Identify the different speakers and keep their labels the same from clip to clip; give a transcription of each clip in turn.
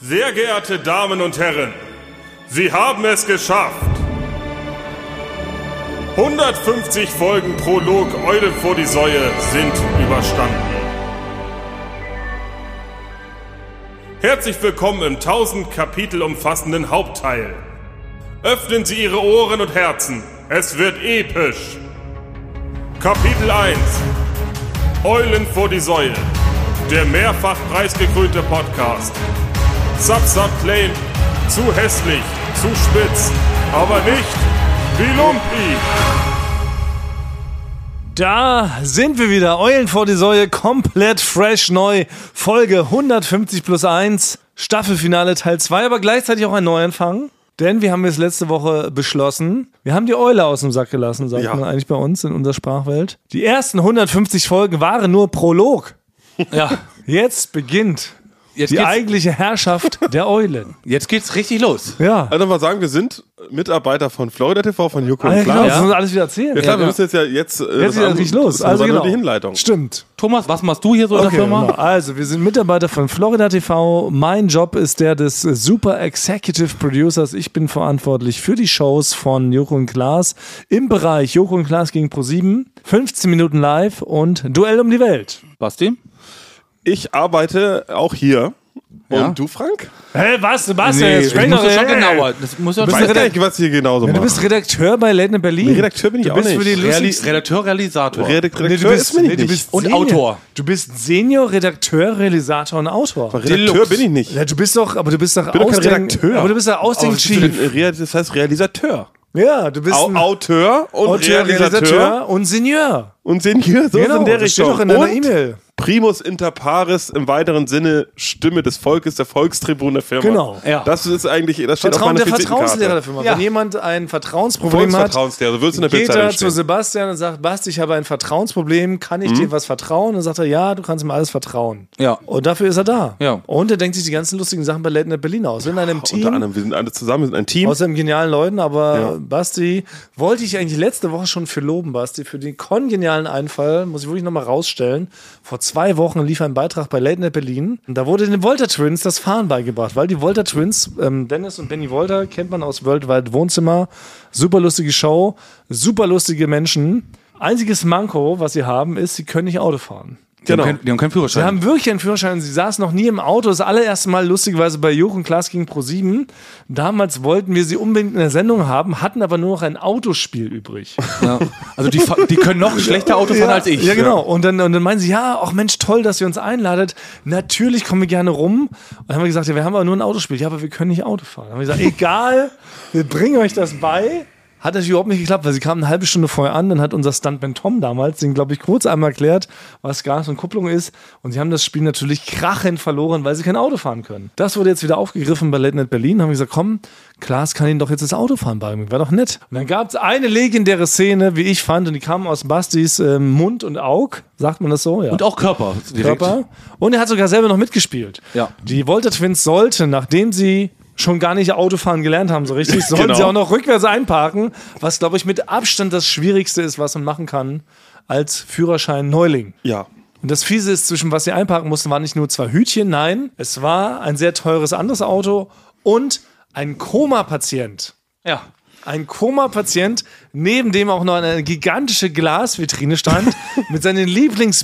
Speaker 1: Sehr geehrte Damen und Herren, Sie haben es geschafft. 150 Folgen Prolog Eule vor die Säue sind überstanden. Herzlich willkommen im 1000 Kapitel umfassenden Hauptteil. Öffnen Sie Ihre Ohren und Herzen, es wird episch. Kapitel 1 Eulen vor die Säue. Der mehrfach preisgekrönte Podcast Subsub Claim. Zu hässlich, zu spitz, aber nicht wie Lumpi.
Speaker 2: Da sind wir wieder. Eulen vor die Säue, komplett fresh neu. Folge 150 plus 1, Staffelfinale Teil 2, aber gleichzeitig auch ein Neuanfang. Denn wir haben es letzte Woche beschlossen. Wir haben die Eule aus dem Sack gelassen, sagt man eigentlich bei uns in unserer Sprachwelt. Die ersten 150 Folgen waren nur Prolog.
Speaker 3: Ja,
Speaker 2: Jetzt beginnt
Speaker 3: jetzt
Speaker 2: die
Speaker 3: geht's,
Speaker 2: eigentliche Herrschaft der Eulen.
Speaker 3: jetzt geht's richtig los.
Speaker 2: Ja.
Speaker 4: Also mal sagen, wir sind Mitarbeiter von Florida TV, von Joko
Speaker 2: Alter,
Speaker 4: und
Speaker 2: genau,
Speaker 4: Klaas.
Speaker 2: das
Speaker 4: Ja,
Speaker 2: muss man alles wieder erzählen.
Speaker 4: klar, wir
Speaker 3: ja.
Speaker 4: müssen jetzt ja jetzt. äh,
Speaker 2: Jetzt
Speaker 4: das
Speaker 2: geht das
Speaker 4: andere-
Speaker 2: nicht los.
Speaker 4: das war
Speaker 2: Also
Speaker 4: nur
Speaker 2: genau.
Speaker 4: die Hinleitung.
Speaker 2: Stimmt.
Speaker 3: Thomas, was machst du hier so in
Speaker 2: Okay,
Speaker 3: der Firma?
Speaker 2: genau. Also, wir sind Mitarbeiter von Florida TV. Mein Job ist der des Super Executive Producers. Ich bin verantwortlich für die Shows von Joko und Klaas im Bereich Joko und Klaas gegen Pro7, 15 Minuten live und Duell um die Welt.
Speaker 3: Basti?
Speaker 4: Ich arbeite auch hier. Und
Speaker 3: Ja.
Speaker 4: du, Frank?
Speaker 2: Hä, was, Sebastian?
Speaker 3: das
Speaker 2: sprich
Speaker 3: muss ja schon
Speaker 2: hey.
Speaker 3: genauer. Das muss ja
Speaker 4: Ich
Speaker 3: schon
Speaker 4: weiß gar nicht, was hier genauso
Speaker 2: Du
Speaker 4: macht.
Speaker 2: bist Redakteur bei Late Night Berlin.
Speaker 4: Redakteur bin ich
Speaker 2: du
Speaker 4: auch
Speaker 2: bist
Speaker 4: nicht.
Speaker 2: Für die
Speaker 3: Reali
Speaker 2: lustigsten-
Speaker 3: Redakteur, Realisator.
Speaker 4: Redak- Redakteur
Speaker 2: Nee, du bist,
Speaker 4: ist bin ich
Speaker 2: nee, du
Speaker 4: nicht.
Speaker 2: bist
Speaker 3: Und
Speaker 2: Senior.
Speaker 3: Autor.
Speaker 2: Du bist Senior, Redakteur, Realisator und Autor.
Speaker 4: Redakteur
Speaker 3: Deluxe.
Speaker 4: bin ich nicht.
Speaker 2: Ja, du bist doch, aber du bist doch
Speaker 4: bin doch kein
Speaker 2: Ausdenk-
Speaker 4: Redakteur.
Speaker 2: Aber du bist doch
Speaker 4: Aber ich bin
Speaker 2: Ausdenkchief.
Speaker 4: Rea- Das heißt Realisateur.
Speaker 2: Ja, du bist
Speaker 4: Au
Speaker 2: ein
Speaker 4: Auteur und
Speaker 2: Autor,
Speaker 4: Realisateur.
Speaker 2: Realisateur und Senior.
Speaker 4: Und sehen hier so
Speaker 2: Genau,
Speaker 4: in der
Speaker 2: das steht
Speaker 4: Richtung.
Speaker 2: doch in deiner
Speaker 4: Und
Speaker 2: E-Mail.
Speaker 4: Primus inter pares im weiteren Sinne Stimme des Volkes, der Volkstribun der Firma.
Speaker 2: Genau.
Speaker 3: Ja.
Speaker 4: Das ist eigentlich, das steht auf
Speaker 2: Vertrauen,
Speaker 4: meiner
Speaker 2: der Vertrauenslehrer der
Speaker 4: Visitenkarte.
Speaker 2: Firma.
Speaker 3: Ja.
Speaker 2: Wenn jemand ein Vertrauensproblem hat,
Speaker 4: Volksvertrauenslehrer, so würdest du in der
Speaker 2: geht
Speaker 4: Bildzeitung
Speaker 2: er zu
Speaker 4: stehen. Mhm.
Speaker 2: Sebastian und sagt, Basti, ich habe ein Vertrauensproblem, kann ich dir was vertrauen? Und dann sagt er, ja, du kannst mir alles vertrauen.
Speaker 3: Ja.
Speaker 2: Und dafür ist er da.
Speaker 3: Ja.
Speaker 2: Und er denkt sich die ganzen lustigen Sachen bei Late Night Berlin aus. In einem
Speaker 4: Unter
Speaker 2: Team,
Speaker 4: anderem, wir sind alle zusammen, wir sind ein Team.
Speaker 2: außerdem genialen Leuten, aber
Speaker 4: Ja.
Speaker 2: Basti, wollte ich eigentlich letzte Woche schon für loben, Basti, für den kongenialen Einfall, muss ich wirklich nochmal rausstellen. Vor zwei Wochen lief ein Beitrag bei Late Night Berlin. Und Da wurde den Volta Twins das Fahren beigebracht, weil die Volta Twins, ähm, Dennis und Benny Volta, kennt man aus Worldwide Wohnzimmer. Super lustige Show, super lustige Menschen. Einziges Manko, was sie haben, ist, sie können nicht Auto fahren.
Speaker 3: Die, haben
Speaker 4: genau.
Speaker 3: kein, die haben keinen Führerschein.
Speaker 2: Wir haben wirklich einen Führerschein. Sie saß noch nie im Auto. Das allererste Mal lustigerweise bei Jochen Klaas gegen Pro7. Damals wollten wir sie unbedingt in der Sendung haben, hatten aber nur noch ein Autospiel übrig.
Speaker 3: ja. Also die, fa- die können noch schlechter Auto fahren als ich.
Speaker 2: Ja, genau. Und dann, und dann meinen sie, ja, ach Mensch, toll, dass ihr uns einladet. Natürlich kommen wir gerne rum. Und dann haben wir gesagt, ja, wir haben aber nur ein Autospiel. Ja, aber wir können nicht Auto fahren. Dann haben wir gesagt, egal, wir bringen euch das bei. Hat natürlich überhaupt nicht geklappt, weil sie kamen eine halbe Stunde vorher an. Dann hat unser Stuntman Tom damals, den glaube ich kurz einmal erklärt, was Gas und Kupplung ist. Und sie haben das Spiel natürlich krachend verloren, weil sie kein Auto fahren können. Das wurde jetzt wieder aufgegriffen bei Late Night Berlin. Haben wir gesagt, komm, Klaas kann ihnen doch jetzt das Autofahren beibringen. Wäre doch nett. Und dann gab es eine legendäre Szene, wie ich fand, und die kam aus Bastis ähm, Mund und Aug. Sagt man das so? Ja.
Speaker 3: Und auch Körper. Direkt.
Speaker 2: Körper. Und er hat sogar selber noch mitgespielt.
Speaker 3: Ja.
Speaker 2: Die Volta Twins sollten, nachdem sie schon gar nicht Autofahren gelernt haben, so richtig, sollten
Speaker 4: Genau.
Speaker 2: sie auch noch rückwärts einparken, was, glaube ich, mit Abstand das Schwierigste ist, was man machen kann als Führerschein-Neuling.
Speaker 4: Ja.
Speaker 2: Und das Fiese ist, zwischen was sie einparken mussten, waren nicht nur zwei Hütchen, nein, es war ein sehr teures anderes Auto und ein Koma-Patient.
Speaker 3: Ja.
Speaker 2: Ein Koma-Patient, neben dem auch noch eine gigantische Glasvitrine stand, mit seinen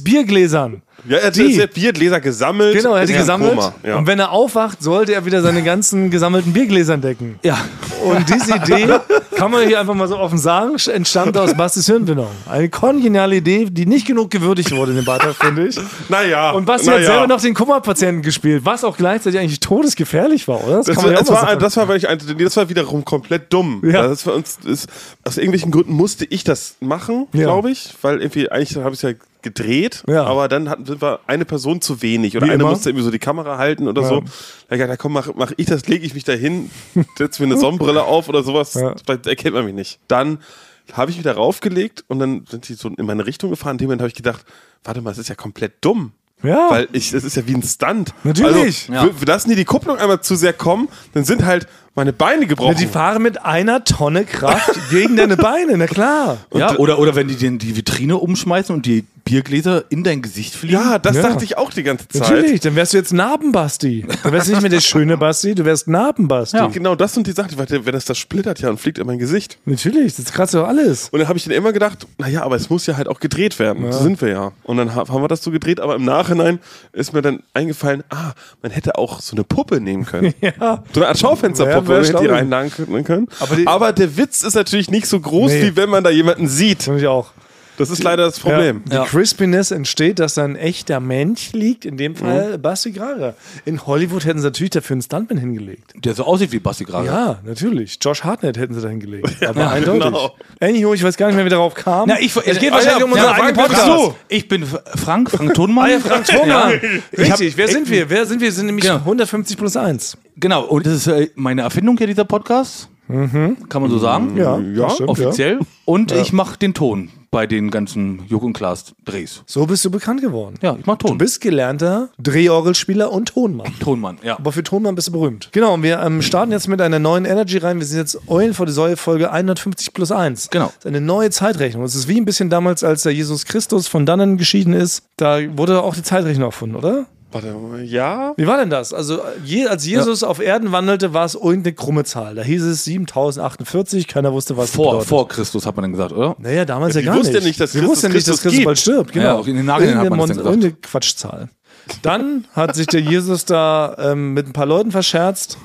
Speaker 2: Lieblingsbiergläsern.
Speaker 4: Ja, er hat
Speaker 2: Die.
Speaker 4: die. jetzt Biergläser gesammelt.
Speaker 2: Genau, er hat die
Speaker 4: Ja,
Speaker 2: gesammelt.
Speaker 4: Koma, Ja.
Speaker 2: Und wenn er aufwacht, sollte er wieder seine ganzen gesammelten Biergläser entdecken.
Speaker 3: Ja.
Speaker 2: Und diese Idee, kann man hier einfach mal so offen sagen, entstammt aus Bastis Hirnbindung. Eine kongeniale Idee, die nicht genug gewürdigt wurde in dem Beitrag, finde ich.
Speaker 4: naja.
Speaker 2: Und Basti
Speaker 4: naja.
Speaker 2: hat selber noch den Kummerpatienten gespielt, was auch gleichzeitig eigentlich todesgefährlich war, oder?
Speaker 4: Das
Speaker 2: kann
Speaker 4: war,
Speaker 2: man ja
Speaker 4: das,
Speaker 2: auch mal
Speaker 4: war, ein-
Speaker 2: sagen.
Speaker 4: das war, weil ich ein, nee, das war wiederum komplett dumm.
Speaker 2: Ja.
Speaker 4: Das war uns, ist, aus irgendwelchen Gründen musste ich das machen,
Speaker 2: Ja.
Speaker 4: glaube ich, weil irgendwie eigentlich habe ich es ja gedreht,
Speaker 2: Ja.
Speaker 4: aber dann hatten sind wir eine Person zu wenig oder
Speaker 2: Wie
Speaker 4: eine
Speaker 2: immer.
Speaker 4: musste irgendwie so die Kamera halten oder so. Da hab ich gedacht, na komm, mach, mach ich das, lege ich mich da hin, setze mir eine Sonnenbrille auf oder sowas,
Speaker 2: Ja.
Speaker 4: vielleicht erkennt man mich nicht. Dann habe ich mich da raufgelegt und dann sind die so in meine Richtung gefahren. In dem Moment habe ich gedacht, warte mal, das ist ja komplett dumm.
Speaker 2: Ja.
Speaker 4: Weil ich, das ist ja wie ein Stunt.
Speaker 2: Natürlich.
Speaker 4: Also, wir- wir lassen die die Kupplung einmal zu sehr kommen, dann sind halt meine Beine gebrochen.
Speaker 2: Die fahren mit einer Tonne Kraft gegen deine Beine, na klar.
Speaker 3: ja. Oder, oder wenn die den, die Vitrine umschmeißen und die Biergläser in dein Gesicht fliegen?
Speaker 4: Ja, das
Speaker 2: Ja.
Speaker 4: dachte ich auch die ganze Zeit.
Speaker 2: Natürlich, dann wärst du jetzt Narbenbasti. Du wärst nicht mehr der schöne Basti, du wärst Narbenbasti.
Speaker 3: Ja.
Speaker 4: Genau das sind die Sachen, weil wenn das das splittert ja und fliegt in mein Gesicht.
Speaker 2: Natürlich, das kratzt doch alles.
Speaker 4: Und dann habe ich dann immer gedacht, naja, aber es muss ja halt auch gedreht werden. So sind wir ja. Und dann ha- haben wir das so gedreht, aber im Nachhinein ist mir dann eingefallen, ah, man hätte auch so eine Puppe nehmen können.
Speaker 2: Ja.
Speaker 4: So eine
Speaker 2: Ja,
Speaker 4: Art Schaufensterpuppe,
Speaker 2: wär
Speaker 4: man hätte die
Speaker 2: schlau.
Speaker 4: reinladen können- können.
Speaker 2: Aber
Speaker 4: Aber,
Speaker 2: die-
Speaker 4: der Witz ist natürlich nicht so groß,
Speaker 2: Nee.
Speaker 4: wie wenn man da jemanden sieht.
Speaker 2: Finde ich auch.
Speaker 4: Das ist leider das Problem.
Speaker 2: Ja. Die Crispiness entsteht, dass da ein echter Mensch liegt, in dem Fall
Speaker 4: Mhm.
Speaker 2: Basti Grager. In Hollywood hätten sie natürlich dafür einen Stuntman hingelegt.
Speaker 3: Der so aussieht wie Basti gerade.
Speaker 2: Ja, natürlich. Josh Hartnett hätten sie da hingelegt. Aber eindeutig.
Speaker 4: genau.
Speaker 2: Anywho, ich weiß gar nicht mehr, wie wir darauf kam.
Speaker 3: Na, ich, es geht
Speaker 2: Ah,
Speaker 3: wahrscheinlich
Speaker 2: ja,
Speaker 3: um unseren
Speaker 2: ja,
Speaker 3: eigenen
Speaker 2: Frank,
Speaker 3: Podcast.
Speaker 2: ach so.
Speaker 3: Ich bin F- Frank, Frank Thunmann.
Speaker 2: Frank Thunmann.
Speaker 3: Ich hab-
Speaker 2: Richtig, wer sind wir? Wer sind wir? Wir sind nämlich
Speaker 3: Genau.
Speaker 2: 150 plus 1.
Speaker 3: Genau, und das ist äh, meine Erfindung hier, dieser Podcast.
Speaker 2: Mhm.
Speaker 3: Kann man so sagen.
Speaker 4: Ja,
Speaker 2: das stimmt,
Speaker 3: Offiziell. Und ich mache den Ton bei den ganzen Juck und Klaas Drehs.
Speaker 2: So bist du bekannt geworden.
Speaker 3: Ja, ich mache Ton.
Speaker 2: Du bist gelernter Drehorgelspieler und Tonmann.
Speaker 3: Tonmann, ja.
Speaker 2: Aber für Tonmann bist du berühmt. Genau, und wir ähm, starten jetzt mit einer neuen Energy rein. Wir sind jetzt Eulen vor die Säule Folge 150 plus 1.
Speaker 3: Genau.
Speaker 2: Das ist eine neue Zeitrechnung. Es ist wie ein bisschen damals, als der Jesus Christus von dannen geschieden ist. Da wurde auch die Zeitrechnung erfunden, oder?
Speaker 4: Warte mal, ja.
Speaker 2: Wie war denn das? Also, je, als Jesus auf Erden wandelte, war es irgendeine krumme Zahl. Da hieß es 7048, keiner wusste, was
Speaker 3: Vor,
Speaker 2: bedeutet.
Speaker 3: vor Christus hat man dann gesagt, oder?
Speaker 2: Naja, damals ja,
Speaker 4: die
Speaker 2: gar nicht.
Speaker 4: wussten ja nicht, dass
Speaker 2: Wir
Speaker 4: Christus
Speaker 2: wussten ja nicht, dass
Speaker 4: Christus
Speaker 2: Christus
Speaker 4: gibt.
Speaker 2: bald stirbt. Genau.
Speaker 3: Ja, auch in den Nachhinein hat
Speaker 2: Irgendeine
Speaker 3: man das
Speaker 2: Monst-
Speaker 3: dann gesagt.
Speaker 2: Irgendeine Quatschzahl. Dann hat sich der Jesus da ähm, mit ein paar Leuten verscherzt.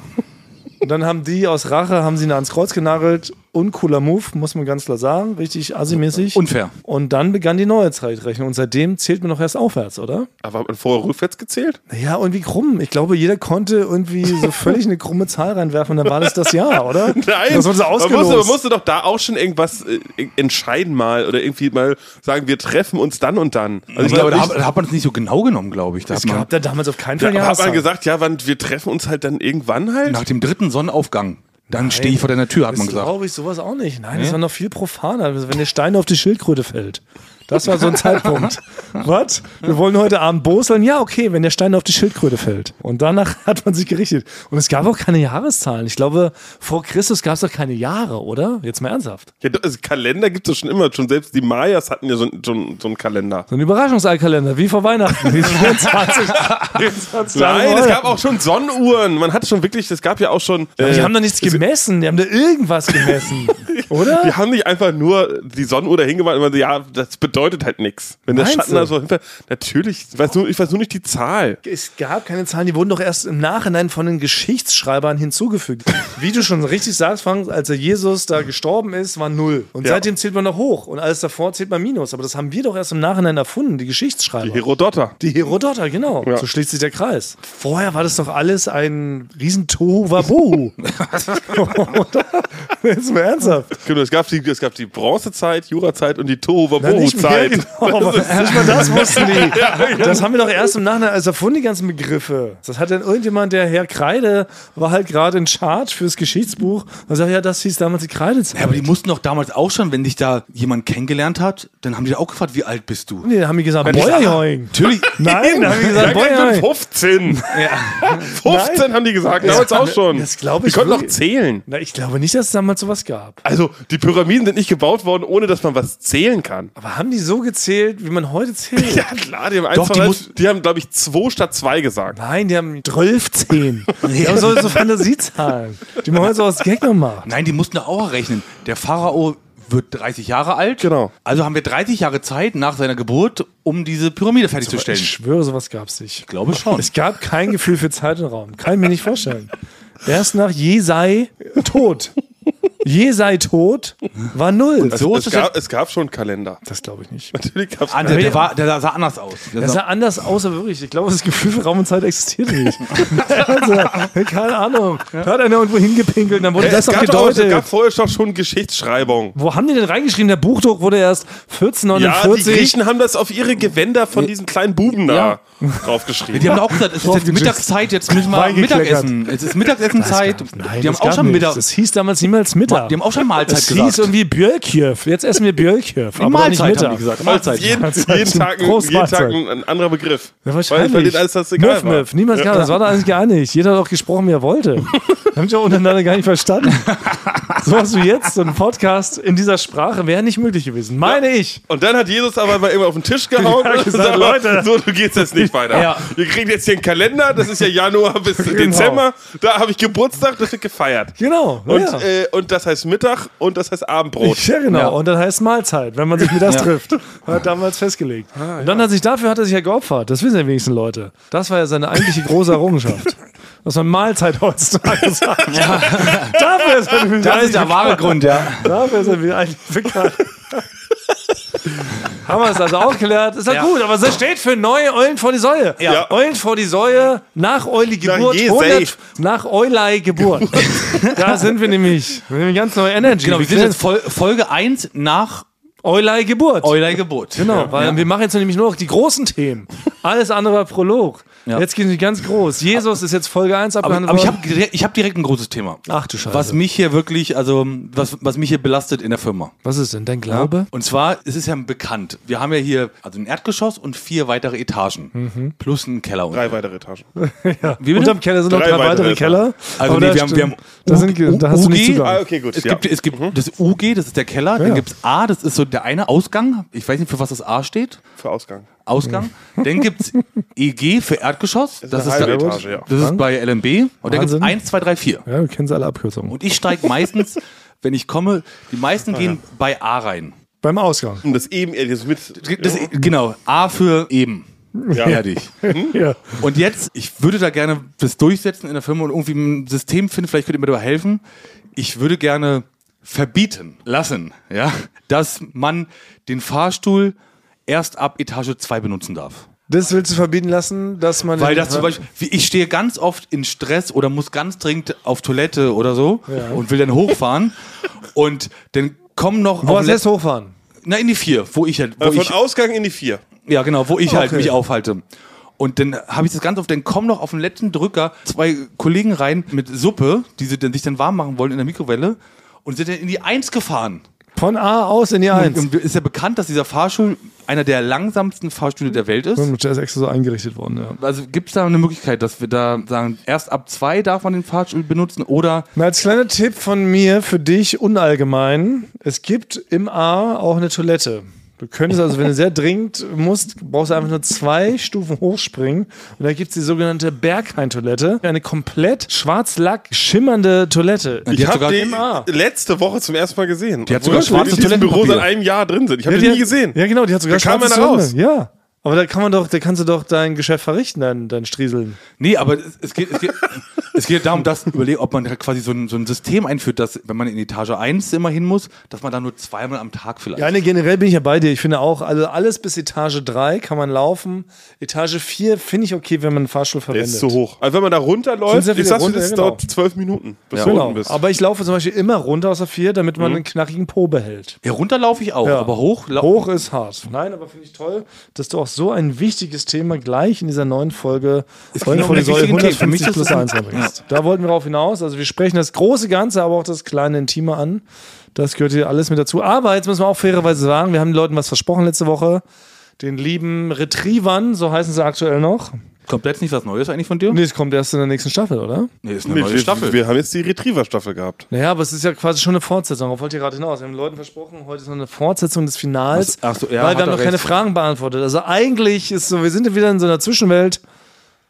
Speaker 2: Und dann haben die aus Rache, haben sie ihn ans Kreuz genagelt. Uncooler Move, muss man ganz klar sagen. Richtig assi-mäßig.
Speaker 3: Unfair.
Speaker 2: Und dann begann die neue Zeitrechnung. Und seitdem zählt man noch erst aufwärts, oder?
Speaker 4: Aber hat man vorher rückwärts gezählt?
Speaker 2: Naja, irgendwie krumm. Ich glaube, jeder konnte irgendwie so völlig eine krumme Zahl reinwerfen. Und dann war das das Jahr, oder? Das wurde so
Speaker 4: man,
Speaker 2: ausgelost.
Speaker 4: musste, man musste doch da auch schon irgendwas äh, entscheiden mal oder irgendwie mal sagen, wir treffen uns dann und dann. Also
Speaker 3: Ich glaube, da
Speaker 4: nicht-
Speaker 3: hat, da hat man es nicht so genau genommen, glaube ich. Da hat
Speaker 2: es
Speaker 3: man
Speaker 2: gab da damals auf keinen Fall
Speaker 4: Da hat
Speaker 2: Jahreszahlen.
Speaker 4: man gesagt, ja, wann, wir treffen uns halt dann irgendwann halt.
Speaker 3: nach dem dritten Sonnenaufgang, dann stehe ich vor deiner Tür, hat
Speaker 2: Das
Speaker 3: man gesagt.
Speaker 2: glaube ich sowas auch nicht. Nein, das war noch viel profaner, Also, wenn der Stein auf die Schildkröte fällt. Das war so ein Zeitpunkt. Was? Wir wollen heute Abend boseln? Ja, okay, wenn der Stein auf die Schildkröte fällt. Und danach hat man sich gerichtet. Und es gab auch keine Jahreszahlen. Ich glaube, vor Christus gab es doch keine Jahre, oder? Jetzt mal ernsthaft.
Speaker 4: Ja, do- also Kalender gibt es schon immer. Schon selbst die Mayas hatten ja so, so, so einen Kalender.
Speaker 2: So ein Überraschungseikalender, wie vor Weihnachten. Die 24. 24
Speaker 4: Nein, es
Speaker 2: Euro.
Speaker 4: gab auch schon Sonnenuhren. Man hatte schon wirklich, es gab ja auch schon. Äh,
Speaker 2: Die haben da nichts gemessen. Die haben da irgendwas gemessen. oder?
Speaker 4: die haben nicht einfach nur die Sonnenuhr dahin gemacht und man so, ja, das bedeutet halt nichts. Wenn der
Speaker 2: Meinst
Speaker 4: Schatten
Speaker 2: du?
Speaker 4: da so hinfällt, natürlich, ich weiß, nur, ich weiß nur nicht die Zahl.
Speaker 2: Es gab keine Zahlen, die wurden doch erst im Nachhinein von den Geschichtsschreibern hinzugefügt. Wie du schon richtig sagst, Frank, als der Jesus da gestorben ist, war null. Und
Speaker 4: Ja.
Speaker 2: seitdem zählt man noch hoch. Und alles davor zählt man minus. Aber das haben wir doch erst im Nachhinein erfunden, die Geschichtsschreiber. Die,
Speaker 4: Herodotter.
Speaker 2: Herodoter, genau.
Speaker 4: Ja.
Speaker 2: So schließt sich der Kreis. Vorher war das doch alles ein riesen Tohuwabohu. Oder? Jetzt mal ernsthaft.
Speaker 4: Genau, es gab die, es gab die Bronzezeit, Jurazeit und die
Speaker 2: Na, nicht mehr,
Speaker 4: Tohuwabohu-Zeit.
Speaker 2: Genau, aber nicht mal das wussten die. Das haben wir doch erst im Nachhinein, also erfunden die ganzen Begriffe. Das hat dann irgendjemand, der Herr Kreide war halt gerade in Charge fürs Geschichtsbuch und sagt, ja, das hieß damals die Kreidezeit.
Speaker 3: Ja, aber die mussten doch damals auch schon, wenn dich da jemand kennengelernt hat, dann haben die da auch gefragt, wie alt bist du?
Speaker 2: Nee, da haben die gesagt, Bäuerjoing.
Speaker 3: Natürlich. genau.
Speaker 2: Nein, da haben die gesagt,
Speaker 4: Ja, ich bin
Speaker 2: Bäuerjoing.
Speaker 4: 15. 15 haben die gesagt, damals auch schon.
Speaker 2: das glaub ich
Speaker 4: Die konnten noch
Speaker 2: wirklich.
Speaker 4: zählen.
Speaker 2: Na, ich glaube nicht, dass es damals sowas gab.
Speaker 4: Also, die Pyramiden sind nicht gebaut worden, ohne dass man was zählen kann.
Speaker 2: Aber haben die so gezählt, wie man heute zählt?
Speaker 4: Ja, klar, die haben
Speaker 3: Doch,
Speaker 4: einfach,
Speaker 3: die
Speaker 4: die,
Speaker 3: muss-
Speaker 4: die haben, glaube ich, 2 statt 2 gesagt.
Speaker 2: Nein, die haben 12, 10. Die haben so, so Fantasiezahlen, die man heute so aus Gag noch macht.
Speaker 3: Nein, die mussten da auch rechnen. Der Pharao wird 30 Jahre alt.
Speaker 4: Genau.
Speaker 3: Also haben wir 30 Jahre Zeit nach seiner Geburt, um diese Pyramide fertigzustellen.
Speaker 2: Ich schwöre, sowas gab es nicht.
Speaker 3: Ich glaube schon.
Speaker 2: Es gab kein Gefühl für Zeit und Raum. Kann ich mir nicht vorstellen. Erst nach Je sei tot. Je sei tot war null. Das,
Speaker 3: so
Speaker 4: Es gab, es gab schon einen Kalender.
Speaker 2: glaube ich nicht.
Speaker 4: Natürlich gab's
Speaker 3: Ah, der, der, war, der sah anders aus. Der
Speaker 2: Das
Speaker 3: sah-
Speaker 2: sah anders aus, aber wirklich. Ich glaube, das Gefühl für Raum und Zeit existiert nicht. also, keine Ahnung. Da hat einer irgendwo hingepinkelt, dann wurde
Speaker 4: Äh,
Speaker 2: das
Speaker 4: es,
Speaker 2: noch
Speaker 4: gab doch, es gab
Speaker 2: gedeutet.
Speaker 4: vorher doch schon Geschichtsschreibung.
Speaker 2: Wo haben die denn reingeschrieben? Der Buchdruck wurde erst
Speaker 4: Ja, die
Speaker 2: 1449.
Speaker 4: Griechen haben das auf ihre Gewänder von diesen kleinen Buben da draufgeschrieben.
Speaker 3: Die haben auch gesagt, es ist jetzt Mittagszeit, jetzt müssen wir
Speaker 2: Reingekleckert.
Speaker 3: Mittagsessen. Es ist Mittagessenzeit.
Speaker 2: Nein,
Speaker 3: die haben
Speaker 2: das
Speaker 3: auch
Speaker 2: gab
Speaker 3: schon
Speaker 2: nichts.
Speaker 3: Mittag.
Speaker 2: Das hieß damals niemals Mittag.
Speaker 3: Die haben auch schon Mahlzeit
Speaker 2: das hieß
Speaker 3: gesagt.
Speaker 2: irgendwie Björkjöf. Jetzt essen wir Björkjöf. Aber doch nicht
Speaker 3: Mahlzeit haben
Speaker 2: Mittag.
Speaker 3: die gesagt.
Speaker 4: Mahlzeit.
Speaker 3: Mahlzeit.
Speaker 4: Jeden,
Speaker 2: Mahlzeit.
Speaker 4: jeden Tag, ein,
Speaker 2: Prost,
Speaker 4: jeden Tag
Speaker 2: Mahlzeit.
Speaker 4: ein, ein anderer Begriff.
Speaker 2: Ja,
Speaker 4: Weil,
Speaker 2: wahrscheinlich.
Speaker 4: weil denen alles das egal
Speaker 2: Möff,
Speaker 4: war.
Speaker 2: Möff. Niemals gab das. War doch eigentlich gar nicht. Jeder hat auch gesprochen, wie er wollte. Haben die auch untereinander gar nicht verstanden. Sowas wie jetzt, so ein Podcast in dieser Sprache wäre nicht möglich gewesen. Meine ich.
Speaker 4: Und dann hat Jesus aber mal immer auf den Tisch gehauen
Speaker 2: Ja,
Speaker 4: und
Speaker 2: gesagt,
Speaker 4: gesagt,
Speaker 2: Leute.
Speaker 4: so, du gehst jetzt nicht weiter.
Speaker 2: Ja.
Speaker 4: Wir kriegen jetzt hier einen Kalender, das ist ja Januar bis
Speaker 2: Genau.
Speaker 4: Dezember, da habe ich Geburtstag, das wird gefeiert.
Speaker 2: Genau.
Speaker 4: Und,
Speaker 2: ja.
Speaker 4: äh, und das heißt Mittag und das heißt Abendbrot.
Speaker 2: Ja, genau.
Speaker 3: Ja.
Speaker 2: Und dann heißt Mahlzeit, wenn man sich mittags trifft. Hat damals festgelegt. Und dann hat sich dafür hat er sich ja geopfert. Das wissen ja die wenigsten Leute. Das war ja seine eigentliche große Errungenschaft. Dass man Mahlzeit heutzutage sagt. dafür ist er
Speaker 3: Das ist der wahre Grund, ja.
Speaker 2: Dafür ist er wieder eigentlich bekannt. Haben wir es also auch geklärt. Ist doch gut, aber es steht für neue Eulen vor die Säue.
Speaker 4: Ja.
Speaker 2: Eulen vor die Säue, nach Euli Geburt,
Speaker 4: Jesei.
Speaker 2: 100, nach Eulei Geburt. da sind wir nämlich. Wir haben eine ganz neue Energy.
Speaker 3: Genau, wir sind jetzt Fol Folge 1 nach
Speaker 2: Eulei Geburt.
Speaker 3: eurer Geburt.
Speaker 2: Genau, weil wir machen jetzt nämlich nur noch die großen Themen. Alles andere war Prolog.
Speaker 3: Ja.
Speaker 2: Jetzt gehen sie ganz groß. Jesus ist jetzt Folge 1
Speaker 3: Aber,
Speaker 2: abgehandelt
Speaker 3: aber ich
Speaker 2: worden.
Speaker 3: habe ich hab direkt ein großes Thema.
Speaker 2: Ach du Scheiße.
Speaker 3: Was mich hier wirklich, also was, was mich hier belastet in der Firma.
Speaker 2: Was ist denn dein Glaube?
Speaker 3: Und zwar, es ist ja bekannt, wir haben ja hier also ein Erdgeschoss und vier weitere Etagen. Plus einen Keller. unten.
Speaker 4: Drei weitere Etagen.
Speaker 3: Wie bitte?
Speaker 2: Mhm. Unterm Keller sind noch
Speaker 4: Drei
Speaker 2: drei weitere
Speaker 4: weitere
Speaker 2: Keller.
Speaker 3: Also
Speaker 2: Aber
Speaker 3: nee,
Speaker 2: da
Speaker 3: wir haben, wir haben
Speaker 2: stimmt. da, sind,
Speaker 3: U-
Speaker 2: da hast du nicht
Speaker 3: UG.
Speaker 2: Zugang.
Speaker 4: Ah, okay, gut.
Speaker 3: Es
Speaker 4: ja. Mhm.
Speaker 3: gibt, es gibt das UG, das ist der Keller,
Speaker 2: Ja.
Speaker 3: dann gibt es A, das ist so der eine Ausgang. Ich weiß nicht, für was das A steht.
Speaker 4: Für Ausgang.
Speaker 3: Ausgang. Dann gibt es EG für Erdgeschoss. Das,
Speaker 4: eine
Speaker 3: ist,
Speaker 4: halbe
Speaker 3: der,
Speaker 4: Etage, ja.
Speaker 3: das ist bei LMB. Und dann gibt
Speaker 2: Wahnsinn.
Speaker 3: es 1, 2, 3, 4.
Speaker 2: Ja, wir kennen alle Abkürzungen.
Speaker 3: Und ich steige meistens, wenn ich komme, die meisten
Speaker 4: Ah,
Speaker 3: gehen bei A rein.
Speaker 2: Beim Ausgang.
Speaker 4: Und Um das eben, äh, das mit.
Speaker 3: Das, genau, A für eben.
Speaker 4: Ja.
Speaker 3: Fertig.
Speaker 2: Ja.
Speaker 3: Und jetzt, ich würde da gerne das durchsetzen in der Firma und irgendwie ein System finden, vielleicht könnt ihr mir dabei helfen. Ich würde gerne verbieten lassen, ja, dass man den Fahrstuhl erst ab Etage 2 benutzen darf.
Speaker 2: Das willst du verbieten lassen, dass man.
Speaker 3: Weil das zum Beispiel, wie ich stehe ganz oft in Stress oder muss ganz dringend auf Toilette oder so und will dann hochfahren und dann kommen noch
Speaker 2: Boah,
Speaker 3: auf
Speaker 2: das
Speaker 3: le-
Speaker 2: lässt hochfahren.
Speaker 3: na in die vier, wo ich halt, wo
Speaker 4: Äh, Von
Speaker 3: ich,
Speaker 4: Ausgang in die vier.
Speaker 3: ja, genau, wo ich halt
Speaker 2: Okay.
Speaker 3: mich aufhalte. Und dann habe ich das ganz oft, dann kommen noch auf den letzten Drücker zwei Kollegen rein mit Suppe, die sie dann, sich dann warm machen wollen in der Mikrowelle und sind dann in die Eins gefahren.
Speaker 2: Von A aus in die 1.
Speaker 3: Und ist ja bekannt, dass dieser Fahrstuhl einer der langsamsten Fahrstühle der Welt ist.
Speaker 2: Der ist extra so eingerichtet worden, ja.
Speaker 3: Also gibt es da eine Möglichkeit, dass wir da sagen, erst ab zwei darf man den Fahrstuhl benutzen oder
Speaker 2: Na, als kleiner Tipp von mir für dich unallgemein: Es gibt im A auch eine Toilette. Du könntest also, wenn du sehr dringend musst, brauchst du einfach nur zwei Stufen hochspringen. Und da gibt es die sogenannte Berghain-Toilette. Eine komplett schwarz-lack schimmernde Toilette.
Speaker 3: Die
Speaker 4: Ich
Speaker 3: hat
Speaker 4: habe
Speaker 3: sogar-
Speaker 4: die
Speaker 2: Ah.
Speaker 4: letzte Woche zum ersten Mal gesehen. Die
Speaker 3: hat sogar schwarzes
Speaker 4: in diesem Büro
Speaker 3: Toilettenpapier.
Speaker 4: seit einem Jahr drin sind. Ich habe
Speaker 2: Ja,
Speaker 4: die
Speaker 2: die
Speaker 4: nie
Speaker 2: hat-
Speaker 4: gesehen.
Speaker 2: Ja, genau, die hat sogar
Speaker 4: Da kam
Speaker 2: schwarze
Speaker 4: einer
Speaker 2: Zähne.
Speaker 4: raus.
Speaker 2: Ja. Aber da kann man doch, da kannst du doch dein Geschäft verrichten, dein, dein Strieseln.
Speaker 3: Nee, aber es es geht, es geht, es geht darum, dass überlegen, ob man da quasi so ein, so ein System einführt, dass wenn man in Etage 1 immer hin muss, dass man da nur zweimal am Tag vielleicht.
Speaker 2: Ja, nee, generell bin ich ja bei dir. Ich finde auch, also alles bis Etage 3 kann man laufen. Etage 4 finde ich okay, wenn man einen Fahrstuhl
Speaker 4: Der
Speaker 2: verwendet.
Speaker 4: ist zu hoch. Also wenn man da
Speaker 2: Sind
Speaker 4: runterläuft,
Speaker 2: sehr viele
Speaker 4: ich sag's dir,
Speaker 2: runter,
Speaker 4: das
Speaker 2: genau.
Speaker 4: dauert zwölf Minuten, bis du
Speaker 2: Genau.
Speaker 4: unten bist.
Speaker 2: Aber ich laufe zum Beispiel immer runter aus der 4, damit man einen knackigen Po behält.
Speaker 3: Ja, runter laufe ich auch,
Speaker 2: Ja.
Speaker 3: aber hoch, lau-
Speaker 2: Hoch ist hart. Nein, aber finde ich toll, dass du auch so ein wichtiges Thema gleich in dieser neuen Folge Eulen
Speaker 3: ging
Speaker 2: vor die
Speaker 3: um
Speaker 2: Säule
Speaker 3: den wichtigen Themen. Für mich
Speaker 2: 150 plus
Speaker 3: ist das-
Speaker 2: 1 anbringst. Da wollten wir darauf hinaus. Also wir sprechen das große Ganze, aber auch das kleine Intime an. Das gehört hier alles mit dazu. Aber jetzt müssen wir auch fairerweise sagen, wir haben den Leuten was versprochen letzte Woche. Den lieben Retrievern, so heißen sie aktuell noch.
Speaker 3: kommt jetzt nicht was Neues eigentlich von dir?
Speaker 2: Nee, es kommt erst in der nächsten Staffel, oder?
Speaker 3: Nee, ist
Speaker 4: Nee, wir, wir haben jetzt die Retriever-Staffel gehabt.
Speaker 2: Naja, aber es ist ja quasi schon eine Fortsetzung. Darauf wollt ihr gerade hinaus. Wir haben den Leuten versprochen, heute ist noch eine Fortsetzung des Finals.
Speaker 3: Ach so, ach so, ja,
Speaker 2: weil
Speaker 3: hat
Speaker 2: wir haben
Speaker 3: er
Speaker 2: noch keine
Speaker 3: recht.
Speaker 2: Fragen beantwortet. Also eigentlich ist so, wir sind ja wieder in so einer Zwischenwelt.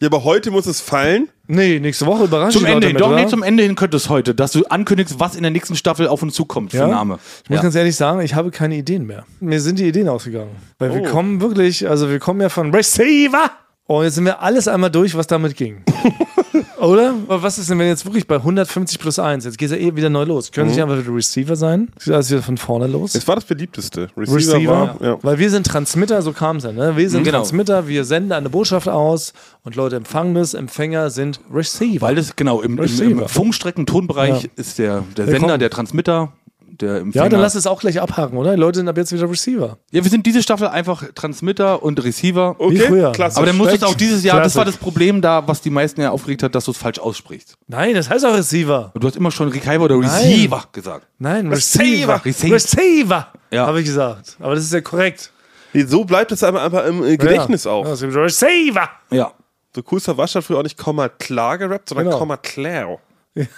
Speaker 4: Ja, aber heute muss es fallen.
Speaker 2: Nee, nächste Woche überraschen
Speaker 3: zum
Speaker 2: die Leute
Speaker 3: Ende hin,
Speaker 2: mit,
Speaker 3: doch,
Speaker 2: oder?
Speaker 3: nee, zum Ende hin könnte es heute, dass du ankündigst, was in der nächsten Staffel auf uns zukommt für
Speaker 2: Ja?
Speaker 3: Name.
Speaker 2: Ich muss
Speaker 3: Ja.
Speaker 2: ganz ehrlich sagen, ich habe keine Ideen mehr. Mir sind die Ideen ausgegangen. Weil
Speaker 3: Oh.
Speaker 2: wir kommen wirklich, also wir kommen ja von Receiver. Und jetzt sind wir alles einmal durch, was damit ging. Oder? Aber was ist denn, wenn jetzt wirklich bei 150 plus 1, jetzt geht es ja eh wieder neu los. Können
Speaker 3: Mhm.
Speaker 2: Sie nicht einfach wieder Receiver sein? Geht alles wieder von vorne los?
Speaker 4: Es war das beliebteste. Receiver,
Speaker 2: Receiver,
Speaker 4: war. Ja.
Speaker 2: weil wir sind Transmitter, so kam es ja. Ne? Wir sind
Speaker 3: Genau.
Speaker 2: Transmitter, wir senden eine Botschaft aus und Leute empfangen das, Empfänger sind Receiver.
Speaker 3: Weil das, genau, im, im,
Speaker 2: Receiver.
Speaker 3: im Funkstrecken-Tonbereich
Speaker 2: Ja.
Speaker 3: ist der, der
Speaker 2: komm.
Speaker 3: Sender, der Transmitter, der Empfänger.
Speaker 2: Ja, dann lass es auch gleich abhaken, oder? Die Leute sind ab jetzt wieder Receiver.
Speaker 3: ja, wir sind diese Staffel einfach Transmitter und Receiver.
Speaker 4: Okay,
Speaker 2: früher.
Speaker 4: klasse.
Speaker 3: Aber dann musst du es auch dieses Jahr, das
Speaker 2: Classic.
Speaker 3: war das Problem da, was die meisten ja aufgeregt hat, dass du es falsch aussprichst.
Speaker 2: Nein, das heißt auch Receiver.
Speaker 3: Und du hast immer schon Receiver oder Receiver gesagt.
Speaker 2: Nein, Receiver.
Speaker 3: Receiver.
Speaker 2: Receiver,
Speaker 3: Ja.
Speaker 2: habe ich gesagt. Aber das ist ja korrekt.
Speaker 4: nee, so bleibt es aber, aber im äh, Gedächtnis
Speaker 2: ja.
Speaker 4: auch.
Speaker 2: Ja, es gibt Receiver.
Speaker 3: Ja.
Speaker 4: So cool ist, der Wasch hat früher auch nicht Komma klar gerappt, sondern
Speaker 2: Genau.
Speaker 4: Komma klar. Und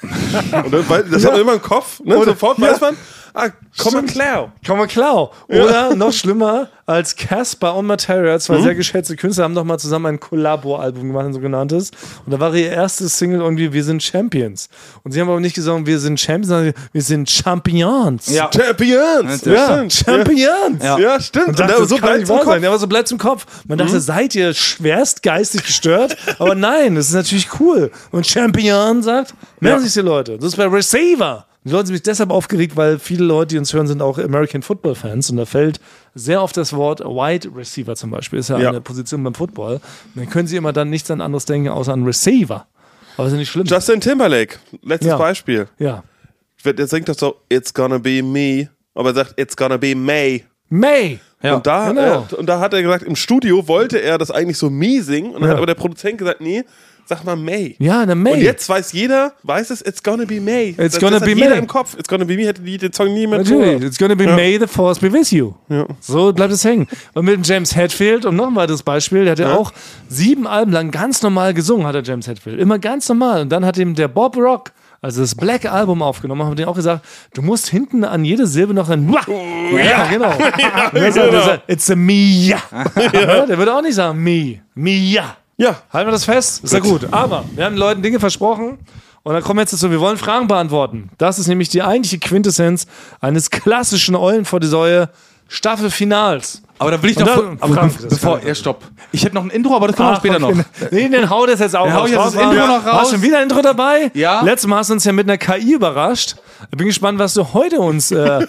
Speaker 4: dann, wei- das hat man immer im Kopf, ne? Sofort weiß man, ah, komm mal klar.
Speaker 2: Komm mal klar. Oder noch schlimmer, als Casper und Materia, zwei sehr geschätzte Künstler, haben doch mal zusammen ein Kollabo-Album gemacht, ein sogenanntes. Und da war ihr erstes Single irgendwie Wir sind Champions. Und sie haben aber nicht gesagt, wir sind Champions, sondern wir sind Champions.
Speaker 3: Ja.
Speaker 4: Champions!
Speaker 3: Ja,
Speaker 2: Ja, Champions.
Speaker 4: Ja, ja stimmt. Und,
Speaker 2: dachte,
Speaker 4: da
Speaker 2: das
Speaker 4: so
Speaker 2: kann
Speaker 4: bleibt
Speaker 2: nicht
Speaker 4: im
Speaker 2: wahr
Speaker 4: Kopf. Mhm.
Speaker 2: sein. Ja, aber so bleibt im Kopf. Man dachte, seid ihr schwerst geistig gestört? aber nein, das ist natürlich cool. Und Champion sagt, merken sich die Leute. Das ist bei Receiver. Die Leute sind mich deshalb aufgeregt, weil viele Leute, die uns hören, sind auch American Football Fans. Und da fällt sehr oft das Wort Wide Receiver zum Beispiel. Ist ja,
Speaker 4: Ja.
Speaker 2: eine Position beim Football. Und dann können sie immer dann nichts an anderes denken, außer an Receiver. Aber ist ja nicht schlimm.
Speaker 4: Justin Timberlake, letztes
Speaker 2: Ja.
Speaker 4: Beispiel.
Speaker 2: ja.
Speaker 4: Der singt doch so, it's gonna be me. Aber er sagt, it's gonna be May.
Speaker 2: May.
Speaker 4: und, da,
Speaker 2: genau.
Speaker 4: äh, und da hat er gesagt, im Studio wollte er das eigentlich so me singen. Und dann
Speaker 2: Ja.
Speaker 4: hat aber der Produzent gesagt, nee, sag mal May.
Speaker 2: Ja, eine May.
Speaker 4: Und jetzt weiß jeder, weiß es, it's gonna be May.
Speaker 2: It's
Speaker 4: das,
Speaker 2: gonna
Speaker 4: das
Speaker 2: be
Speaker 4: hat jeder
Speaker 2: May.
Speaker 4: im Kopf. It's gonna be me hätte die, den Song niemand
Speaker 2: Natürlich,
Speaker 4: gehört.
Speaker 2: it's gonna be May the Force be with you. So bleibt es hängen. Und mit dem James Hetfield, um noch ein weiteres Beispiel, der hat ja, auch sieben Alben lang ganz normal gesungen, hat der James Hetfield. Immer ganz normal. Und dann hat ihm der Bob Rock, also das Black Album aufgenommen, haben den auch gesagt, du musst hinten an jede Silbe noch ein Wah! Ja, genau. Und dann sagt er, It's a Mia. Ja. Der würde auch nicht sagen, me, Mia.
Speaker 4: Ja,
Speaker 2: Halten wir das fest? Ist ja gut. Aber wir haben den Leuten Dinge versprochen. Und dann kommen wir jetzt dazu, wir wollen Fragen beantworten. Das ist nämlich die eigentliche Quintessenz eines klassischen Eulen vor die Säue Staffelfinals.
Speaker 3: Aber da will ich
Speaker 2: Und
Speaker 3: noch.
Speaker 2: dann-
Speaker 3: aber
Speaker 2: Frank,
Speaker 3: be
Speaker 2: das
Speaker 3: bevor,
Speaker 2: kann- Ah,
Speaker 3: ja, stopp. Ich hätte noch ein Intro, aber das kommen wir später noch.
Speaker 2: Nee, den hau das jetzt auch
Speaker 3: Dann hau
Speaker 2: raus.
Speaker 3: ich jetzt das
Speaker 2: War-
Speaker 3: Intro noch
Speaker 2: War
Speaker 3: raus.
Speaker 2: schon wieder ein Intro dabei?
Speaker 3: Ja.
Speaker 2: Letztes Mal hast du uns ja mit einer KI überrascht. Ich bin gespannt, was du heute uns äh,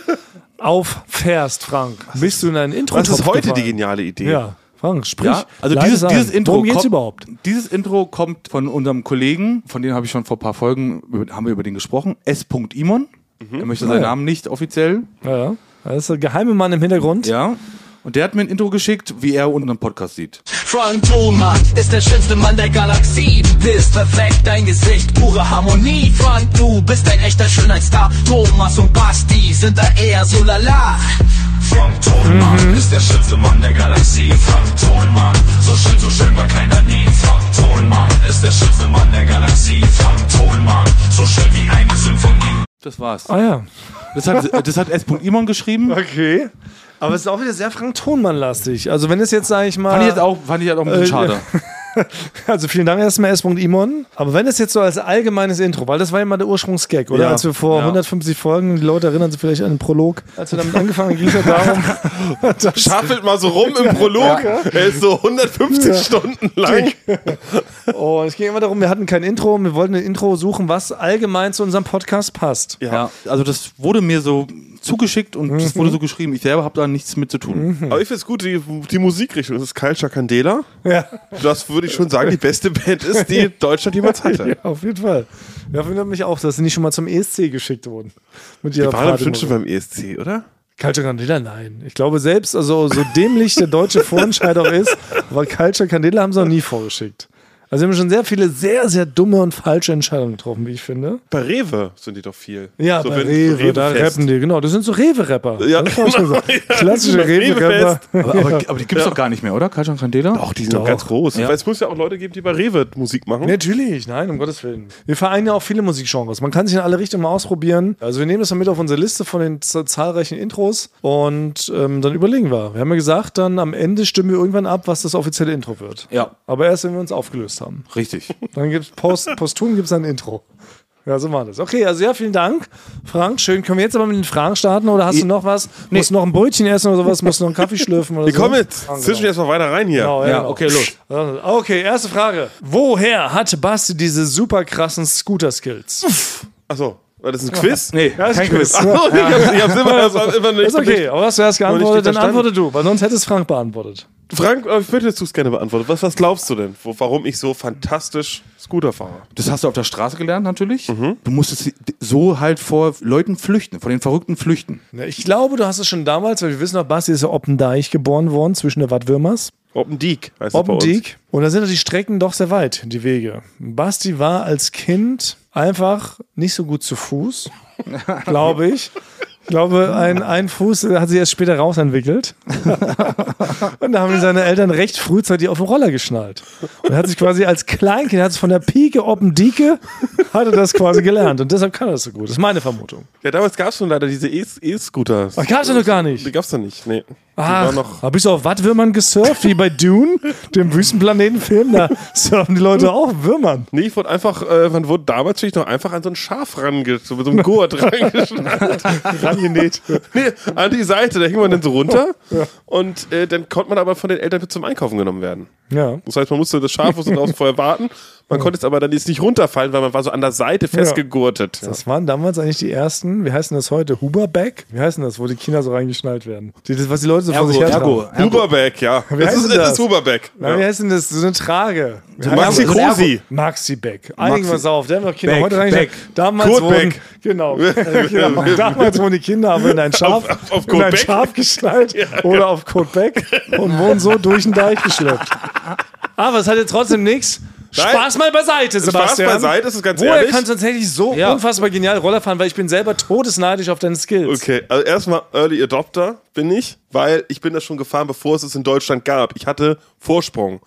Speaker 2: auffährst, Frank. Bist du in ein Intro
Speaker 4: das ist heute die geniale Idee.
Speaker 2: Ja, Frank, sprich.
Speaker 3: Ja, also
Speaker 2: leise
Speaker 3: dieses,
Speaker 2: sein.
Speaker 3: dieses Intro.
Speaker 2: Worum geht's
Speaker 3: kommt-
Speaker 2: überhaupt?
Speaker 3: Dieses Intro kommt von unserem Kollegen, von dem habe ich schon vor ein paar Folgen, über- haben wir über den gesprochen, S. Imon. Er möchte seinen
Speaker 2: ja.
Speaker 3: Namen nicht offiziell.
Speaker 2: Ja, ja. Das ist der geheime Mann im Hintergrund.
Speaker 3: Ja. Und der hat mir ein Intro geschickt, wie er unseren Podcast sieht.
Speaker 5: Frank Thomas ist der schönste Mann der Galaxie. Du bist perfekt, dein Gesicht, pure Harmonie. Frank, du bist ein echter Schönheitsstar. Thomas und Basti sind da eher so lala.
Speaker 6: Frank Thonmann ist der schönste Mann der Galaxie. Frank Thonmann, so schön, so schön war keiner nie. Frank Thonmann ist der schönste Mann der Galaxie. Frank Thonmann, so schön wie eine Symphonie.
Speaker 3: Das war's.
Speaker 2: Ah ja.
Speaker 3: Das hat, das hat S. Imon geschrieben.
Speaker 2: Okay. Aber es ist auch wieder sehr Frank Thonmann-lastig. Also wenn es jetzt, sage ich mal...
Speaker 3: Fand ich jetzt auch, fand ich jetzt auch ein bisschen
Speaker 2: Äh,
Speaker 3: schade.
Speaker 2: Also vielen Dank erstmal S. Imon. Aber wenn es jetzt so als allgemeines Intro, weil das war ja mal der Ursprungsgag, oder?
Speaker 3: Ja.
Speaker 2: Als wir vor
Speaker 3: Ja.
Speaker 2: 150 Folgen, die Leute erinnern sich vielleicht an den Prolog, als wir damit angefangen haben, ging es ja darum,
Speaker 4: Schaffelt mal so rum im Prolog. Er ist so 150 Stunden lang.
Speaker 2: oh, es ging immer darum, wir hatten kein Intro, und wir wollten ein Intro suchen, was allgemein zu unserem Podcast passt.
Speaker 3: Ja. Also das wurde mir so zugeschickt und das wurde so geschrieben. Ich selber habe da nichts mit zu tun.
Speaker 2: Mhm.
Speaker 4: Aber ich finde es gut, die, die Musikrichtung. Das ist Kalcha Candela.
Speaker 2: Ja.
Speaker 4: Das würde ich schon sagen, die beste Band ist, die Deutschland jemals hatte.
Speaker 2: Auf jeden Fall. Ja, wundert mich auch, dass sie nicht schon mal zum ESC geschickt wurden. Mit ihrer
Speaker 4: Die waren
Speaker 2: Party-
Speaker 4: bestimmt schon beim ESC, oder?
Speaker 2: Culture Candela, nein. Ich glaube selbst, also so dämlich der deutsche Vorentscheid auch ist, aber Culture Candela haben sie auch nie vorgeschickt. Also sie haben schon sehr viele sehr, sehr dumme und falsche Entscheidungen getroffen, wie ich finde.
Speaker 4: Bei Rewe sind die doch viel.
Speaker 2: Ja,
Speaker 4: So,
Speaker 2: bei
Speaker 4: wenn-
Speaker 2: Rewe,
Speaker 4: so
Speaker 2: da
Speaker 4: Rewe-Fest.
Speaker 2: rappen die, genau. Das sind so Rewe-Rapper.
Speaker 4: Ja,
Speaker 2: Das war schon so. Klassische
Speaker 4: Rewe-Fest.
Speaker 2: Rewe-Rapper.
Speaker 3: Aber, aber, aber die gibt's doch gar nicht mehr, oder? Kajan Candela?
Speaker 4: Doch, die sind doch ganz groß.
Speaker 3: Ja.
Speaker 4: Weil es muss ja auch Leute geben, die bei Rewe Musik machen.
Speaker 2: Natürlich, nein, um Gottes Willen. Wir vereinen ja auch viele Musikgenres. Man kann sich in alle Richtungen mal ausprobieren. Also wir nehmen das dann mit auf unsere Liste von den z- zahlreichen Intros und ähm, dann überlegen wir. Wir haben ja gesagt, dann am Ende stimmen wir irgendwann ab, was das offizielle Intro wird.
Speaker 3: Ja.
Speaker 2: Aber erst, wenn wir uns aufgelöst haben.
Speaker 3: Richtig.
Speaker 2: Dann gibt's post, posthum gibt's dann ein Intro. Ja, so war das. Okay, also ja, vielen Dank, Frank. Schön. Können wir jetzt aber mit den Fragen starten oder hast du noch was? Musst du noch ein Brötchen essen oder sowas? Musst du noch einen Kaffee schlürfen oder
Speaker 4: Wir
Speaker 2: so?
Speaker 4: kommen jetzt zwischen erstmal weiter rein hier.
Speaker 2: Genau,
Speaker 3: Ja,
Speaker 2: genau.
Speaker 3: okay, los.
Speaker 2: Okay, erste Frage. Woher hat Basti diese super krassen Scooter-Skills?
Speaker 4: Achso, war das ein Quiz?
Speaker 3: Nee,
Speaker 2: Das ist
Speaker 3: kein
Speaker 2: Quiz.
Speaker 3: Quiz.
Speaker 4: Achso, ich hab's, ich hab's immer, das war immer nicht.
Speaker 2: Ist okay, aber hast du erst geantwortet, dann
Speaker 4: verstanden.
Speaker 2: antworte du, weil sonst hättest Frank beantwortet.
Speaker 4: Frank, äh, würdest du es gerne beantworten? Was, was glaubst du denn, wo, warum ich so fantastisch Scooter fahre?
Speaker 3: Das hast du auf der Straße gelernt natürlich. Du musstest so halt vor Leuten flüchten, vor den Verrückten flüchten.
Speaker 2: Na, Ich glaube, du hast es schon damals, weil wir wissen noch, Basti ist ja Oppendeich geboren worden, zwischen der Wattwürmers.
Speaker 4: Oppendiek heißt es bei uns.
Speaker 2: Oppendiek. Und da sind doch die Strecken doch sehr weit, die Wege. Basti war als Kind einfach nicht so gut zu Fuß, glaube ich. Ich glaube, ein, ein Fuß äh, hat sich erst später rausentwickelt. Und da haben ihn seine Eltern recht frühzeitig auf den Roller geschnallt. Und er hat sich quasi als Kleinkind, er hat es von der Pike Oppendieke hat er das quasi gelernt und deshalb kann er das so gut. Das ist meine Vermutung.
Speaker 4: Ja, damals gab es schon leider diese E- E-Scooters.
Speaker 2: Ach, gab's ja noch gar nicht.
Speaker 4: Die gab's da nicht, nee.
Speaker 2: Ach,
Speaker 4: Die war noch.
Speaker 2: da bist du auf Wattwürmern gesurft, wie bei Dune, dem Wüstenplaneten-Film? Da surfen die Leute auch auf Würmern.
Speaker 4: Nee, ich wurde einfach, äh, man wurde damals natürlich noch einfach an so ein Schaf range, so mit so einem Gurt reingeschnallt.
Speaker 2: Rangenäht.
Speaker 4: Nee, an die Seite, da hing man dann so runter. Und äh, dann konnte man aber von den Eltern mit zum Einkaufen genommen werden.
Speaker 2: Ja.
Speaker 4: Das heißt, man musste das Schaf musste draußen vorher warten. Man konnte es aber dann jetzt nicht runterfallen, weil man war so an der Seite festgegurtet.
Speaker 2: Das waren damals eigentlich die ersten, wie heißen das heute? Huberback? Wie heißen das, wo die Kinder so reingeschnallt werden? Die, das, was die Leute so vor sich her tragen.
Speaker 4: Huberbeck, ja. Es
Speaker 2: heißt
Speaker 4: ist,
Speaker 2: denn
Speaker 4: es ist
Speaker 2: das?
Speaker 4: Huberbeck.
Speaker 2: Na, Wie heißt denn das? So eine Trage. Wie
Speaker 4: Maxi
Speaker 2: heißt das?
Speaker 4: Cosi.
Speaker 2: Maxi Beck. Einigen wir uns auf. Der hat noch Kinder
Speaker 3: Beck,
Speaker 2: heute reingeschnallt.
Speaker 3: Beck.
Speaker 2: Damals
Speaker 4: Kurt
Speaker 2: wurden,
Speaker 4: Beck.
Speaker 2: Genau. Genau. Damals wurden die Kinder aber in ein Schaf,
Speaker 4: auf- auf
Speaker 2: in
Speaker 4: Kurt
Speaker 2: ein
Speaker 4: Beck.
Speaker 2: Schaf geschnallt oder auf Kurt Beck und wurden so durch den Deich geschleppt. Ah, Aber es hatte trotzdem nichts.
Speaker 4: Nein.
Speaker 2: Spaß mal beiseite, Sebastian.
Speaker 4: beiseite, das ist ganz
Speaker 2: Woher
Speaker 4: ehrlich.
Speaker 2: kannst du tatsächlich so
Speaker 3: Ja.
Speaker 2: unfassbar genial Roller fahren, weil ich bin selber todesneidisch auf deine Skills.
Speaker 4: Okay, also erstmal Early Adopter bin ich, weil ich bin das schon gefahren, bevor es es in Deutschland gab. Ich hatte Vorsprung,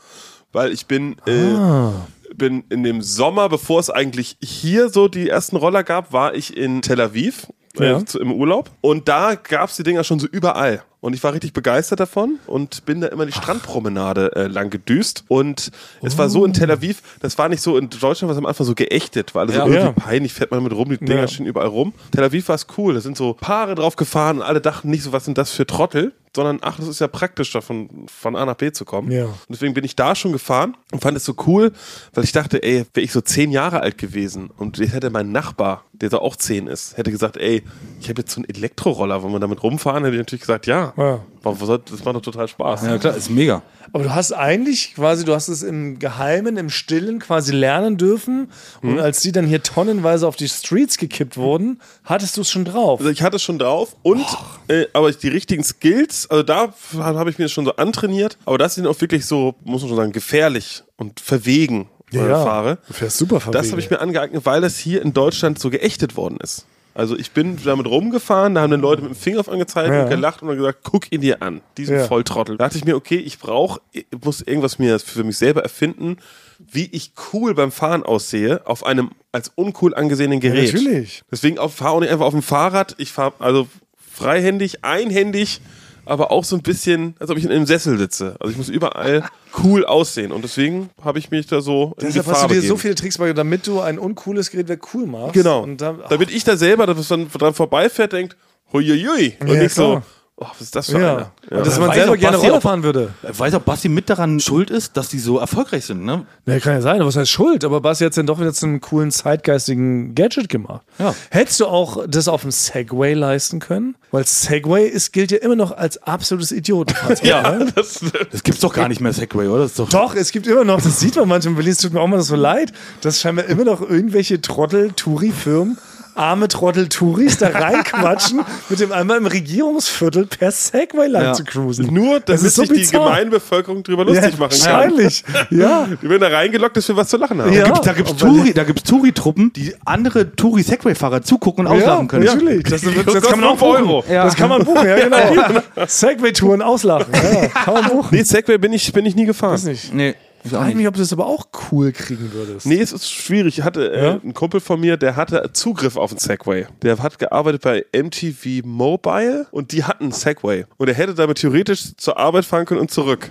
Speaker 4: weil ich bin, äh,
Speaker 2: Ah.
Speaker 4: bin in dem Sommer, bevor es eigentlich hier so die ersten Roller gab, war ich in Tel Aviv äh,
Speaker 2: Ja.
Speaker 4: zu, im Urlaub und da gab es die Dinger schon so überall. Und ich war richtig begeistert davon und bin da immer die Strandpromenade äh, lang gedüst. Und es war so in Tel Aviv, das war nicht so, in Deutschland war es am Anfang so geächtet, weil alles so irgendwie
Speaker 2: Oh. Ja.
Speaker 4: peinlich, fährt man mit rum, die Dinger
Speaker 2: Ja.
Speaker 4: stehen überall rum. Tel Aviv war es cool, da sind so Paare drauf gefahren und alle dachten nicht so, was sind das für Trottel, sondern ach, das ist ja praktisch, da von, von A nach B zu kommen.
Speaker 2: Ja.
Speaker 4: Und deswegen bin ich da schon gefahren und fand es so cool, weil ich dachte, ey, wäre ich so zehn Jahre alt gewesen und jetzt hätte mein Nachbar, der da auch zehn ist, hätte gesagt, ey, ich habe jetzt so einen Elektroroller, wenn man damit rumfahren, hätte ich natürlich gesagt, ja,
Speaker 2: Ja.
Speaker 4: Warum soll- das macht doch total Spaß.
Speaker 3: Ja, klar, ist mega.
Speaker 2: Aber du hast eigentlich quasi, du hast es im Geheimen, im Stillen quasi lernen dürfen.
Speaker 4: Mhm.
Speaker 2: Und als die dann hier tonnenweise auf die Streets gekippt wurden, hattest du es schon drauf.
Speaker 4: Also ich hatte es schon drauf und äh, aber ich- die richtigen Skills, also da habe ich mir das schon so antrainiert, aber das sind auch wirklich so, muss man schon sagen, gefährlich und verwegen ja, fahre.
Speaker 2: Du fährst super
Speaker 4: Das habe ich mir angeeignet, weil das hier in Deutschland so geächtet worden ist. Also ich bin damit rumgefahren, da haben dann Leute mit dem Finger auf angezeigt
Speaker 2: Ja.
Speaker 4: und gelacht und dann gesagt, guck ihn dir an, diesen
Speaker 2: Ja.
Speaker 4: Volltrottel. Da dachte ich mir, okay, ich brauche, ich muss irgendwas mir für mich selber erfinden, wie ich cool beim Fahren aussehe auf einem als uncool angesehenen Gerät.
Speaker 2: natürlich.
Speaker 4: Deswegen fahre auch nicht einfach auf dem Fahrrad. Ich fahre also freihändig, einhändig, aber auch so ein bisschen, als ob ich in einem Sessel sitze. Also ich muss überall cool aussehen. Und deswegen habe ich mich da so in
Speaker 2: Deshalb
Speaker 4: Gefahr
Speaker 2: hast du dir
Speaker 4: begeben.
Speaker 2: so viele Tricks beigebracht, damit du ein uncooles Gerät weg cool machst.
Speaker 4: Genau.
Speaker 2: Und dann,
Speaker 4: Damit ich da selber, dass es dann dran vorbeifährt, denkt, huiuiui. Und
Speaker 2: Ja,
Speaker 4: nicht so,
Speaker 2: klar.
Speaker 4: oh, was ist das für
Speaker 2: ja.
Speaker 4: einer?
Speaker 2: Und dass
Speaker 3: Ja.
Speaker 2: man
Speaker 3: Weiß
Speaker 2: selber
Speaker 3: doch,
Speaker 2: gerne
Speaker 3: Basti,
Speaker 2: Roller
Speaker 3: auch-
Speaker 2: fahren würde.
Speaker 3: Weiß auch Basti mit daran schuld ist, dass die so erfolgreich sind, ne?
Speaker 2: Ja, kann ja sein, aber was heißt Schuld? Aber Basti hat es dann doch wieder zu einem coolen zeitgeistigen Gadget gemacht.
Speaker 3: Ja.
Speaker 2: Hättest du auch das auf dem Segway leisten können? Weil Segway ist, gilt ja immer noch als absolutes Idiotenfahrzeug. ne?
Speaker 3: Ja. Das, das gibt's doch gar nicht mehr, Segway, oder? Das ist doch,
Speaker 2: Doch, es gibt immer noch, das sieht man manchmal in Berlin, es tut mir auch mal so leid, dass scheinbar immer noch irgendwelche Trottel-Touri-Firmen, arme Trottel-Touris da reinquatschen, mit dem einmal im Regierungsviertel per Segway lang
Speaker 3: Ja.
Speaker 2: zu cruisen.
Speaker 4: Nur,
Speaker 2: Das
Speaker 4: damit
Speaker 2: ist so
Speaker 4: sich die
Speaker 2: bizarr.
Speaker 4: Gemeinbevölkerung drüber
Speaker 2: ja,
Speaker 4: lustig machen kann.
Speaker 2: Wahrscheinlich, ja.
Speaker 4: Die werden da reingelockt, dass wir was zu lachen haben.
Speaker 2: Ja.
Speaker 3: Da gibt's, da gibt's Touri, da gibt's Touri-Truppen, die andere Touri-Segway-Fahrer zugucken und auslachen können.
Speaker 2: Ja, natürlich. Das, das,
Speaker 4: kostet
Speaker 2: kann man auch
Speaker 4: 5
Speaker 2: buchen.
Speaker 4: Euro.
Speaker 2: Ja. Das kann man buchen, ja genau. Segway-Touren auslachen, ja, kann man buchen.
Speaker 4: Nee, Segway bin ich, bin ich nie gefahren.
Speaker 2: nicht.
Speaker 3: Nee, ich auch
Speaker 2: Ich frage
Speaker 3: nicht.
Speaker 2: mich, ob du das aber auch cool kriegen würdest.
Speaker 4: Nee, es ist schwierig. Ich hatte äh,
Speaker 2: Ja?
Speaker 4: einen Kumpel von mir, der hatte Zugriff auf den Segway. Der hat gearbeitet bei MTV Mobile und die hatten einen Segway. Und er hätte damit theoretisch zur Arbeit fahren können und zurück.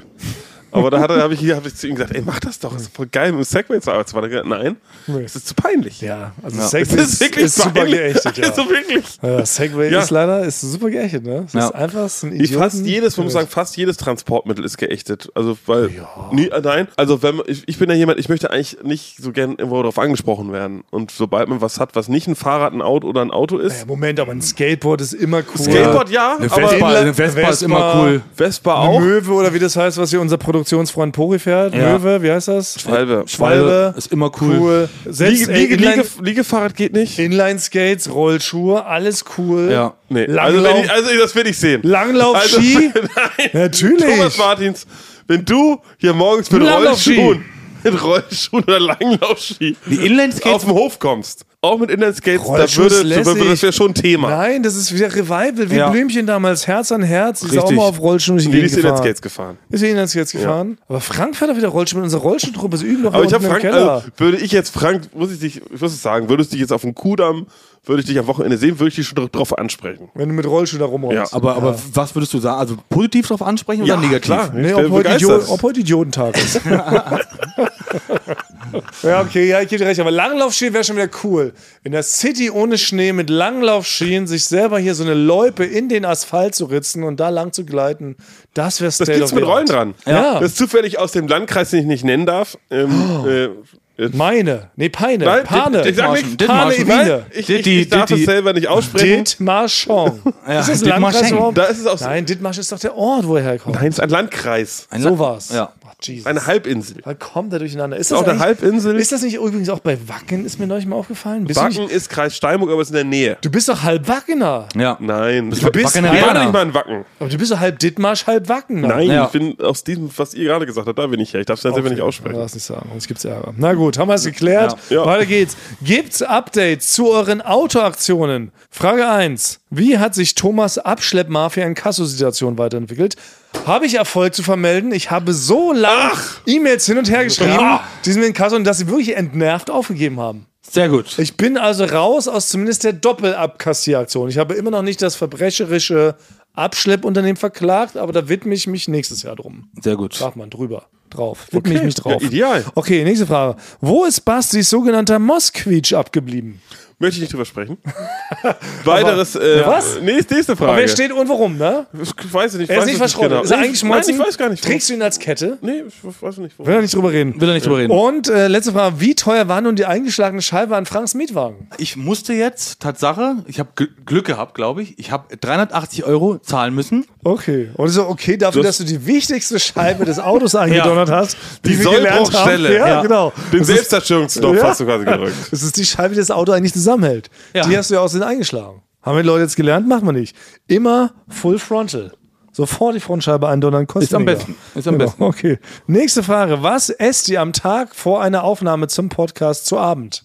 Speaker 4: Aber da habe ich, hab ich zu ihm gesagt, ey, mach das doch, das ist voll geil, mit dem Segway zur Arbeit zu fahren. Er hat gesagt, nein, das ist zu peinlich.
Speaker 2: Ja, also
Speaker 3: Ja.
Speaker 2: Segway
Speaker 4: Das ist wirklich
Speaker 2: super
Speaker 4: peinlich.
Speaker 2: geächtet. Ja.
Speaker 4: Also wirklich.
Speaker 2: Ja, Segway
Speaker 4: Ja.
Speaker 2: ist leider ist super geächtet, ne? Das
Speaker 3: Ja.
Speaker 2: ist einfach so ein
Speaker 4: Ich
Speaker 2: Idioten
Speaker 4: fast jedes, man muss sagen, fast jedes Transportmittel ist geächtet. Also, weil, nie, äh, nein, also, wenn, man- ich, ich bin ja jemand, ich möchte eigentlich nicht so gern irgendwo darauf angesprochen werden. Und sobald man was hat, was nicht ein Fahrrad, ein Auto oder ein Auto ist,
Speaker 2: Ja, Moment, aber ein Skateboard ist immer cool.
Speaker 4: Skateboard ja,
Speaker 3: Eine
Speaker 4: aber
Speaker 3: Vespa, eine Vespa ist
Speaker 2: Vespa-
Speaker 3: immer cool.
Speaker 4: Vespa
Speaker 2: Eine
Speaker 4: auch.
Speaker 2: Möwe oder wie das heißt, was hier unser Produktionsfreund Pori fährt.
Speaker 3: Ja.
Speaker 2: Möwe, wie heißt das?
Speaker 4: Schwalbe.
Speaker 2: Schwalbe.
Speaker 3: Ist immer cool.
Speaker 2: Selbst
Speaker 4: Liege- Liege-
Speaker 2: Inline-
Speaker 4: Liege- Liegefahrrad geht nicht.
Speaker 2: Inline-Skates, Rollschuhe, alles cool.
Speaker 3: Ja.
Speaker 4: Nee, also,
Speaker 2: Langlauf,
Speaker 4: wenn ich, also das will ich sehen.
Speaker 2: Langlauf,
Speaker 4: also,
Speaker 2: Ski.
Speaker 4: Nein.
Speaker 2: Natürlich.
Speaker 4: Thomas Martins, wenn du hier morgens mit
Speaker 2: Langlaufski.
Speaker 4: Rollschuhen, mit Rollschuhen oder Langlaufski
Speaker 3: Die Inlineskates-
Speaker 4: auf dem Hof kommst, Auch mit Inlineskates, da
Speaker 2: Rollschuh
Speaker 4: würde,
Speaker 2: ist
Speaker 4: da würde das
Speaker 2: lässig.
Speaker 4: wäre schon ein Thema.
Speaker 2: Nein, das ist wieder Revival, wie
Speaker 3: Ja.
Speaker 2: Blümchen damals, Herz an Herz. Ist auch
Speaker 3: Richtig.
Speaker 2: mal auf Rollschuhen durch die
Speaker 4: Die
Speaker 2: Gegend
Speaker 4: ist
Speaker 2: gefahren.
Speaker 4: Inlineskates gefahren.
Speaker 2: Ist er Inlands jetzt gefahren? Aber Frank fährt doch wieder Rollschuh mit unserer Rollschuhtruppe. Sie üben doch
Speaker 4: Aber
Speaker 2: hier
Speaker 4: ich habe
Speaker 2: unten im
Speaker 4: Frank,
Speaker 2: Keller.
Speaker 4: also, würde ich jetzt Frank, muss ich dich, ich muss es sagen, würdest du dich jetzt auf dem Kudamm, würde ich dich am Wochenende sehen, würde ich dich schon dr- drauf ansprechen.
Speaker 2: wenn du mit Rollschuh da rumrollst.
Speaker 4: Ja,
Speaker 3: Aber, aber was würdest du sagen? Also positiv drauf ansprechen
Speaker 4: Ja,
Speaker 3: oder negativ? oh.
Speaker 4: klar. ne,
Speaker 2: Nee,
Speaker 4: Ich
Speaker 2: ob
Speaker 4: bin
Speaker 2: heute,
Speaker 4: begeistert.
Speaker 2: Idiot, ob heute Idiotentag ist. ja, okay, ja, ich gebe dir recht. Aber Langlaufski wäre schon wieder cool. In der City ohne Schnee mit Langlaufskien sich selber hier so eine Loipe in den Asphalt zu ritzen und da lang zu gleiten, das wäre
Speaker 4: Das gibt's mit Rollen dran.
Speaker 2: Ja.
Speaker 4: Das ist zufällig aus dem Landkreis, den ich nicht nennen darf. Ähm,
Speaker 2: Oh.
Speaker 4: äh, äh,
Speaker 2: Meine. Nee, Peine.
Speaker 4: Nein,
Speaker 2: Pane.
Speaker 4: ich sag
Speaker 3: nicht-
Speaker 2: Pane
Speaker 3: Dithmarschen.
Speaker 2: Ewine.
Speaker 4: ich, ich,
Speaker 3: Ditti,
Speaker 4: ich darf
Speaker 3: Ditti.
Speaker 4: es selber nicht aussprechen.
Speaker 2: Dithmarschon.
Speaker 3: Ja,
Speaker 2: ist das ein
Speaker 3: Dithmarschen.
Speaker 2: Landkreis überhaupt?
Speaker 4: Da ist es auch so.
Speaker 2: Nein, Dithmarsch ist doch der Ort, wo er herkommt.
Speaker 4: Nein, es ist ein Landkreis.
Speaker 3: Ein
Speaker 2: So
Speaker 3: La-
Speaker 2: war's.
Speaker 3: Ja.
Speaker 2: Ach, Jesus.
Speaker 4: Eine Halbinsel.
Speaker 2: Da kommt er durcheinander. Ist
Speaker 4: auch eine
Speaker 2: eigentlich-
Speaker 4: Halbinsel?
Speaker 2: Ist das nicht übrigens auch bei Wacken? Ist mir neulich mal aufgefallen. Bist du,
Speaker 4: Wacken
Speaker 2: nicht,
Speaker 4: ist Kreis Steinburg, aber es ist in der Nähe.
Speaker 2: du bist doch halb Wackener.
Speaker 3: Ja. Du
Speaker 4: Nein.
Speaker 3: bist
Speaker 4: ich
Speaker 3: Wackener
Speaker 4: war
Speaker 3: Werner.
Speaker 4: nicht mal in Wacken.
Speaker 2: Aber du bist doch halb Dithmarsch, halb Wackener.
Speaker 4: Nein,
Speaker 3: Ja.
Speaker 4: ich bin aus diesem, was ihr gerade gesagt habt, da bin ich her. Ich darf es selber nicht aussprechen.
Speaker 2: Lass nicht sagen, sonst gibt's Ärger. Na gut, haben wir es geklärt.
Speaker 4: Ja. Ja.
Speaker 2: Weiter geht's. Gibt's Updates zu euren Autoaktionen? Frage 1. Wie hat sich Thomas Abschleppmafia in Kassosituation weiterentwickelt? Habe ich Erfolg zu vermelden? Ich habe so lange E-Mails hin und her geschrieben, die sind mir in Kasso und dass sie wirklich entnervt aufgegeben haben.
Speaker 3: Sehr gut.
Speaker 2: Ich bin also raus aus zumindest der Doppelabkassieraktion. Ich habe immer noch nicht das verbrecherische Abschleppunternehmen verklagt, aber da widme ich mich nächstes Jahr drum.
Speaker 3: Sehr gut.
Speaker 2: Sag mal, drüber. Drauf. Widme ich mich drauf.
Speaker 4: Ja, ideal.
Speaker 2: Okay, nächste Frage. Wo ist Bastis sogenannter Mosquitsch abgeblieben?
Speaker 4: Möchte ich nicht drüber sprechen. Weiteres. Äh,
Speaker 2: Was?
Speaker 4: Nächste, nächste Frage.
Speaker 2: Wer steht und warum, ne?
Speaker 4: Ich weiß es nicht.
Speaker 2: Er
Speaker 4: weiß
Speaker 2: ist nicht
Speaker 4: es
Speaker 2: verschrottet.
Speaker 4: genau.
Speaker 2: Ist er
Speaker 4: Nee,
Speaker 2: eigentlich
Speaker 4: ich- Nein,
Speaker 2: schmutzig?
Speaker 4: ich weiß gar nicht. warum.
Speaker 2: Trägst du ihn als Kette?
Speaker 4: Nee, ich weiß nicht.
Speaker 2: Will
Speaker 4: Warum.
Speaker 2: er nicht drüber reden.
Speaker 3: Will er nicht drüber reden.
Speaker 2: Und äh, letzte Frage. Wie teuer war nun die eingeschlagene Scheibe an Franks Mietwagen?
Speaker 3: Ich musste jetzt, Tatsache, ich habe Glück gehabt, glaube ich. Ich habe 380 Euro zahlen müssen.
Speaker 2: Okay. Und so, okay, dafür, dass du die wichtigste Scheibe des Autos eingedonnert hast, die, wir gelernt haben.
Speaker 4: Sollbruchstelle.
Speaker 2: Ja,
Speaker 4: Ja.
Speaker 2: genau.
Speaker 4: Den
Speaker 2: Das ist-
Speaker 4: Selbstzerstörungsknopf
Speaker 2: Ja.
Speaker 4: hast du quasi gedrückt.
Speaker 2: Das ist die Scheibe, die das Auto eigentlich zusammenhält.
Speaker 3: Ja.
Speaker 2: Die hast du ja aus den eingeschlagen. Haben wir die Leute jetzt gelernt? Machen wir nicht. Immer Full Frontal. Sofort die Frontscheibe eindonnern, kostet
Speaker 3: Ist am
Speaker 2: weniger. Genau.
Speaker 3: besten. Ist am besten.
Speaker 2: Okay. Nächste Frage. Was esst ihr am Tag vor einer Aufnahme zum Podcast zu Abend?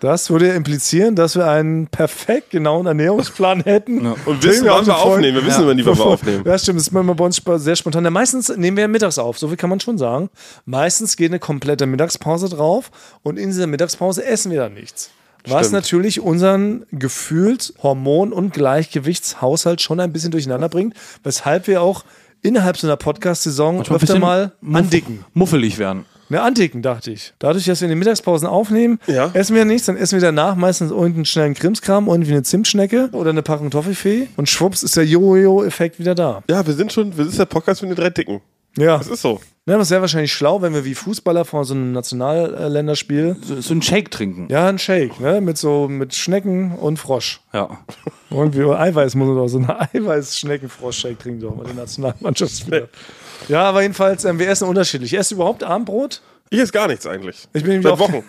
Speaker 2: Das würde ja implizieren, dass wir einen perfekt genauen Ernährungsplan hätten.
Speaker 4: Und wissen,
Speaker 2: Den
Speaker 4: wann wir
Speaker 2: auch schon
Speaker 4: aufnehmen. Wir wissen,
Speaker 3: Ja.
Speaker 4: wann die wann wir aufnehmen.
Speaker 2: ja, stimmt. Das ist manchmal bei uns spa- sehr spontan. Ja, meistens nehmen wir mittags auf, so viel kann man schon sagen. Meistens geht eine komplette Mittagspause drauf und in dieser Mittagspause essen wir dann nichts. Was
Speaker 4: Stimmt.
Speaker 2: natürlich unseren Gefühls-, Hormon- und Gleichgewichtshaushalt schon ein bisschen durcheinander bringt, weshalb wir auch innerhalb so einer Podcast-Saison
Speaker 3: Ein
Speaker 2: öfter
Speaker 3: bisschen
Speaker 2: mal
Speaker 3: muff-
Speaker 2: andicken.
Speaker 3: Muffelig werden.
Speaker 2: Ne, anticken, dachte ich. Dadurch, dass wir in den Mittagspausen aufnehmen,
Speaker 4: Ja.
Speaker 2: essen wir nichts, dann essen wir danach meistens irgendeinen schnellen Krimskram, irgendwie eine Zimtschnecke oder eine Packung Toffifee und schwupps ist der Jojo-Effekt wieder da.
Speaker 4: Ja, wir sind schon, wir sind der Podcast mit den drei Dicken.
Speaker 2: Ja.
Speaker 4: Das ist so.
Speaker 2: Ne, das wäre wahrscheinlich schlau, wenn wir wie Fußballer vor so einem Nationalländerspiel,
Speaker 3: So, so ein Shake trinken.
Speaker 2: ja, einen Shake, ne, mit so, mit Schnecken und Frosch.
Speaker 3: Ja.
Speaker 2: Irgendwie oder Eiweiß muss man doch so einen Eiweiß-Schnecken-Frosch-Shake trinken, doch mal die Nationalmannschaftsspieler. Ja, aber jedenfalls, ähm, wir essen unterschiedlich. Esst ihr überhaupt Abendbrot?
Speaker 4: Ich esse gar nichts eigentlich.
Speaker 2: Ich bin nämlich
Speaker 4: Seit
Speaker 2: auch-
Speaker 4: Wochen.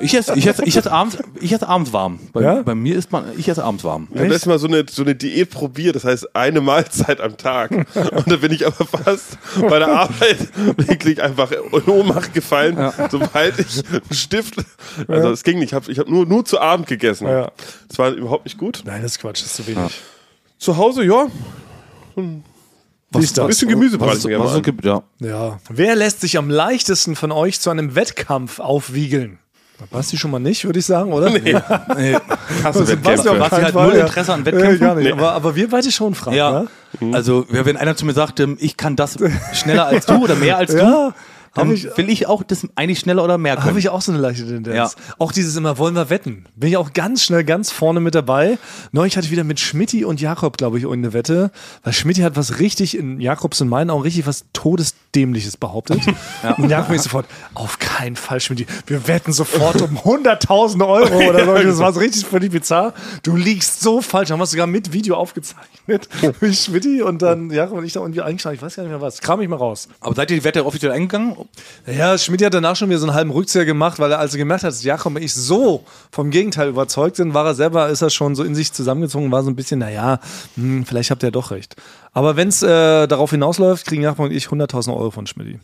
Speaker 3: Ich esse, ich esse, ich esse, abends, ich esse abends warm. Bei,
Speaker 2: Ja?
Speaker 3: bei mir ist man, ich esse abends warm.
Speaker 4: Ich habe letztes Mal so eine, so eine Diät probiert, das heißt eine Mahlzeit am Tag. Und da bin ich aber fast bei der Arbeit wirklich einfach in Ohnmacht gefallen, sobald ich einen Stift. Also es ging nicht, ich habe ich hab nur, nur zu Abend gegessen.
Speaker 2: Ja.
Speaker 4: Das war überhaupt nicht gut.
Speaker 2: Nein, das ist Quatsch, das ist zu wenig.
Speaker 4: Zu Hause, ja,
Speaker 2: Wie ist
Speaker 4: ein
Speaker 2: das?
Speaker 4: bisschen Gemüsebrei.
Speaker 3: Was, was es gibt, ja.
Speaker 2: Ja. Wer lässt sich am leichtesten von euch zu einem Wettkampf aufwiegeln? Da passt die schon mal nicht, würde ich sagen, oder? Nee.
Speaker 4: Hasse
Speaker 2: Sebastian
Speaker 4: Wettkämpfe.
Speaker 2: auf
Speaker 3: Basti
Speaker 2: keinen
Speaker 3: hat
Speaker 2: Fall,
Speaker 3: halt null
Speaker 2: ja.
Speaker 3: Interesse an Wettkämpfen.
Speaker 2: Äh, gar nicht. Aber, aber wir beide schon fragen.
Speaker 3: Ja.
Speaker 2: ne?
Speaker 3: Also, ja, wenn einer zu mir sagt, ähm, ich kann das schneller als du oder mehr als
Speaker 2: Ja.
Speaker 3: du, dann
Speaker 2: Hab ich-
Speaker 3: will ich auch das eigentlich schneller oder mehr können.
Speaker 2: Habe ich auch so eine leichte Tendenz.
Speaker 3: Ja.
Speaker 2: Auch dieses immer, wollen wir wetten? Bin ich auch ganz schnell ganz vorne mit dabei. Neulich hatte ich wieder mit Schmidti und Jakob, glaube ich, irgendeine Wette. Weil Schmidti hat was richtig, in Jakobs und meinen Augen, richtig was Todesdämliches behauptet. Und Jakob ist sofort, auf keinen Fall, Schmidti, wir wetten sofort um hunderttausende Euro oder so. Das war so richtig völlig bizarr. Du liegst so falsch. Haben wir es sogar mit Video aufgezeichnet.
Speaker 3: Oh.
Speaker 2: Mit Schmidti und dann Jakob und ich da irgendwie eingeschlagen. Ich weiß gar nicht mehr was. Kram ich mal raus.
Speaker 3: Aber seid ihr die Wette offiziell eingegangen?
Speaker 2: Ja, Schmidt hat danach schon wieder so einen halben Rückzieher gemacht, weil er, als er gemerkt hat, dass Jakob und ich so vom Gegenteil überzeugt sind, war er selber, ist er schon so in sich zusammengezogen, war so ein bisschen, naja, hm, vielleicht habt ihr ja doch recht. Aber wenn es äh, darauf hinausläuft, kriegen Jakob und ich 100.000 Euro von Schmidt.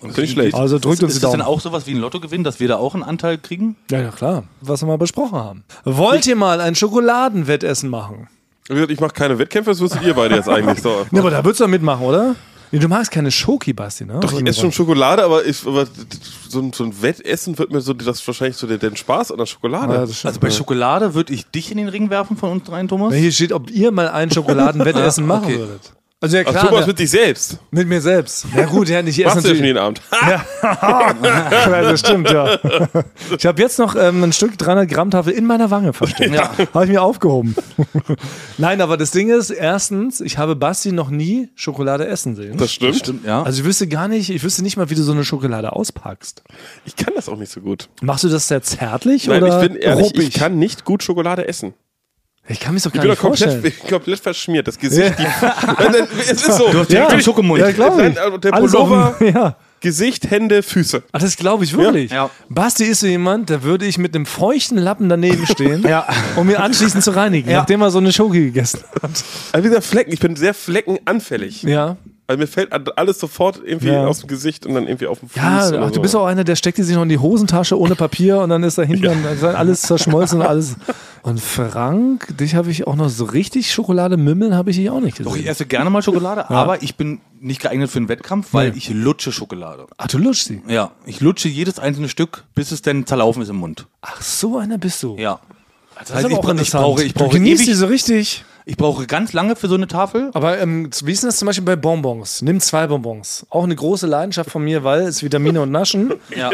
Speaker 4: Finde ich schlecht.
Speaker 2: Also drückt uns die
Speaker 3: Ist das
Speaker 2: Daumen.
Speaker 3: dann auch sowas wie ein Lottogewinn, dass wir da auch einen Anteil kriegen?
Speaker 2: Ja, ja, klar. Was wir mal besprochen haben. Wollt ihr mal ein Schokoladenwettessen machen?
Speaker 4: Wie gesagt, ich mache keine Wettkämpfe, das wusstet ihr beide jetzt eigentlich. So.
Speaker 2: Ja, aber da würdest du doch mitmachen, oder? Nee, du magst keine Schoki, Basti, ne?
Speaker 4: Doch, ich esse schon Schokolade, aber, ich, aber so, ein, so ein Wettessen wird mir so das wahrscheinlich so den, den Spaß an der Schokolade.
Speaker 2: Ja, das stimmt.
Speaker 3: Also bei Schokolade würde ich dich in den Ring werfen von uns dreien, Thomas.
Speaker 2: Ja, Hier steht, ob ihr mal ein Schokoladenwettessen machen
Speaker 3: okay.
Speaker 2: würdet. Also ja
Speaker 4: Ach,
Speaker 2: klar,
Speaker 4: Thomas
Speaker 2: ne?
Speaker 4: mit sich selbst.
Speaker 2: mit mir selbst. Ja gut, ja, ich esse
Speaker 4: Machst du
Speaker 2: natürlich.
Speaker 4: schon jeden Abend.
Speaker 2: Ja, das stimmt, ja. Ich habe jetzt noch ähm, ein Stück 300 Gramm Tafel in meiner Wange versteckt.
Speaker 3: Ja.
Speaker 2: Habe ich mir aufgehoben. Nein, aber das Ding ist, erstens, ich habe Basti noch nie Schokolade essen sehen.
Speaker 4: Das stimmt.
Speaker 3: ja.
Speaker 2: Also ich wüsste gar nicht, ich wüsste nicht mal, wie du so eine Schokolade auspackst.
Speaker 4: Ich kann das auch nicht so gut.
Speaker 2: Machst du das sehr zärtlich
Speaker 4: Nein,
Speaker 2: oder
Speaker 4: ich bin ehrlich,
Speaker 2: ruppig?
Speaker 4: ich kann nicht gut Schokolade essen.
Speaker 2: ich kann mich doch
Speaker 4: Ich
Speaker 2: gar
Speaker 4: bin
Speaker 2: nicht
Speaker 4: doch komplett,
Speaker 2: vorstellen.
Speaker 4: ich bin komplett verschmiert. Das Gesicht, die, Nein, nein, es ist so.
Speaker 3: ja,
Speaker 2: ja,
Speaker 3: Schokomund.
Speaker 2: Ja, glaube ich.
Speaker 4: Nein, also der
Speaker 2: Alles
Speaker 4: Pullover-
Speaker 2: auf dem- ja.
Speaker 4: Gesicht, Hände, Füße.
Speaker 2: Ah, das glaube ich wirklich.
Speaker 3: Ja. Ja.
Speaker 2: Basti ist so jemand, da würde ich mit einem feuchten Lappen daneben stehen,
Speaker 3: Ja.
Speaker 2: um ihn anschließend zu reinigen,
Speaker 3: Ja.
Speaker 2: nachdem er so eine Schoki gegessen hat.
Speaker 4: Also wie gesagt, Flecken. Ich bin sehr fleckenanfällig.
Speaker 2: Ja.
Speaker 4: Also mir fällt alles sofort irgendwie
Speaker 2: Ja.
Speaker 4: aus dem Gesicht und dann irgendwie auf den Fuß.
Speaker 2: Ja,
Speaker 4: oder
Speaker 2: ach,
Speaker 4: so.
Speaker 2: du bist auch einer, der steckt die sich noch in die Hosentasche ohne Papier und dann ist da hinten dann, dann alles zerschmolzen und alles. Und Frank, dich habe ich auch noch so richtig Schokolade mümmeln, habe ich dich auch nicht gesehen.
Speaker 3: Doch, ich esse gerne mal Schokolade, aber ich bin nicht geeignet für einen Wettkampf, weil
Speaker 2: Nee.
Speaker 3: ich lutsche Schokolade.
Speaker 2: Ach, du lutschst sie.
Speaker 3: Ja, ich lutsche jedes einzelne Stück, bis es dann zerlaufen ist im Mund.
Speaker 2: Ach, so einer bist du.
Speaker 3: Ja.
Speaker 2: das,
Speaker 3: heißt,
Speaker 2: ist aber
Speaker 3: ich
Speaker 2: auch
Speaker 3: bra- ich
Speaker 2: interessant.
Speaker 3: brauche- ich brauche
Speaker 2: du genießt
Speaker 3: ewig-
Speaker 2: die so richtig.
Speaker 3: Ich brauche ganz lange für so eine Tafel.
Speaker 2: Aber ähm, wie ist denn das zum Beispiel bei Bonbons? Nimm zwei Bonbons. Auch eine große Leidenschaft von mir, weil es Vitamine und Naschen.
Speaker 3: Ja.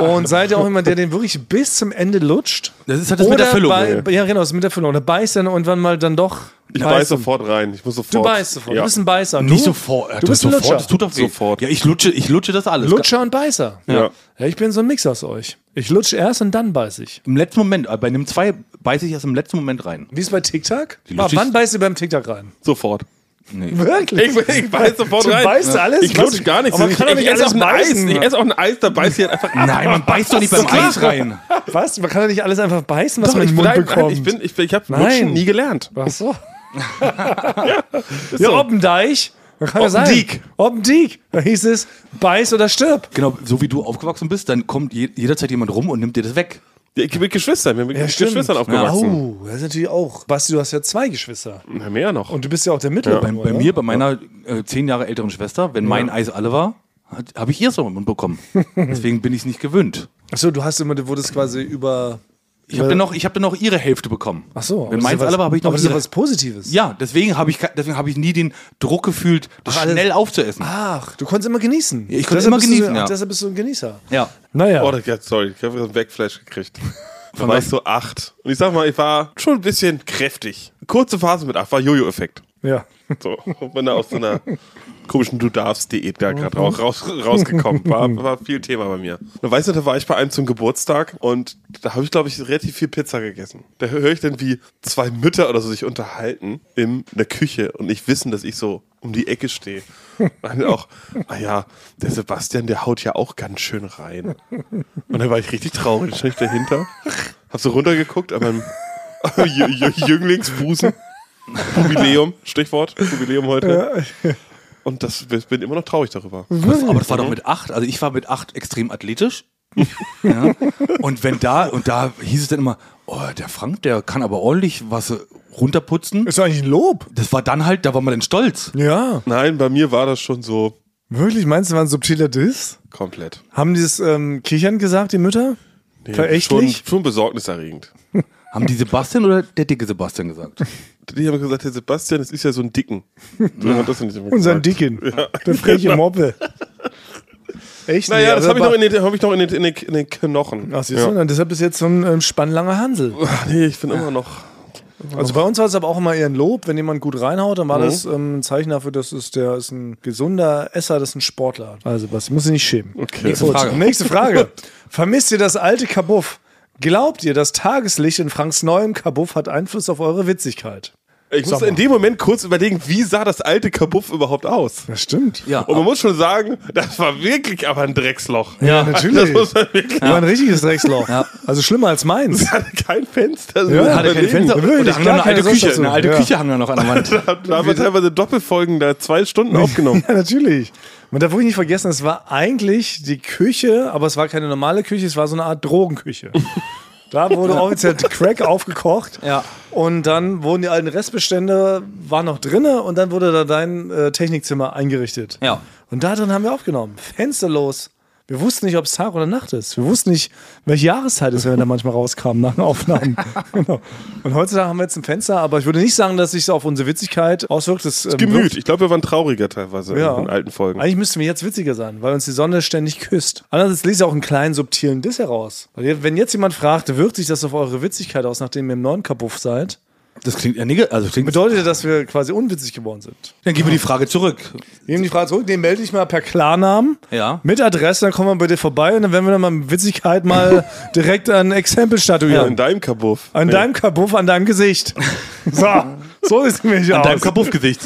Speaker 2: Und seid ihr auch jemand, der den wirklich bis zum Ende lutscht?
Speaker 3: Das ist halt das mit der Füllung.
Speaker 2: Bei, ja, genau, das mit der Füllung. Oder beißt dann irgendwann mal dann doch.
Speaker 4: ich beiß sofort rein. Ich muss sofort.
Speaker 2: Du beißt sofort.
Speaker 4: Ja.
Speaker 2: Du bist ein Beißer.
Speaker 3: Nicht
Speaker 2: du?
Speaker 3: sofort.
Speaker 2: Du bist ein
Speaker 3: sofort.
Speaker 2: Lutscher.
Speaker 3: Das tut doch weh.
Speaker 4: Sofort.
Speaker 3: Ja, ich lutsche, ich lutsche das alles.
Speaker 2: Lutscher und Beißer.
Speaker 4: Ja.
Speaker 2: Ja, ich bin so ein Mix aus euch. Ich lutsche erst und dann beiß ich.
Speaker 3: Im letzten Moment, äh, bei einem 2 beiße ich erst im letzten Moment rein.
Speaker 2: Wie ist bei TikTok?
Speaker 3: Die
Speaker 2: Mal,
Speaker 3: Lutschis-
Speaker 2: Ah, wann beißt ihr beim TikTok rein?
Speaker 4: Sofort.
Speaker 2: Wirklich?
Speaker 4: Ich, ich beiß sofort
Speaker 2: Du
Speaker 4: rein.
Speaker 2: beißt alles?
Speaker 4: Ich
Speaker 2: Was?
Speaker 4: lutsch gar nichts.
Speaker 2: Aber man kann doch
Speaker 4: ich,
Speaker 2: nicht
Speaker 4: esse
Speaker 2: alles
Speaker 4: auch ein Eis.
Speaker 2: beißen.
Speaker 4: Ich esse auch ein Eis, da beiß ich halt einfach ab.
Speaker 3: Nein, man beißt doch nicht beim Eis rein.
Speaker 2: Was? Man kann doch nicht alles einfach beißen, was
Speaker 4: Doch,
Speaker 2: man in
Speaker 4: ich,
Speaker 2: den Mund
Speaker 4: nein, nein,
Speaker 2: bekommt.
Speaker 4: ich bin, ich bin, ich habe
Speaker 2: Nein.
Speaker 4: Lutschen nie gelernt.
Speaker 2: Ach so. ja, Oppendeich. Man kann ja sein.
Speaker 4: Oppendiek.
Speaker 2: Oppendiek. Da hieß es, beiß oder stirb.
Speaker 3: Genau, so wie du aufgewachsen bist, dann kommt je, jederzeit jemand rum und nimmt dir das weg.
Speaker 4: Ja, Ich bin mit Geschwistern, wir sind mit Geschwistern aufgewachsen.
Speaker 2: Oh, das ist natürlich auch. Basti, du hast ja zwei Geschwister.
Speaker 4: Na, mehr noch.
Speaker 2: Und du bist ja auch der Mittlere.
Speaker 3: Bei,
Speaker 2: nur,
Speaker 3: bei
Speaker 2: ne?
Speaker 3: mir, bei meiner äh, zehn Jahre älteren Schwester, wenn mein Eis alle war, habe ich ihr so im Mund bekommen. Deswegen bin ich es nicht gewöhnt.
Speaker 2: Achso, du hast immer, du wurdest quasi über.
Speaker 3: Ich habe dann, noch- ich hab dann noch ihre Hälfte bekommen.
Speaker 2: Achso.
Speaker 3: Wenn meins alle war, habe ich noch
Speaker 2: Aber das ist ja
Speaker 3: ihre.
Speaker 2: was Positives.
Speaker 3: Ja, deswegen habe ich, ke- deswegen hab ich nie den Druck gefühlt, das
Speaker 2: Ach, Ah, alles-
Speaker 3: schnell aufzuessen.
Speaker 2: Ach, du konntest immer genießen.
Speaker 3: ich konnte
Speaker 2: Deshalb
Speaker 3: immer
Speaker 2: bist du-
Speaker 3: genießen,
Speaker 2: ach,
Speaker 3: ja.
Speaker 2: Deshalb bist du ein Genießer.
Speaker 3: Ja.
Speaker 2: Naja.
Speaker 4: Oh, das- ja, sorry, ich habe so einen Backflash gekriegt. Da war ich so acht. Und ich sag mal, ich war schon ein bisschen kräftig. Kurze Phase mit acht war Jojo-Effekt.
Speaker 2: ja.
Speaker 4: So, und bin da aus so einer komischen Du darfst-Diät da gerade raus, raus, rausgekommen. War, war viel Thema bei mir. Und weißt du, da war ich bei einem zum Geburtstag und da habe ich, glaube ich, relativ viel Pizza gegessen. Da höre ich dann, wie zwei Mütter oder so sich unterhalten in der Küche und nicht wissen, dass ich so um die Ecke stehe. Und dann auch, naja, der Sebastian, der haut ja auch ganz schön rein. Und dann war ich richtig traurig, stand ich dahinter, hab so runtergeguckt an meinem Jü- Jü- Jünglingsbusen. Jubiläum, Stichwort, Jubiläum heute. Und das ich bin immer noch traurig darüber.
Speaker 3: Aber das war doch mit acht. Also ich war mit acht extrem athletisch. ja. Und wenn da, und da hieß es dann immer, oh, der Frank, der kann aber ordentlich was äh, runterputzen.
Speaker 2: Ist doch eigentlich ein Lob.
Speaker 3: Das war dann halt, da war man dann stolz.
Speaker 2: Ja.
Speaker 4: Nein, bei mir war das schon so
Speaker 2: Wirklich? Meinst du, war ein subtiler Diss?
Speaker 4: komplett.
Speaker 2: Haben die es ähm, kichern gesagt, die Mütter?
Speaker 4: Nee, schon,
Speaker 2: Verächtlich?
Speaker 4: schon besorgniserregend.
Speaker 3: Haben die Sebastian oder der dicke Sebastian gesagt?
Speaker 4: Die haben gesagt, Herr Sebastian, das ist ja so ein Dicken. So hat das denn nicht immer
Speaker 2: Unser
Speaker 4: gesagt.
Speaker 2: Dicken. Der freche Moppe. Echt?
Speaker 4: Naja, das habe ich noch, in
Speaker 2: nicht. Also
Speaker 4: den, hab ich noch in, den, in, den, in den Knochen.
Speaker 2: Ach, siehst du,
Speaker 4: ja. Also-
Speaker 2: dann deshalb ist jetzt so ein ähm, spannlanger Hansel.
Speaker 4: Ach, nee, ich bin immer noch.
Speaker 2: Also bei uns war es aber auch immer eher ein Lob, wenn jemand gut reinhaut, dann
Speaker 4: Mhm.
Speaker 2: war das ähm, ein Zeichen dafür, dass es der ist ein gesunder Esser, das ist ein Sportler. Also was, muss ich nicht schämen. Okay. Nächste
Speaker 3: Frage.
Speaker 2: Nächste Frage. Vermisst ihr das alte Kabuff? Glaubt ihr, das Tageslicht in Franks neuem Kabuff hat Einfluss auf eure Witzigkeit?
Speaker 4: Ich musste in dem Moment kurz überlegen, wie sah das alte Kabuff überhaupt aus?
Speaker 2: Das stimmt.
Speaker 4: Ja, und man muss schon sagen, das war wirklich aber ein Drecksloch.
Speaker 2: Ja, natürlich.
Speaker 4: Das muss man wirklich.
Speaker 2: War ein richtiges Drecksloch. Also schlimmer als meins.
Speaker 4: Das hatte kein Fenster. Das
Speaker 2: Ja,
Speaker 4: muss man
Speaker 2: hatte kein
Speaker 4: überlegen.
Speaker 2: Fenster.
Speaker 3: Und da
Speaker 2: Wirklich,
Speaker 3: haben wir
Speaker 2: gar
Speaker 3: noch eine alte
Speaker 2: keine
Speaker 3: Küche.
Speaker 2: Sonst-
Speaker 3: Eine alte
Speaker 2: Ja.
Speaker 3: Küche haben wir noch an der Wand.
Speaker 4: Da, da haben wir teilweise Doppelfolgen da zwei Stunden aufgenommen.
Speaker 2: Ja, natürlich. Man darf ruhig nicht vergessen, es war eigentlich die Küche, aber es war keine normale Küche, es war so eine Art Drogenküche. Da wurde offiziell Crack aufgekocht.
Speaker 7: Ja.
Speaker 2: Und dann wurden die alten Restbestände, waren noch drinne und dann wurde da dein äh, Technikzimmer eingerichtet.
Speaker 7: Ja.
Speaker 2: Und da drin haben wir aufgenommen. Fensterlos. Wir wussten nicht, ob es Tag oder Nacht ist. Wir wussten nicht, welche Jahreszeit es, wenn wir da manchmal rauskamen nach den Aufnahmen. genau. Und heutzutage haben wir jetzt ein Fenster, aber ich würde nicht sagen, dass sich so auf unsere Witzigkeit auswirkt. Das, ähm, wirkt-
Speaker 4: Gemüt. Ich glaube, wir waren trauriger teilweise
Speaker 2: Ja.
Speaker 4: in den alten Folgen.
Speaker 2: eigentlich müssten wir jetzt witziger sein, weil uns die Sonne ständig küsst. Andererseits lese ich auch einen kleinen subtilen Diss heraus. Weil ihr- Wenn jetzt jemand fragt, wirkt sich das auf eure Witzigkeit aus, nachdem ihr im neuen Kabuff seid,
Speaker 3: Das klingt ja negativ. Also klingt
Speaker 2: bedeutet das, dass wir quasi unwitzig geworden sind.
Speaker 3: Dann geben wir die Frage zurück.
Speaker 2: Wir nehmen die Frage zurück, den melde ich mal per Klarnamen,
Speaker 7: Ja.
Speaker 2: mit Adresse, dann kommen wir bitte vorbei und dann werden wir dann mal mit Witzigkeit mal direkt ein Exempel
Speaker 4: in
Speaker 2: statuieren.
Speaker 4: deinem Kabuff.
Speaker 2: an
Speaker 4: Nee.
Speaker 2: deinem Kabuff, an deinem Gesicht. So, so ist es nämlich aus.
Speaker 3: Kapuffgesicht.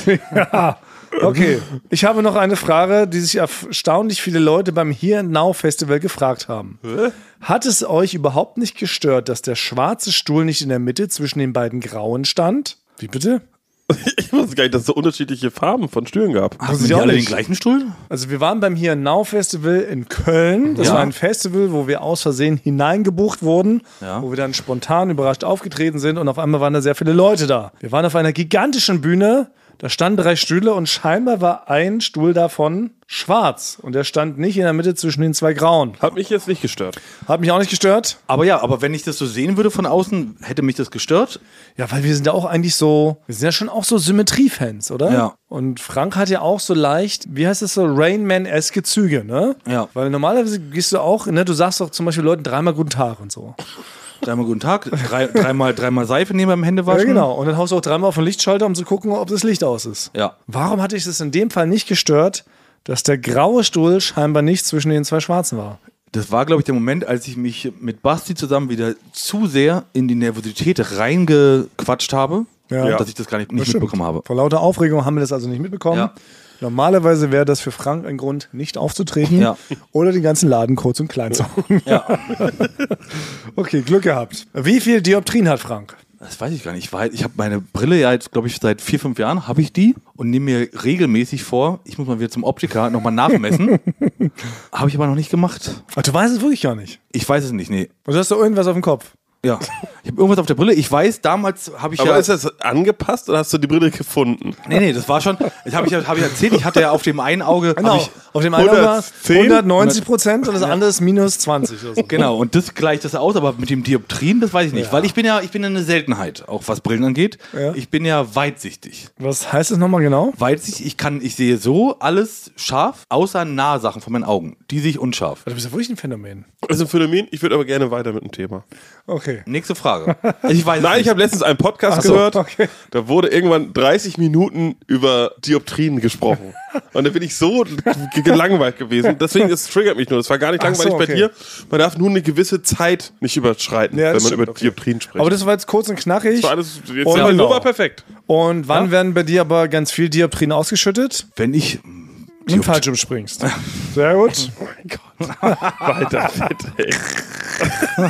Speaker 2: Okay, ich habe noch eine Frage, die sich erstaunlich viele Leute beim Here and Now Festival gefragt haben. Hat es euch überhaupt nicht gestört, dass der schwarze Stuhl nicht in der Mitte zwischen den beiden grauen stand? Wie bitte?
Speaker 4: Ich wusste gar nicht, dass es so unterschiedliche Farben von Stühlen gab.
Speaker 3: Haben
Speaker 2: ich
Speaker 3: Sie
Speaker 2: auch
Speaker 3: alle
Speaker 2: nicht.
Speaker 3: den gleichen Stuhl?
Speaker 2: Also wir waren beim Here and Now Festival in Köln. Das
Speaker 7: Ja.
Speaker 2: war ein Festival, wo wir aus Versehen hineingebucht wurden, wo wir dann spontan überrascht aufgetreten sind und auf einmal waren da sehr viele Leute da. Wir waren auf einer gigantischen Bühne, da standen drei Stühle und scheinbar war ein Stuhl davon schwarz und der stand nicht in der Mitte zwischen den zwei Grauen.
Speaker 4: Hat mich jetzt nicht gestört.
Speaker 2: Hat mich auch nicht gestört.
Speaker 3: Aber ja, aber wenn ich das so sehen würde von außen, hätte mich das gestört.
Speaker 2: Ja, weil wir sind ja auch eigentlich so, wir sind ja schon auch so Symmetriefans, oder?
Speaker 3: Ja.
Speaker 2: Und Frank hat ja auch so leicht, wie heißt das so, Rainman-eske Züge, ne?
Speaker 3: Ja.
Speaker 2: Weil normalerweise gehst du auch, ne, du sagst doch zum Beispiel Leuten dreimal guten Tag und so.
Speaker 3: Dreimal guten Tag, drei, dreimal, dreimal Seife nehmen beim Händewaschen.
Speaker 2: genau. Und dann haust du auch dreimal auf den Lichtschalter, um zu gucken, ob das Licht aus ist.
Speaker 3: Ja.
Speaker 2: Warum hatte ich das in dem Fall nicht gestört, dass der graue Stuhl scheinbar nicht zwischen den zwei schwarzen war?
Speaker 3: Das war, glaube ich, der Moment, als ich mich mit Basti zusammen wieder zu sehr in die Nervosität reingequatscht habe,
Speaker 2: Ja.
Speaker 3: dass ich das gar nicht, nicht
Speaker 2: Stimmt.
Speaker 3: mitbekommen habe.
Speaker 2: Vor lauter Aufregung haben wir das also nicht mitbekommen.
Speaker 3: Ja.
Speaker 2: Normalerweise wäre das für Frank ein Grund, nicht aufzutreten
Speaker 3: Ja.
Speaker 2: oder den ganzen Laden kurz und klein zu machen. okay, Glück gehabt. Wie viel Dioptrien hat Frank?
Speaker 3: Das weiß ich gar nicht. Ich, war halt- ich habe meine Brille ja jetzt, glaube ich, seit vier, fünf Jahren habe ich die und nehme mir regelmäßig vor, ich muss mal wieder zum Optiker nochmal nachmessen. habe ich aber noch nicht gemacht.
Speaker 2: Ach, du weißt es wirklich gar nicht.
Speaker 3: Ich weiß es nicht, nee.
Speaker 2: Und du hast da irgendwas auf dem Kopf.
Speaker 3: Ja. Ich habe irgendwas auf der Brille. Ich weiß, damals habe ich
Speaker 4: Aber
Speaker 3: ja...
Speaker 4: ist das angepasst oder hast du die Brille gefunden?
Speaker 3: Nee, nee, das war schon. Das habe ich, ja- hab ich erzählt. Ich hatte ja auf dem einen Auge.
Speaker 4: Genau.
Speaker 3: hab Ich,
Speaker 2: Genau. auf dem einen war
Speaker 4: 110?
Speaker 2: 190 Prozent und das andere ist minus 20. Oder so.
Speaker 3: genau, und das gleicht das aus, aber mit dem Dioptrien, das weiß ich nicht. Weil ich bin ja, ich bin ja eine Seltenheit, auch was Brillen angeht.
Speaker 2: Ja.
Speaker 3: Ich bin ja weitsichtig.
Speaker 2: Was heißt das nochmal genau?
Speaker 3: Weitsichtig, ich kann, ich sehe so alles scharf, außer Nahsachen von meinen Augen. Die sehe ich unscharf.
Speaker 2: Du bist ja wirklich ein Phänomen.
Speaker 4: Das ist ein Phänomen. Ich würde aber gerne weiter mit dem Thema.
Speaker 2: Okay.
Speaker 3: Nächste Frage. Ich weiß es
Speaker 4: Nein,
Speaker 3: nicht.
Speaker 4: ich habe letztens einen Podcast
Speaker 2: Ach so,
Speaker 4: gehört.
Speaker 2: okay.
Speaker 4: Da wurde irgendwann 30 Minuten über Dioptrien gesprochen. Und da bin ich so ge- gelangweilt gewesen. Deswegen, das triggert mich nur. Das war gar nicht
Speaker 2: Ach so,
Speaker 4: langweilig bei
Speaker 2: okay.
Speaker 4: dir. Man darf nur eine gewisse Zeit nicht überschreiten,
Speaker 2: Ja,
Speaker 4: wenn man
Speaker 2: das stimmt,
Speaker 4: über Dioptrien spricht.
Speaker 2: Aber das Oh, war jetzt kurz und knackig.
Speaker 4: war alles jetzt
Speaker 2: Und- genau.
Speaker 4: ja, so war perfekt.
Speaker 2: Und wann werden bei dir aber ganz viel Dioptrien ausgeschüttet?
Speaker 3: Wenn ich.
Speaker 2: Wenn du falsch springst. Sehr gut.
Speaker 4: Weiter, bitte. ey.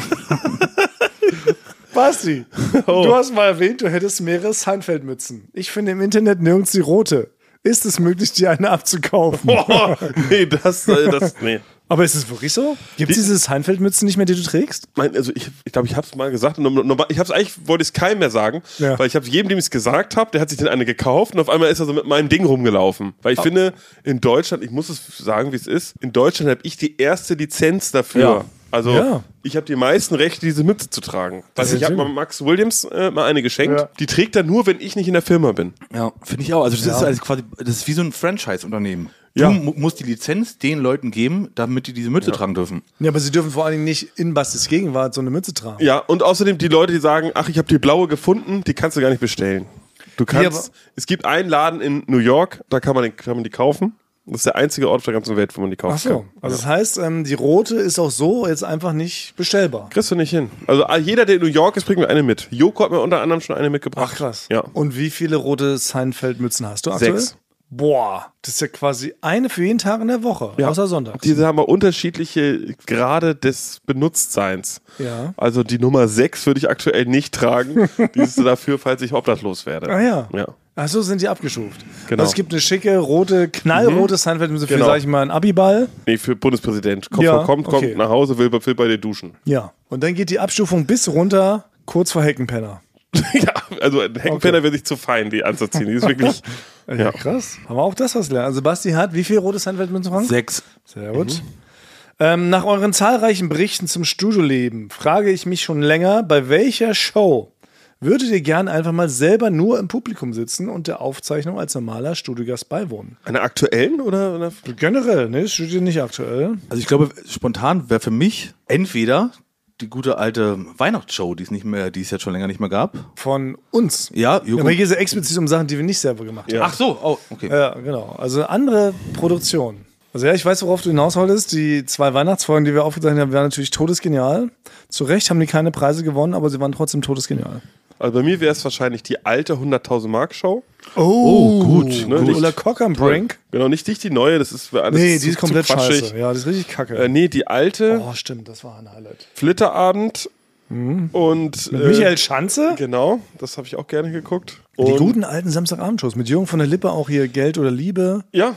Speaker 2: Basti, du hast mal erwähnt, du hättest mehrere Seinfeld-Mützen. Ich finde im Internet nirgends die rote. Ist es möglich, dir eine abzukaufen?
Speaker 4: Boah, nee, das, äh, das, nee.
Speaker 2: Aber ist es wirklich so? Gibt es diese Seinfeld-Mützen nicht mehr, die du trägst?
Speaker 4: mein, also ich, ich glaube, ich habe es mal gesagt. Und norm- normal- ich habe es eigentlich wollte ich es keinem mehr sagen,
Speaker 2: Ja.
Speaker 4: weil ich habe jedem, dem ich es gesagt habe, der hat sich dann eine gekauft und auf einmal ist er so mit meinem Ding rumgelaufen. Weil ich finde, in Deutschland, ich muss es sagen, wie es ist, in Deutschland habe ich die erste Lizenz dafür.
Speaker 3: Ja.
Speaker 4: Also
Speaker 2: Ja.
Speaker 4: ich habe die meisten Rechte, diese Mütze zu tragen. Also ich habe mal Max Williams äh, mal eine geschenkt.
Speaker 2: Ja.
Speaker 4: Die trägt er nur, wenn ich nicht in der Firma bin.
Speaker 3: Ja, finde ich auch. Also, das ist also quasi. Das ist wie so ein Franchise-Unternehmen.
Speaker 4: Ja.
Speaker 3: Du mu- musst die Lizenz den Leuten geben, damit die diese Mütze tragen dürfen.
Speaker 2: Ja, aber sie dürfen vor allen Dingen nicht in Bastis Gegenwart so eine Mütze tragen.
Speaker 4: Ja, und außerdem die Leute, die sagen, ach, ich habe die blaue gefunden, die kannst du gar nicht bestellen. Du kannst,
Speaker 2: aber-
Speaker 4: es gibt einen Laden in New York, da kann man, den, kann man die kaufen. Das ist der einzige Ort auf der ganzen Welt, wo man die kaufen
Speaker 2: Ach so.
Speaker 4: kann.
Speaker 2: Also das heißt, ähm, die rote ist auch so jetzt einfach nicht bestellbar.
Speaker 4: Kriegst du nicht hin. Also ah, jeder, der in New York ist, bringt mir eine mit. Joko hat mir unter anderem schon eine mitgebracht.
Speaker 2: Ach krass.
Speaker 4: Ja.
Speaker 2: Und wie viele rote Seinfeld-Mützen hast du aktuell?
Speaker 4: Sechs.
Speaker 2: Boah, das ist ja quasi eine für jeden Tag in der Woche, außer Sonntag.
Speaker 4: Diese haben aber unterschiedliche Grade des Benutztseins.
Speaker 2: Ja.
Speaker 4: Also die Nummer 6 würde ich aktuell nicht tragen. die ist dafür, falls ich obdachlos werde.
Speaker 2: Ah ja.
Speaker 4: ja.
Speaker 2: Ach so, sind die abgeschuft.
Speaker 4: Genau.
Speaker 2: Also es gibt eine schicke, rote, knallrote Seinfeld-Mütze für,
Speaker 4: Genau.
Speaker 2: sag ich mal, einen Abiball.
Speaker 4: Nee, für Bundespräsident. Kommt,
Speaker 2: Ja,
Speaker 4: kommt, kommt
Speaker 2: okay.
Speaker 4: nach Hause, will, will bei dir duschen.
Speaker 2: Ja. Und dann geht die Abstufung bis runter, kurz vor Heckenpenner.
Speaker 4: ja, also ein Heckenpenner wird sich zu fein, die anzuziehen. Die ist wirklich. ja.
Speaker 2: Äh, Krass. Haben wir auch das was gelernt. Also Basti hat wie viel rote Seinfeld-Mützen dran?
Speaker 3: Sechs.
Speaker 2: Sehr gut.
Speaker 4: Mhm.
Speaker 2: Ähm, nach euren zahlreichen Berichten zum Studioleben frage ich mich schon länger, bei welcher Show würdet ihr gern einfach mal selber nur im Publikum sitzen und der Aufzeichnung als normaler Studiogast beiwohnen?
Speaker 4: Einer aktuellen oder? oder?
Speaker 2: Generell, ne? Ist Studio nicht aktuell.
Speaker 3: Also ich glaube, spontan wäre für mich entweder die gute alte Weihnachtsshow, die es nicht mehr, die es jetzt schon länger nicht mehr gab.
Speaker 2: Von uns.
Speaker 3: Ja, Joko.
Speaker 2: Aber hier geht es ja explizit um Sachen, die wir nicht selber gemacht haben.
Speaker 3: Ach so, oh, okay.
Speaker 2: Ja, genau. Also andere Produktion. Also ja, ich weiß, worauf du hinaus wolltest. Die zwei Weihnachtsfolgen, die wir aufgezeichnet haben, waren natürlich todesgenial. Zu Recht haben die keine Preise gewonnen, aber sie waren trotzdem todesgenial.
Speaker 4: Also bei mir wäre es wahrscheinlich die alte 100.000 Mark Show.
Speaker 2: Oh,
Speaker 3: gut,
Speaker 2: Ne?
Speaker 4: gut.
Speaker 2: Ulla Cocker am Brink.
Speaker 4: Genau, nicht dich, die neue. Das ist alles
Speaker 2: Nee,
Speaker 4: zu-
Speaker 2: die ist
Speaker 4: zu
Speaker 2: komplett
Speaker 4: quatschig.
Speaker 2: scheiße. Ja, die ist richtig kacke.
Speaker 4: Äh, nee, die alte
Speaker 2: oh, stimmt, das war ein Highlight.
Speaker 4: Flitterabend und äh,
Speaker 2: Michael Schanze?
Speaker 4: Genau, das habe ich auch gerne geguckt.
Speaker 2: Die
Speaker 4: Und-
Speaker 2: guten alten Samstagabendshows mit Jürgen von der Lippe auch hier Geld oder Liebe.
Speaker 4: Ja,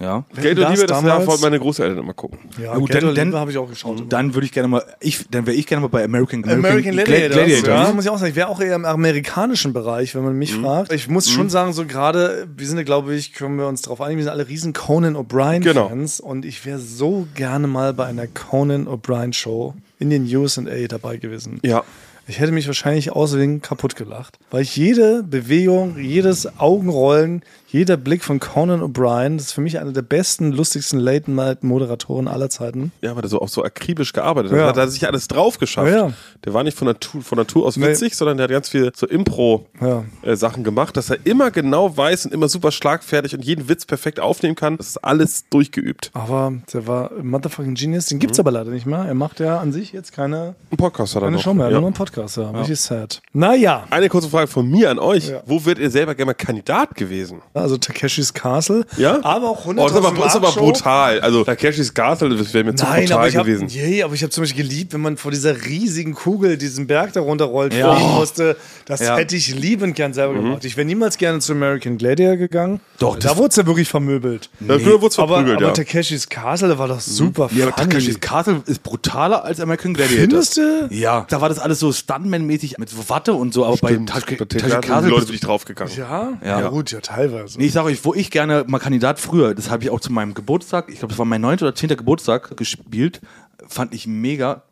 Speaker 3: Ja.
Speaker 4: Geld und
Speaker 2: das
Speaker 4: Liebe, das
Speaker 2: damals?
Speaker 4: wollten meine Großeltern immer gucken.
Speaker 2: Ja,
Speaker 3: Na gut,
Speaker 2: Geld
Speaker 3: dann-
Speaker 2: oder Liebe
Speaker 3: dann-
Speaker 2: habe ich auch geschaut.
Speaker 3: Dann würde ich gerne mal, ich, dann wäre ich gerne mal bei American,
Speaker 2: American
Speaker 3: Glad-
Speaker 2: Gladiators.
Speaker 3: Gladiators. Mhm.
Speaker 2: Ja, muss ich auch sagen. Ich wäre auch eher im amerikanischen Bereich, wenn man mich fragt. Ich muss schon sagen, so gerade, wir sind ja, glaube ich, können wir uns darauf einigen, wir sind alle riesen Conan O'Brien-Fans.
Speaker 3: Genau.
Speaker 2: Und ich wäre so gerne mal bei einer Conan O'Brien-Show in den USA dabei gewesen.
Speaker 4: Ja.
Speaker 2: Ich hätte mich wahrscheinlich auswegen kaputt gelacht, weil ich jede Bewegung, jedes Augenrollen, jeder Blick von Conan O'Brien, das ist für mich einer der besten, lustigsten Late-Night-Moderatoren aller Zeiten.
Speaker 4: Ja, weil der so auch so akribisch gearbeitet hat.
Speaker 2: Ja.
Speaker 4: Da hat er sich alles drauf geschafft.
Speaker 2: Ja, ja.
Speaker 4: Der war nicht von Natur, von Natur aus
Speaker 2: Nee.
Speaker 4: witzig, sondern der hat ganz viel so
Speaker 2: Ja.
Speaker 4: Impro-Sachen gemacht, dass er immer genau weiß und immer super schlagfertig und jeden Witz perfekt aufnehmen kann. Das ist alles durchgeübt.
Speaker 2: Aber der war ein Motherfucking Genius, den
Speaker 4: Mhm.
Speaker 2: gibt's aber leider nicht mehr. Er macht ja an sich jetzt keine,
Speaker 4: Ein Podcast hat er
Speaker 2: keine
Speaker 4: noch.
Speaker 2: Show mehr,
Speaker 4: Ja.
Speaker 2: nur einen Podcast, ja. Richtig sad. Naja,
Speaker 4: Eine kurze Frage von mir an euch.
Speaker 2: Ja.
Speaker 4: Wo wärt ihr selber gerne mal Kandidat gewesen?
Speaker 2: also Takeshis Castle,
Speaker 4: Ja?
Speaker 2: aber auch 100.000
Speaker 4: Oh, das ist aber, ist aber
Speaker 2: Mark Show.
Speaker 4: brutal. Also, Takeshis Castle, das wäre mir zu
Speaker 2: Nein, aber
Speaker 4: brutal
Speaker 2: ich habe
Speaker 4: gewesen.
Speaker 2: yeah, aber ich habe zum Beispiel geliebt, wenn man vor dieser riesigen Kugel diesen Berg darunter rollt,
Speaker 3: Ja.
Speaker 2: fliegen musste. Das
Speaker 3: Ja.
Speaker 2: hätte ich liebend gern selber
Speaker 4: Mhm.
Speaker 2: gemacht. Ich wäre niemals gerne zu American Gladiator gegangen.
Speaker 3: Doch,
Speaker 2: da
Speaker 3: das-
Speaker 2: wurde es ja wirklich vermöbelt.
Speaker 4: Dafür wurde es
Speaker 2: Aber,
Speaker 4: verprügelt,
Speaker 2: aber
Speaker 4: ja. Mhm.
Speaker 2: Takeshis Castle da war doch super
Speaker 3: Ja, aber
Speaker 2: funny.
Speaker 3: Takashis Castle ist brutaler als American Gladiator.
Speaker 2: Findest du?
Speaker 3: Ja. Da war das alles so Stuntman-mäßig mit Watte und so, aber bei Tash-
Speaker 4: Bei
Speaker 3: Takashis
Speaker 4: Takeshis Castle
Speaker 3: Castle.
Speaker 4: Leute
Speaker 3: bist
Speaker 4: bin
Speaker 3: du-
Speaker 4: ich draufgegangen.
Speaker 2: Ja?
Speaker 3: Ja.
Speaker 2: gut, ja, teilweise.
Speaker 3: Nee, ich sage euch, wo ich gerne mal Kandidat früher, das habe ich auch zu meinem Geburtstag, ich glaube, das war mein 9. oder 10. Geburtstag gespielt, fand ich mega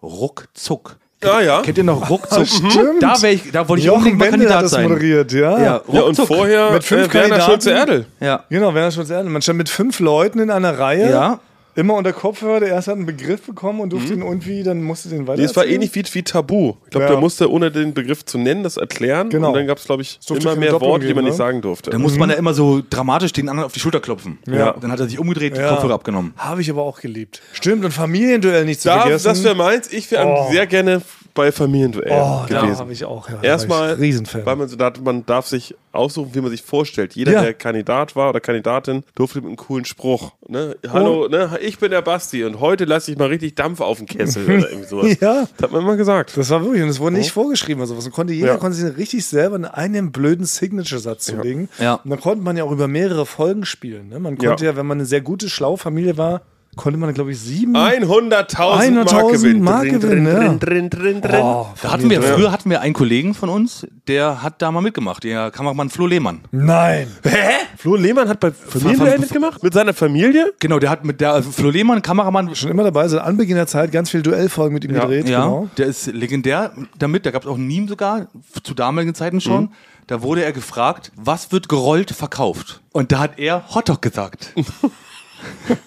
Speaker 3: ruckzuck.
Speaker 4: Ja, ja.
Speaker 3: Kennt ihr noch ruckzuck? Mhm.
Speaker 2: Stimmt.
Speaker 3: da wär ich, da wollte ich
Speaker 2: Jochen
Speaker 3: unbedingt mal
Speaker 2: Bendel
Speaker 3: Kandidat
Speaker 2: hat das
Speaker 3: sein.
Speaker 2: moderiert, ja.
Speaker 3: Ja, Äh,
Speaker 4: Ja, und
Speaker 3: ruckzuck.
Speaker 4: vorher äh,
Speaker 2: Mit fünf
Speaker 4: Werner
Speaker 2: Kandidaten.
Speaker 4: Schulze-Erdel.
Speaker 3: Ja.
Speaker 2: Genau, wäre schon ehrlich. Man stand mit fünf Leuten in einer Reihe.
Speaker 3: Ja. Mhm.
Speaker 2: Immer unter Kopfhörer, der erste hat einen Begriff bekommen und durfte ihn irgendwie, dann musste den weiter.
Speaker 4: Nee, es war
Speaker 3: eh
Speaker 4: eh ähnlich wie, wie Tabu. Ich glaube,
Speaker 2: Ja.
Speaker 4: der musste ohne den Begriff zu nennen das erklären.
Speaker 2: Genau.
Speaker 4: Und dann gab es, glaube ich,
Speaker 2: durfte
Speaker 4: immer
Speaker 2: keine
Speaker 4: mehr
Speaker 2: Doppelung
Speaker 4: Worte, die
Speaker 2: geben,
Speaker 4: man
Speaker 2: ne?
Speaker 4: nicht sagen durfte.
Speaker 3: Da musste man ja immer so dramatisch den anderen auf die Schulter klopfen.
Speaker 2: Ja.
Speaker 3: Dann hat er sich umgedreht, die Kopfhörer abgenommen.
Speaker 2: Habe ich aber auch geliebt. Stimmt, und Familienduell nicht zu
Speaker 4: da,
Speaker 2: vergessen.
Speaker 4: das wäre meins. Ich wäre
Speaker 2: Oh.
Speaker 4: sehr gerne bei Familienduell
Speaker 2: oh, da
Speaker 4: gewesen.
Speaker 2: habe ich auch. Ja, da war
Speaker 4: Erstmal,
Speaker 2: ich Riesenfan.
Speaker 4: weil man, so, da- man darf sich aussuchen, wie man sich vorstellt. Jeder,
Speaker 2: Ja.
Speaker 4: der Kandidat war oder Kandidatin, durfte mit einem coolen Spruch. Ne?
Speaker 2: Oh.
Speaker 4: Hallo, ne? ich bin der Basti und heute lasse ich mal richtig Dampf auf den Kessel oder irgendwie sowas.
Speaker 2: Ja.
Speaker 4: Das hat man immer gesagt.
Speaker 2: Das war wirklich, und es wurde nicht vorgeschrieben oder sowas. Und konnte, jeder
Speaker 4: Mhm. Ja.
Speaker 2: konnte sich richtig selber einen eigenen blöden Signature-Satz zulegen.
Speaker 3: Ja.
Speaker 2: Und dann konnte man ja auch über mehrere Folgen spielen. Ne? Man konnte ja.
Speaker 4: Ja.
Speaker 2: wenn man eine sehr gute, schlaue Familie war, konnte man, glaube ich, sieben.
Speaker 4: 100.000 Mark
Speaker 2: 100.000
Speaker 4: Gewinn.
Speaker 2: Mark
Speaker 4: Drin,
Speaker 2: Gewinn,
Speaker 4: drin,
Speaker 2: ja.
Speaker 4: drin, drin, drin, drin.
Speaker 2: Oh,
Speaker 3: Da hatten wir, früher hatten wir einen Kollegen von uns, der hat da mal mitgemacht, der Kameramann Flo Lehmann.
Speaker 2: Nein.
Speaker 4: Hä? Flo Lehmann hat bei Familienduell mitgemacht? Mit seiner Familie?
Speaker 3: Genau, der hat mit der, also Flo Lehmann, Kameramann,
Speaker 2: Schon immer dabei, seit Anbeginn der Zeit ganz viele Duellfolgen mit ihm gedreht.
Speaker 3: ja,
Speaker 2: Genau.
Speaker 3: der ist legendär damit, da gab es auch ein Meme sogar, zu damaligen Zeiten schon,
Speaker 4: Mhm.
Speaker 3: da wurde er gefragt, was wird gerollt verkauft? Und da hat er Hotdog gesagt.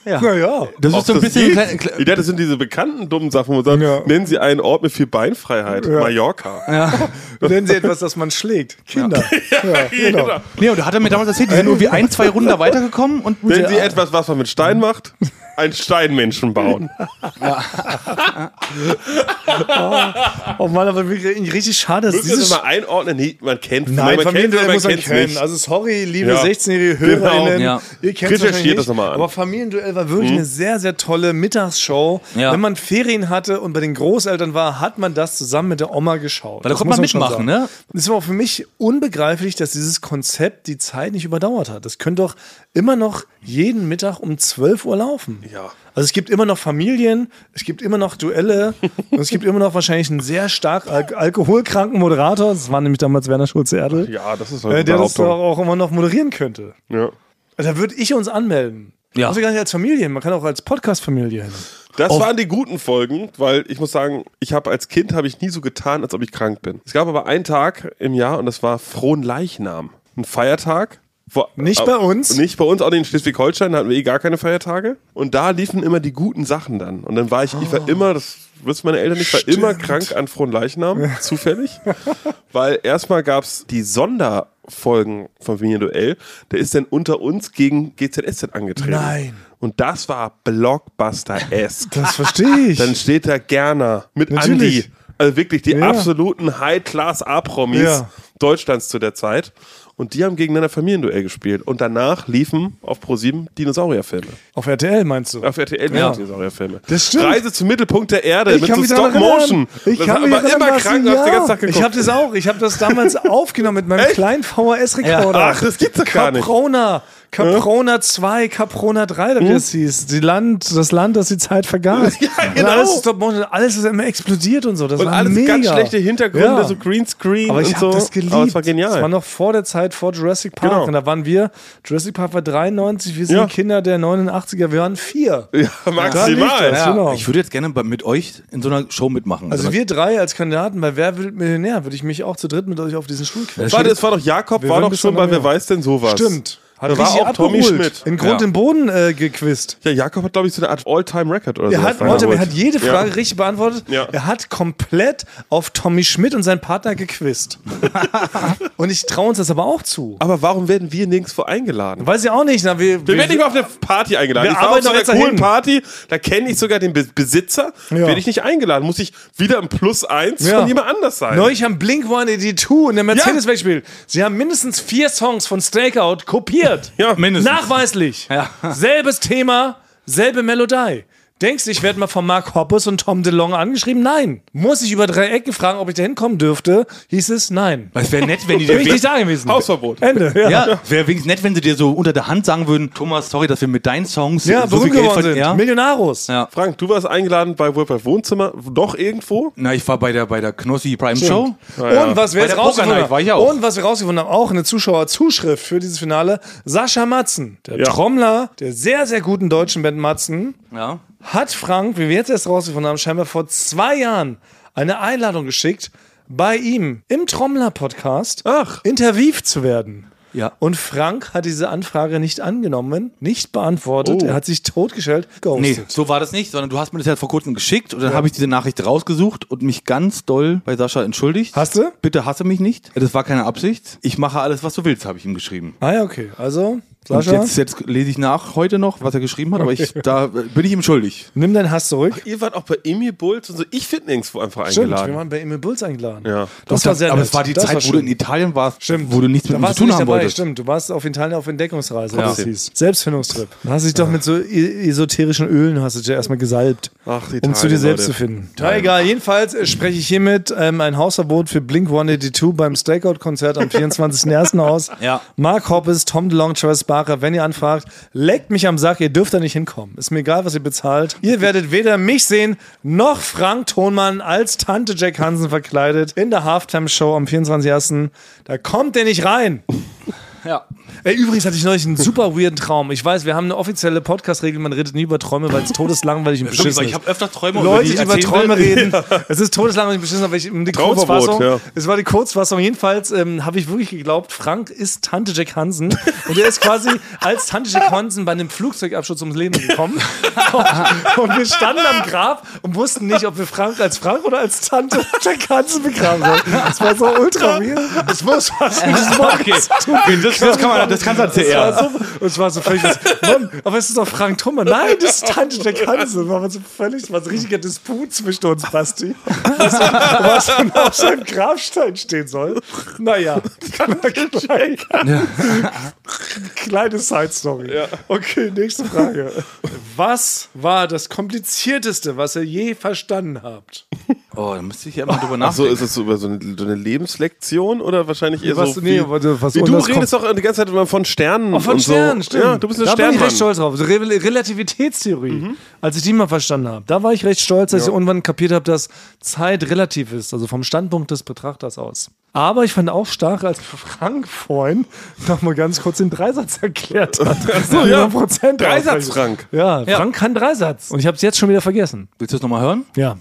Speaker 2: Ja. Naja.
Speaker 3: Das
Speaker 4: Ob
Speaker 3: ist so ein
Speaker 4: das
Speaker 3: bisschen.
Speaker 4: geht?
Speaker 3: Klein, klein,
Speaker 4: Ich dachte, das sind diese bekannten dummen Sachen, wo man sagt,
Speaker 2: Ja.
Speaker 4: nennen Sie einen Ort mit viel Beinfreiheit. Mallorca.
Speaker 3: ja.
Speaker 2: Nennen Sie etwas, das man schlägt. Kinder. Ja, genau.
Speaker 3: Nee, und da hat er mir damals erzählt, die sind irgendwie ein, zwei Runden da weitergekommen und
Speaker 4: Wenn Sie etwas, was man mit Stein macht, einen Steinmenschen bauen.
Speaker 2: Oh Mann, aber wirklich richtig schade, dass
Speaker 4: Müssen wir das
Speaker 2: dieses
Speaker 4: mal einordnen? Nee, man kennt
Speaker 2: Nein,
Speaker 4: kennt's,
Speaker 2: Familienduell
Speaker 4: aber
Speaker 2: muss man
Speaker 4: kennt's
Speaker 2: können.
Speaker 4: nicht.
Speaker 2: Also sorry, liebe
Speaker 4: Ja.
Speaker 2: 16-jährige
Speaker 4: Genau.
Speaker 2: HörerInnen,
Speaker 3: Ja.
Speaker 2: ihr kennt
Speaker 4: Recherchiert
Speaker 2: wahrscheinlich nicht,
Speaker 4: das nochmal an. Hm?
Speaker 2: Aber Familienduell war wirklich eine sehr, sehr tolle Mittagsshow.
Speaker 3: Ja.
Speaker 2: Wenn man Ferien hatte und bei den Großeltern war, hat man das zusammen mit der Oma geschaut.
Speaker 3: Weil da
Speaker 2: Das
Speaker 3: konnte
Speaker 2: muss
Speaker 3: man
Speaker 2: schon
Speaker 3: mitmachen,
Speaker 2: sagen.
Speaker 3: ne?
Speaker 2: Das war auch für mich unbegreiflich, dass dieses Konzept die Zeit nicht überdauert hat. Das könnte doch immer noch jeden Mittag um 12 Uhr laufen.
Speaker 4: Ja.
Speaker 2: Also es gibt immer noch Familien, es gibt immer noch Duelle und es gibt immer noch wahrscheinlich einen sehr stark al alkoholkranken Moderator. Das war nämlich damals Werner Schulze-Erdl.
Speaker 4: Ja, das ist
Speaker 2: Äh,
Speaker 4: eine
Speaker 2: der das doch
Speaker 4: Behauptung.
Speaker 2: auch immer noch moderieren könnte.
Speaker 4: Ja.
Speaker 2: Also, da würde ich uns anmelden.
Speaker 3: Ja.
Speaker 2: Also gar nicht als Familie, man kann auch als Podcast-Familie hin.
Speaker 4: Das waren die guten Folgen, weil ich muss sagen, ich habe als Kind habe ich nie so getan, als ob ich krank bin. Es gab aber einen Tag im Jahr und das war Frohen Leichnam, ein Feiertag. Wo, äh,
Speaker 2: Nicht bei uns.
Speaker 4: Nicht bei uns, auch nicht in Schleswig-Holstein, da hatten wir eh gar keine Feiertage. Und da liefen immer die guten Sachen dann. Und dann war ich, ich
Speaker 2: Ah.
Speaker 4: war immer, das wissen meine Eltern nicht, war immer krank an Frohen Leichnam, zufällig. Weil erstmal gab's die Sonderfolgen von Familienduell. Der ist dann unter uns gegen GZSZ angetreten.
Speaker 2: Nein.
Speaker 4: Und das war Blockbuster-esque.
Speaker 2: Das verstehe ich.
Speaker 4: Dann steht da Gerner mit
Speaker 2: Natürlich.
Speaker 4: Andi. Also wirklich die
Speaker 2: Ja.
Speaker 4: absoluten High-Class-A-Promis
Speaker 2: Ja.
Speaker 4: Deutschlands zu der Zeit. Und die haben gegeneinander Familienduell gespielt. Und danach liefen auf ProSieben Dinosaurierfilme.
Speaker 2: Auf RTL meinst du?
Speaker 4: Auf RTL liefen
Speaker 2: Ja.
Speaker 4: Dinosaurierfilme.
Speaker 2: Das stimmt.
Speaker 4: Reise zum Mittelpunkt der Erde mit so
Speaker 2: daran
Speaker 4: Stop-Motion.
Speaker 2: erinnern. Ich
Speaker 4: Das
Speaker 2: kann
Speaker 4: war
Speaker 2: mich
Speaker 4: aber
Speaker 2: daran
Speaker 4: immer
Speaker 2: erinnern,
Speaker 4: krank, du hast den ganzen Tag geguckt.
Speaker 2: Ich habe das auch. Ich habe das damals aufgenommen mit meinem
Speaker 4: Echt?
Speaker 2: kleinen VHS-Rekorder.
Speaker 4: Ach, das gibt's doch gar nicht.
Speaker 2: Caprona. Caprona 2, Caprona 3, oder wie das hieß. Die Land, das Land, das die Zeit vergaß.
Speaker 4: Hm? Ja,
Speaker 2: Und
Speaker 4: genau.
Speaker 2: alles, Stop Motion, alles ist immer explodiert und so. Das
Speaker 4: und
Speaker 2: war
Speaker 4: alles
Speaker 2: mega.
Speaker 4: ganz schlechte Hintergründe,
Speaker 2: Ja.
Speaker 4: so Greenscreen
Speaker 2: Aber ich
Speaker 4: und
Speaker 2: habe
Speaker 4: so.
Speaker 2: das geliebt.
Speaker 4: Aber es war genial.
Speaker 2: Das war noch vor der Zeit vor Jurassic Park.
Speaker 4: Genau.
Speaker 2: Und da waren wir, Jurassic Park war 93, wir sind
Speaker 4: Ja.
Speaker 2: Kinder der 89er, wir waren vier.
Speaker 4: ja,
Speaker 2: Da lief
Speaker 4: maximal.
Speaker 2: das, genau.
Speaker 3: Ich würde jetzt gerne bei- mit euch in so einer Show mitmachen.
Speaker 2: Also
Speaker 3: so
Speaker 2: wir drei als Kandidaten bei Wer wird Millionär, würde ich mich auch zu dritt mit euch auf diesen Stuhl quetschen.
Speaker 4: Warte, es war doch Jakob,
Speaker 2: Wir
Speaker 4: war
Speaker 2: werden
Speaker 4: doch
Speaker 2: bis
Speaker 4: schon
Speaker 2: dann
Speaker 4: bei
Speaker 2: noch
Speaker 4: Wer
Speaker 2: mehr.
Speaker 4: weiß denn sowas.
Speaker 2: Stimmt.
Speaker 4: Da war
Speaker 2: richtig
Speaker 4: auch Tommy
Speaker 2: abgeholt.
Speaker 4: Schmidt.
Speaker 2: In Grund
Speaker 3: Ja.
Speaker 2: und Boden äh, gequizt.
Speaker 4: Ja, Jakob hat, glaube ich, so eine Art All-Time-Record oder
Speaker 2: Er
Speaker 4: so.
Speaker 2: hat, Leute, er hat jede Frage
Speaker 4: Also Ja.
Speaker 2: richtig beantwortet.
Speaker 4: Ja.
Speaker 2: Er hat komplett auf Tommy Schmidt und seinen Partner gequizt. und ich traue uns das aber auch zu.
Speaker 4: Aber warum werden wir nirgendwo eingeladen?
Speaker 2: Weiß ich auch nicht. Na, wir,
Speaker 4: Wir werden nicht mal auf eine Party eingeladen.
Speaker 2: Wir
Speaker 4: ich war auf
Speaker 2: arbeiten
Speaker 4: so
Speaker 2: doch
Speaker 4: einer
Speaker 2: jetzt
Speaker 4: coolen
Speaker 2: dahin.
Speaker 4: Party, da kenne ich sogar den Be Besitzer,
Speaker 2: Ja.
Speaker 4: werde ich nicht eingeladen. Muss ich wieder im Plus eins
Speaker 2: Ja.
Speaker 4: von jemand anders sein.
Speaker 2: Neulich haben Blink 182 in der Mercedes
Speaker 4: Ja.
Speaker 2: weggespielt. Sie haben mindestens vier Songs von Stakeout kopiert.
Speaker 4: Ja,
Speaker 3: mindestens.
Speaker 2: Nachweislich.
Speaker 3: Ja.
Speaker 2: Selbes Thema, selbe Melodie. Denkst du, ich werde mal von Mark Hoppus und Tom DeLonge angeschrieben? Nein. Muss ich über drei Ecken fragen, ob ich da hinkommen dürfte? Hieß es nein.
Speaker 3: es wäre nett, wenn die
Speaker 2: Bin
Speaker 3: dir
Speaker 2: ich nicht da gewesen.
Speaker 4: Hausverbot.
Speaker 2: Ende. Ja.
Speaker 3: Ja, wäre wenigstens nett, wenn sie dir so unter der Hand sagen würden, Thomas, sorry, dass wir mit deinen Songs
Speaker 2: Ja,
Speaker 3: so
Speaker 2: berühmt geworden sind.
Speaker 3: Ja?
Speaker 2: Millionaros.
Speaker 3: Ja.
Speaker 4: Frank, du warst eingeladen bei Wohlfahrt Wohnzimmer, doch irgendwo?
Speaker 3: Na, ich war bei der, bei der Knossi Prime Show.
Speaker 2: Und was wir
Speaker 3: Bei
Speaker 2: jetzt
Speaker 3: der Poker
Speaker 2: rausgefunden
Speaker 3: Night
Speaker 2: haben,
Speaker 3: war ich auch.
Speaker 2: und was wir rausgefunden haben, auch eine Zuschauerzuschrift für dieses Finale. Sascha Matzen, der Trommler der sehr, sehr guten deutschen Band Matzen,
Speaker 3: Ja.
Speaker 2: hat Frank, wie wir jetzt erst rausgefunden haben, scheinbar vor zwei Jahren eine Einladung geschickt, bei ihm im Trommler-Podcast
Speaker 4: Ach.
Speaker 2: interviewt zu werden.
Speaker 3: Ja.
Speaker 2: Und Frank hat diese Anfrage nicht angenommen, nicht beantwortet.
Speaker 3: Oh.
Speaker 2: Er hat sich totgestellt,
Speaker 3: Nee,
Speaker 2: ghostet.
Speaker 3: so war das nicht, sondern du hast mir das ja vor kurzem geschickt und dann habe ich diese Nachricht rausgesucht und mich ganz doll bei Sascha entschuldigt.
Speaker 2: Hast du?
Speaker 3: Bitte hasse mich nicht. Das war keine Absicht. Ich mache alles, was du willst, habe ich ihm geschrieben.
Speaker 2: Ah ja, okay. Also,
Speaker 3: Und
Speaker 2: Sascha,
Speaker 3: jetzt, jetzt lese ich nach heute noch, was er geschrieben hat, aber ich, da äh, bin ich ihm schuldig.
Speaker 2: nimm deinen Hass zurück.
Speaker 4: Ihr wart auch bei Emil Bulls und so. Ich finde nirgendwo einfach
Speaker 2: Stimmt,
Speaker 4: eingeladen.
Speaker 2: wir waren bei Emil Bulls eingeladen.
Speaker 4: Ja.
Speaker 2: Das war sehr
Speaker 3: aber
Speaker 2: nett.
Speaker 3: es war die
Speaker 2: Das
Speaker 3: Zeit, wo du
Speaker 2: schön.
Speaker 3: in Italien warst,
Speaker 2: Stimmt.
Speaker 3: wo du nichts mit
Speaker 2: Da
Speaker 3: ihm zu
Speaker 2: warst du
Speaker 3: tun
Speaker 2: nicht
Speaker 3: haben
Speaker 2: dabei,
Speaker 3: wolltest.
Speaker 2: stimmt. Du warst auf Italien auf Entdeckungsreise,
Speaker 3: Ja.
Speaker 2: wie es hieß. Selbstfindungstrip. Da hast du dich doch mit so e- esoterischen Ölen hast du dich ja erstmal gesalbt,
Speaker 4: Ach,
Speaker 2: um
Speaker 4: Italien,
Speaker 2: zu dir selbst
Speaker 4: Leute.
Speaker 2: zu finden. Na egal, jedenfalls äh, spreche ich hiermit ähm, ein Hausverbot für Blink 182 beim Stakeout-Konzert am 24.01. aus.
Speaker 3: Ja.
Speaker 2: Mark Hoppes, Tom DeLong, Travis Barker, wenn ihr anfragt, leckt mich am Sack, ihr dürft da nicht hinkommen. Ist mir egal, was ihr bezahlt. Ihr werdet weder mich sehen, noch Frank Thonmann als Tante Jack Hansen verkleidet in der Halftime-Show am 24.01. Da kommt ihr nicht rein.
Speaker 3: Ja.
Speaker 2: Ey, übrigens hatte ich neulich einen super weirden Traum. Ich weiß, wir haben eine offizielle Podcast-Regel, man redet nie über Träume, weil es todeslangweilig und beschissen ist.
Speaker 3: öfter Träume
Speaker 2: Leute, die über Träume reden. Es ist todeslangweilig beschissen, aber ich, um die
Speaker 4: Traumverbot,
Speaker 2: Kurzfassung,
Speaker 4: ja.
Speaker 2: es war die Kurzfassung. Jedenfalls ähm, habe ich wirklich geglaubt, Frank ist Tante Jack Hansen und er ist quasi als Tante Jack Hansen bei einem Flugzeugabsturz ums Leben gekommen. und, und wir standen am Grab und wussten nicht, ob wir Frank als Frank oder als Tante Jack Hansen begraben sollen. Das war so ultra weird. Es muss was
Speaker 3: Okay, okay das, das kann man, das halt kannst du als
Speaker 2: das
Speaker 3: CR.
Speaker 2: war so, und es war so völlig was, Mann, aber es ist doch Frank Thoma. Nein, das ist Tante Jack Hansen. War so völlig, es war so ein richtiger Disput zwischen uns, Basti. Was, was dann auf seinem Grabstein stehen soll. Naja, kleine, kleine Side-Story. Okay, nächste Frage. Was war das komplizierteste, was ihr je verstanden habt?
Speaker 3: Oh, da müsste ich ja mal drüber
Speaker 4: So ist es so über so eine, so eine Lebenslektion oder wahrscheinlich eher
Speaker 2: Was-
Speaker 4: so.
Speaker 2: nee,
Speaker 4: wie,
Speaker 2: warte, was
Speaker 4: wie du
Speaker 2: anders
Speaker 4: redest doch die ganze Zeit immer von Sternen.
Speaker 2: Oh, von
Speaker 4: und
Speaker 2: Sternen,
Speaker 4: so.
Speaker 2: stimmt.
Speaker 4: Ja, du bist ein
Speaker 2: da bin ich
Speaker 4: Sternmann. Mhm.
Speaker 2: recht stolz drauf. So Re Relativitätstheorie, als ich die mal verstanden habe. Da war ich recht stolz, dass ich irgendwann kapiert habe, dass Zeit relativ ist, also vom Standpunkt des Betrachters aus. Aber ich fand auch stark, als Frank vorhin nochmal ganz kurz den Dreisatz erklärt hat. so,
Speaker 4: ja.
Speaker 2: Prozent
Speaker 4: Dreisatz, Frank.
Speaker 2: Ja, Frank kann Dreisatz. Und ich habe es jetzt schon wieder vergessen.
Speaker 3: Willst du das nochmal hören?
Speaker 2: Ja.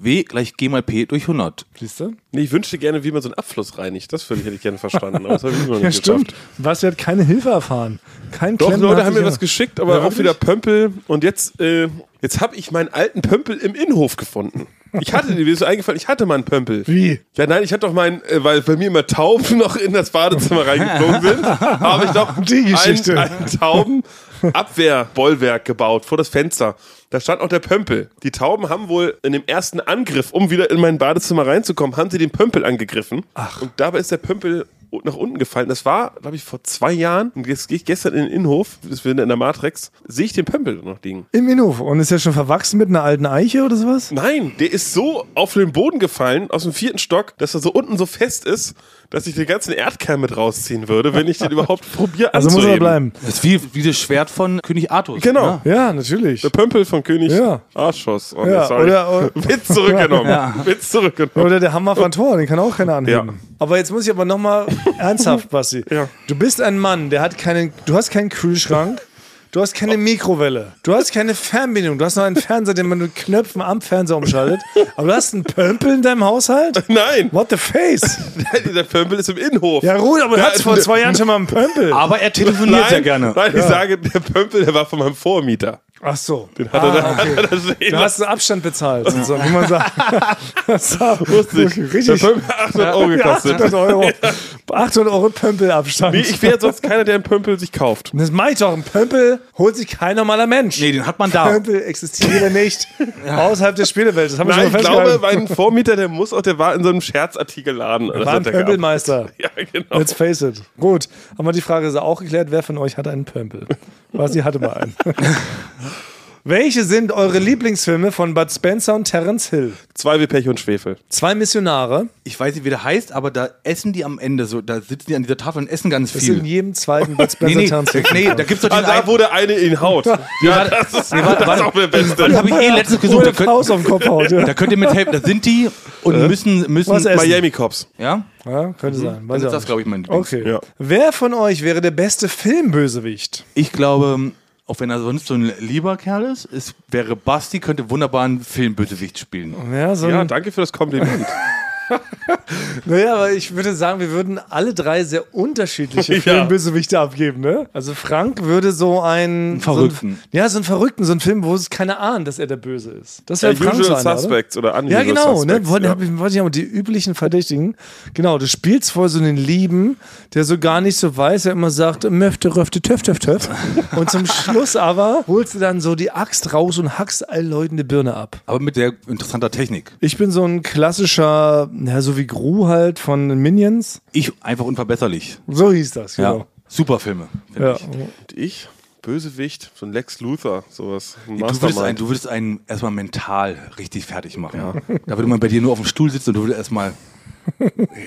Speaker 3: W gleich G mal P durch 100.
Speaker 2: Siehst du?
Speaker 4: Nee, ich wünschte gerne, wie man so einen Abfluss reinigt. Das würde ich, hätte ich gerne verstanden. Aber Genau, das habe ich immer noch
Speaker 2: Ja,
Speaker 4: nicht
Speaker 2: stimmt.
Speaker 4: geschafft.
Speaker 2: Was, hat keine Hilfe erfahren. Kein
Speaker 4: Doch,
Speaker 2: Klemmen
Speaker 4: Leute
Speaker 2: hat
Speaker 4: haben
Speaker 2: sich
Speaker 4: mir was
Speaker 2: jemand-
Speaker 4: geschickt, aber
Speaker 2: Ja,
Speaker 4: auch wieder Pömpel. Und jetzt, äh, jetzt habe ich meinen alten Pömpel im Innenhof gefunden. Ich hatte, mir ist so eingefallen, ich hatte mal einen Pömpel.
Speaker 2: Wie?
Speaker 4: Ja, nein, ich hatte doch meinen, äh, weil bei mir immer Tauben noch in das Badezimmer reingeflogen sind, habe ich doch
Speaker 2: Die Geschichte.
Speaker 4: einen, einen Taubenabwehrbollwerk gebaut vor das Fenster. Da stand auch der Pömpel. Die Tauben haben wohl in dem ersten Angriff, um wieder in mein Badezimmer reinzukommen, haben sie den Pömpel angegriffen. Ach. Und dabei ist der Pömpel nach unten gefallen. Das war, glaube ich, vor zwei Jahren. Und jetzt gehe ich gestern in den Innenhof, das wir in der Matrix, sehe ich den Pömpel noch liegen.
Speaker 2: Im Innenhof. Und ist ja schon verwachsen mit einer alten Eiche oder sowas?
Speaker 4: Nein, der ist so auf den Boden gefallen, aus dem vierten Stock, dass er so unten so fest ist, dass ich den ganzen Erdkern mit rausziehen würde, wenn ich den überhaupt probiere
Speaker 2: Also muss er
Speaker 4: anzuheben.
Speaker 2: bleiben.
Speaker 3: Das ist wie, wie das Schwert von König Artus.
Speaker 4: Genau.
Speaker 3: ne?
Speaker 2: Ja, natürlich.
Speaker 4: Der Pömpel von König
Speaker 2: Ja.
Speaker 4: Arschoss. Oh, nee,
Speaker 2: Ja,
Speaker 4: sorry.
Speaker 2: oder- oder-
Speaker 4: Witz zurückgenommen. Witz zurückgenommen.
Speaker 2: Oder der Hammer von Thor, den kann auch keiner anheben.
Speaker 4: Ja.
Speaker 2: Aber jetzt muss ich aber nochmal ernsthaft, Basti.
Speaker 4: Ja.
Speaker 2: Du bist ein Mann, der hat keinen, du hast keinen Kühlschrank, du hast keine Mikrowelle, du hast keine Fernbedienung, du hast noch einen Fernseher, den man mit Knöpfen am Fernseher umschaltet, aber du hast einen Pömpel in deinem Haushalt?
Speaker 4: Nein,
Speaker 2: What the face?
Speaker 4: der Pömpel ist im Innenhof.
Speaker 2: Ja, Ruhe, aber du
Speaker 4: Ja,
Speaker 2: hattest vor
Speaker 4: ne-
Speaker 2: zwei Jahren schon mal einen Pömpel.
Speaker 3: Aber er telefoniert
Speaker 4: nein,
Speaker 3: sehr gerne.
Speaker 4: Nein, ich sage, der Pömpel, der war von meinem Vormieter.
Speaker 2: Ach so. Ah.
Speaker 4: Den hat er da, hat er da stehen
Speaker 2: Du hast einen Abstand bezahlt, sozusagen, wie man sagt. Das war
Speaker 4: lassen. Der
Speaker 2: richtig.
Speaker 4: Pömpel hat 800 Euro gekostet.
Speaker 2: 800 Euro. 800 Euro Pömpelabstand.
Speaker 4: Nee, ich wäre sonst keiner, der einen Pömpel sich kauft.
Speaker 2: Das mache ich doch. Ein Pömpel holt sich kein normaler Mensch.
Speaker 3: Nee, den hat man da.
Speaker 2: Pömpel existiere nicht außerhalb der Spielewelt. Das haben wir
Speaker 4: Nein,
Speaker 2: schon
Speaker 4: ich
Speaker 2: mal
Speaker 4: glaube,
Speaker 2: festgehalten.
Speaker 4: mein Vormieter, der muss auch, der war in so einem Scherzartikelladen. oder
Speaker 2: war ein
Speaker 4: so, der gab.
Speaker 2: Pömpelmeister.
Speaker 4: Ja, genau.
Speaker 2: Let's face it. Gut, aber die Frage ist auch geklärt, wer von euch hat einen Pömpel? Basti hatte mal einen. Welche sind eure Lieblingsfilme von Bud Spencer und Terence Hill?
Speaker 4: Zwei wie Pech und Schwefel.
Speaker 2: Zwei Missionare.
Speaker 3: Ich weiß nicht, wie der heißt, aber da essen die am Ende so. Da sitzen die an dieser Tafel und essen ganz
Speaker 2: Das ist
Speaker 3: viel.
Speaker 2: in jedem zweiten Bud
Speaker 3: nee,
Speaker 2: Spencer
Speaker 3: nee,
Speaker 2: Terence Hill.
Speaker 3: nee, da gibt's doch
Speaker 4: Ah,
Speaker 2: Also,
Speaker 3: diesen
Speaker 4: da,
Speaker 3: einen-
Speaker 4: wo der eine ihn haut. Ja,
Speaker 3: warte,
Speaker 4: das ist,
Speaker 3: nee, warte,
Speaker 4: das ist
Speaker 3: warte.
Speaker 4: auch der Beste.
Speaker 3: Das habe ich eh letztens
Speaker 2: Wo
Speaker 3: gesucht. Da
Speaker 2: der
Speaker 3: könnt,
Speaker 2: Faust auf den Kopf haut. Ja,
Speaker 3: da könnt ihr mithelfen. Da sind die und müssen. müssen
Speaker 2: Was essen?
Speaker 4: Miami Cops.
Speaker 3: Ja?
Speaker 2: ja könnte sein.
Speaker 3: Mhm. Dann
Speaker 2: Weiß
Speaker 3: ist
Speaker 2: ich auch
Speaker 3: das,
Speaker 2: nicht.
Speaker 3: glaube ich, mein Lieblings.
Speaker 2: Okay.
Speaker 4: Ja.
Speaker 2: Wer von euch wäre der beste Filmbösewicht?
Speaker 3: Ich glaube, auch wenn er sonst so ein lieber Kerl ist, es wäre Basti, könnte wunderbar einen Filmbösewicht spielen.
Speaker 2: Ja, so
Speaker 4: Ja,
Speaker 2: ein
Speaker 4: danke für das Kompliment.
Speaker 2: Naja, aber ich würde sagen, wir würden alle drei sehr unterschiedliche
Speaker 4: Ja.
Speaker 2: Filmbösewichte abgeben, ne? Also Frank würde so einen. So
Speaker 3: Verrückten.
Speaker 2: einen, ja, so einen Verrückten, so einen Film, wo es keiner ahnt, dass er der Böse ist. Das wäre Frank so
Speaker 4: Usual
Speaker 2: einer, oder?
Speaker 4: Suspects oder Unusual
Speaker 2: Ja, genau,
Speaker 4: Suspects.
Speaker 2: ne? Wollte
Speaker 4: ja.
Speaker 2: hab ich- wollte ich auch die üblichen Verdächtigen. Genau, du spielst vor so einen Lieben, der so gar nicht so weiß, der immer sagt, möfte, röfte, töff, töff, töff. Und zum Schluss aber holst du dann so die Axt raus und hackst allen Leuten die Birne ab.
Speaker 3: Aber mit der interessanter Technik.
Speaker 2: Ich bin so ein klassischer, ja, so wie Gru halt von Minions.
Speaker 3: Ich einfach unverbesserlich.
Speaker 2: So hieß das, genau.
Speaker 3: Super Filme.
Speaker 2: Ja.
Speaker 4: Und ich, Bösewicht, so ein Lex Luthor, sowas. Ein
Speaker 3: Du würdest, einen,
Speaker 4: Mastermind.
Speaker 3: du würdest einen erstmal mental richtig fertig machen. Da würde man bei dir nur auf dem Stuhl sitzen und du würdest erstmal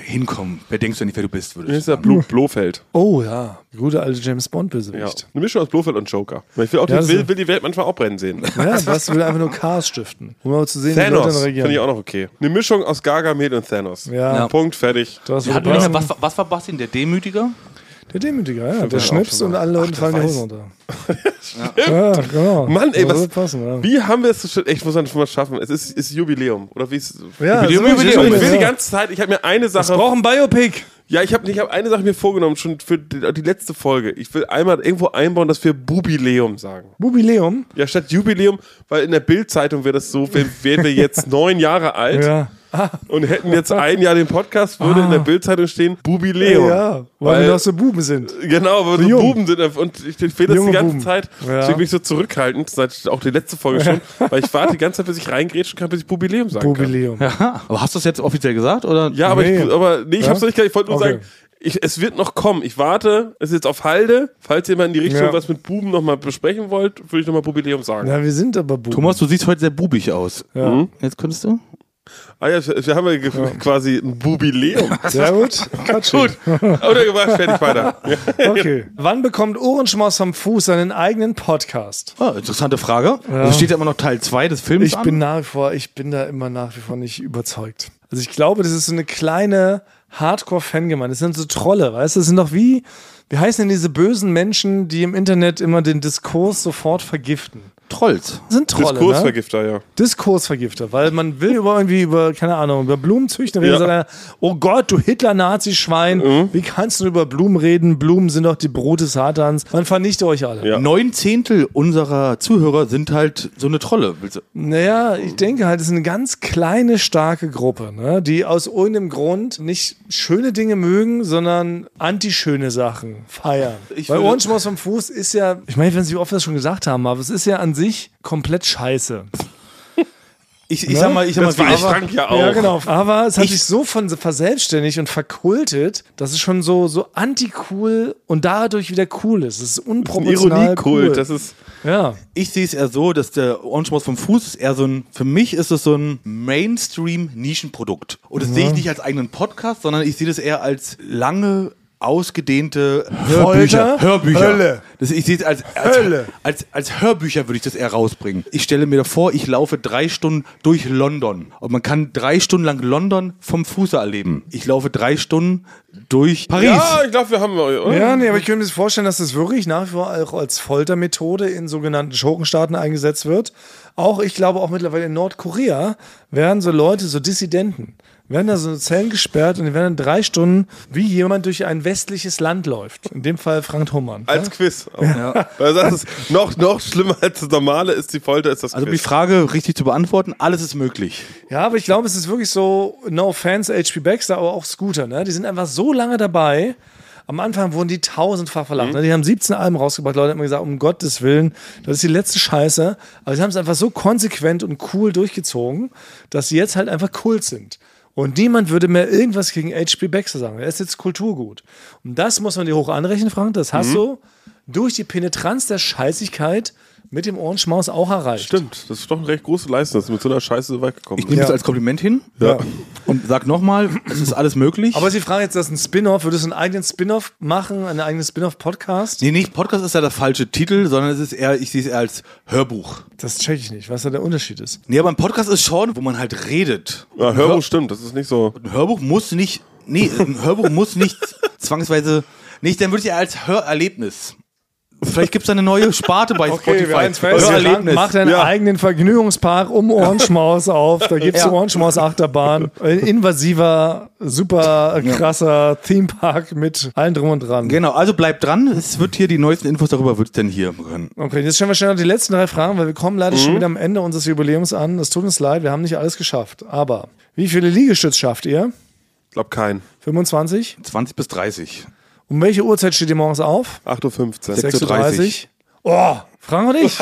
Speaker 3: hinkommen. Wer denkst du nicht, wer du bist,
Speaker 4: Mir
Speaker 3: würdest
Speaker 4: ist der
Speaker 2: Hm.
Speaker 4: Blo Blofeld.
Speaker 2: Oh ja, gute alte James
Speaker 4: Ja.
Speaker 2: Bond-Bösewicht.
Speaker 4: Eine Mischung aus Blofeld und Joker. Weil Ich will auch
Speaker 2: Ja,
Speaker 4: die,
Speaker 2: so-
Speaker 4: will, will die Welt manchmal auch brennen sehen.
Speaker 2: Ja, was will einfach nur Chaos stiften, um mal zu sehen, wie Leute
Speaker 4: Thanos
Speaker 2: dann reagieren.
Speaker 4: finde ich auch noch okay. Eine Mischung aus Gargamel und Thanos.
Speaker 2: Ja.
Speaker 4: Punkt, fertig.
Speaker 2: das
Speaker 3: du?
Speaker 2: wird
Speaker 3: Hatten wir
Speaker 2: was.
Speaker 3: noch- was, was war Basti, der Demütiger?
Speaker 2: Der Demütiger, ja. Der
Speaker 4: auch
Speaker 2: schnippst
Speaker 4: schon
Speaker 2: und
Speaker 4: mal.
Speaker 2: alle Leute fallen die Hosen runter. ja, genau.
Speaker 4: Mann, ey,
Speaker 2: Das
Speaker 4: was-
Speaker 2: wird Passen, ja.
Speaker 4: Wie haben wir es so schön? Ich muss das mal schaffen. Es ist, ist Jubiläum. Oder wie ist
Speaker 2: Ja, es
Speaker 4: Jubiläum,
Speaker 2: ist
Speaker 4: Jubiläum.
Speaker 2: Jubiläum,
Speaker 4: Ich will die
Speaker 2: ja.
Speaker 4: ganze Zeit, ich habe mir eine
Speaker 2: Wir
Speaker 4: Sache.
Speaker 2: brauchen ein Biopic.
Speaker 4: Ja, ich habe ich hab eine Sache mir vorgenommen, schon für die, die letzte Folge. Ich will einmal irgendwo einbauen, dass wir Bubileum sagen.
Speaker 2: Jubiläum.
Speaker 4: Ja, statt Jubiläum, weil in der Bildzeitung wäre das so, wenn, wären wir jetzt neun Jahre alt und hätten jetzt ein Jahr den Podcast, würde in der Bildzeitung stehen Bubileum.
Speaker 2: Ah. Ja, weil,
Speaker 4: Weil-
Speaker 2: wir doch so Buben sind.
Speaker 4: Genau, weil wir so
Speaker 2: jung.
Speaker 4: Buben sind und ich empfehle das
Speaker 2: Junge
Speaker 4: die ganze
Speaker 2: Buben.
Speaker 4: Zeit.
Speaker 2: Ja.
Speaker 4: Deswegen bin ich so zurückhaltend, seit auch die letzte Folge schon, weil ich warte die ganze Zeit, bis ich reingrätschen kann, bis ich Bubileum sagen kann.
Speaker 2: Jubiläum.
Speaker 3: Aha. Aber hast du das jetzt offiziell gesagt? Oder?
Speaker 4: Ja, aber
Speaker 2: Nee.
Speaker 4: ich, aber, nee, ich
Speaker 2: Ja?
Speaker 4: hab's noch nicht gesagt, ich wollte nur
Speaker 2: Okay.
Speaker 4: sagen, ich, es wird noch kommen. Ich warte, es ist jetzt auf Halde. Falls jemand in die Richtung
Speaker 2: Ja.
Speaker 4: was mit Buben nochmal besprechen wollt, würde ich nochmal Bubileum sagen.
Speaker 2: Na, wir sind aber Buben.
Speaker 3: Thomas, du siehst heute sehr bubig aus. Mhm. Jetzt könntest du?
Speaker 4: Ah ja, wir wir haben ja, ge- quasi ein Bubileum.
Speaker 2: Sehr gut. Quatsch.
Speaker 4: Gut, oder gemacht, fertig weiter. Ja.
Speaker 2: Okay. Wann bekommt Ohrenschmaus am Fuß seinen eigenen Podcast?
Speaker 3: Ah, interessante Frage. Es steht ja immer noch Teil 2 des Films
Speaker 2: Ich
Speaker 3: an.
Speaker 2: bin nach wie vor, ich bin da immer nach wie vor nicht überzeugt. Also ich glaube, das ist so eine kleine Hardcore-Fangemeinde. Das sind so Trolle, weißt du? Das sind doch wie, wie heißen denn diese bösen Menschen, die im Internet immer den Diskurs sofort vergiften?
Speaker 3: Trolls.
Speaker 2: Das sind Trolle, ne?
Speaker 4: Diskursvergifter, ja.
Speaker 2: Diskursvergifter, weil man will über irgendwie über, keine Ahnung, über Blumen züchten reden,
Speaker 4: Ja. Mhm.
Speaker 2: sagt einer, oh Gott, du Hitler-Nazi-Schwein, wie kannst du über Blumen reden? Blumen sind doch die Brote Satans. Man vernichte euch alle.
Speaker 4: Ja.
Speaker 3: Neun Zehntel unserer Zuhörer sind halt so eine Trolle. Willst du-
Speaker 2: Naja, ich denke halt, es ist eine ganz kleine, starke Gruppe, ne? die aus irgendeinem Grund nicht schöne Dinge mögen, sondern antischöne Sachen feiern.
Speaker 3: Ich
Speaker 2: Weil
Speaker 3: würde-
Speaker 2: Ohrenschmaus vom Fuß ist ja, ich meine, ich weiß nicht, wie oft wir das schon gesagt haben, aber es ist ja an sich komplett scheiße.
Speaker 3: Ich, ich sag mal, ich sag
Speaker 4: Das
Speaker 3: mal,
Speaker 4: war ich
Speaker 3: aber-
Speaker 4: Frank ja auch.
Speaker 2: genau, Aber es hat
Speaker 3: Ich-
Speaker 2: sich so von verselbstständigt und verkultet, dass es schon so, so anti-cool und dadurch wieder cool ist. Es ist
Speaker 4: Ein
Speaker 2: unproportional
Speaker 4: Ironiekult,
Speaker 2: cool.
Speaker 4: das ist.
Speaker 2: ja.
Speaker 3: ich sehe es eher so, dass der Ohrenschmaus vom Fuß ist eher so ein, für mich ist es so ein Mainstream-Nischenprodukt. Und das sehe ich nicht als eigenen Podcast, sondern ich sehe das eher als lange ausgedehnte Hörbücher.
Speaker 2: Folter?
Speaker 3: Hörbücher.
Speaker 2: Hölle.
Speaker 3: Das, ich sehe es als, als,
Speaker 2: Hölle.
Speaker 3: als, als Hörbücher würde ich das eher rausbringen. Ich stelle mir vor, ich laufe drei Stunden durch London. Und man kann drei Stunden lang London vom Fuße erleben. Ich laufe drei Stunden durch Paris.
Speaker 4: Ja, ich glaube, wir haben. Oder?
Speaker 2: Ja, nee, aber ich könnte mir das vorstellen, dass das wirklich nach wie vor auch als Foltermethode in sogenannten Schurkenstaaten eingesetzt wird. Auch, ich glaube, auch mittlerweile in Nordkorea werden so Leute, so Dissidenten, werden da so Zellen gesperrt und die werden dann drei Stunden, wie jemand durch ein westliches Land läuft. In dem Fall Frank Hohmann.
Speaker 4: Als Quiz. Weil das ist noch, noch schlimmer als das normale ist die Folter, ist das
Speaker 3: Also um die
Speaker 4: Quiz.
Speaker 3: Frage richtig zu beantworten, alles ist möglich.
Speaker 2: Ja, aber ich glaube, es ist wirklich so, no offense, HP Baxter, aber auch Scooter, ne? Die sind einfach so lange dabei. Am Anfang wurden die tausendfach verlacht. Ne? Die haben 17 Alben rausgebracht. Leute haben immer gesagt, um Gottes Willen, das ist die letzte Scheiße. Aber sie haben es einfach so konsequent und cool durchgezogen, dass sie jetzt halt einfach cool sind. Und niemand würde mehr irgendwas gegen HP Baxter sagen. Er ist jetzt Kulturgut. Und das muss man dir hoch anrechnen, Frank. Das hast du durch die Penetranz der Scheißigkeit mit dem Ohrenschmaus auch erreicht.
Speaker 4: Stimmt, das ist doch eine recht große Leistung, dass du mit so einer Scheiße so weit gekommen
Speaker 3: Ich nehme
Speaker 4: bist.
Speaker 3: das als Kompliment hin und sag nochmal, es ist alles möglich.
Speaker 2: Aber Sie fragen jetzt, das ist ein Spin-off. Würdest du einen eigenen Spin-off machen, einen eigenen Spin-off-Podcast?
Speaker 3: nee, nicht Podcast ist ja der falsche Titel, sondern es ist eher, ich sehe es eher als Hörbuch.
Speaker 2: Das check ich nicht, was da der Unterschied ist.
Speaker 3: Nee, aber ein Podcast ist schon, wo man halt redet.
Speaker 4: Ja, Hörbuch stimmt, das ist nicht so.
Speaker 3: Ein Hörbuch muss nicht, nee, ein Hörbuch muss nicht zwangsweise, nee, dann würde ich eher als Hörerlebnis. Vielleicht gibt es eine neue Sparte bei Spotify. Hörerlebnis.
Speaker 2: Mach deinen
Speaker 4: Ja.
Speaker 2: eigenen Vergnügungspark um Ohrenschmaus auf. Da gibt's
Speaker 3: Ja.
Speaker 2: die Ohrenschmaus-Achterbahn. Ein invasiver, super krasser Themepark mit allem drum und dran.
Speaker 3: Genau, also bleibt dran. Es wird hier die neuesten Infos darüber, wird es denn hier hören.
Speaker 2: Okay, jetzt stellen wir schnell noch die letzten drei Fragen, weil wir kommen leider schon wieder am Ende unseres Jubiläums an. Es tut uns leid, wir haben nicht alles geschafft. Aber wie viele Liegestütze schafft ihr?
Speaker 4: Ich glaube kein.
Speaker 2: 25?
Speaker 3: 20 bis 30.
Speaker 2: Um welche Uhrzeit steht ihr morgens auf?
Speaker 4: 8.15 Uhr.
Speaker 2: 6.30 Uhr. Oh, fragen wir dich.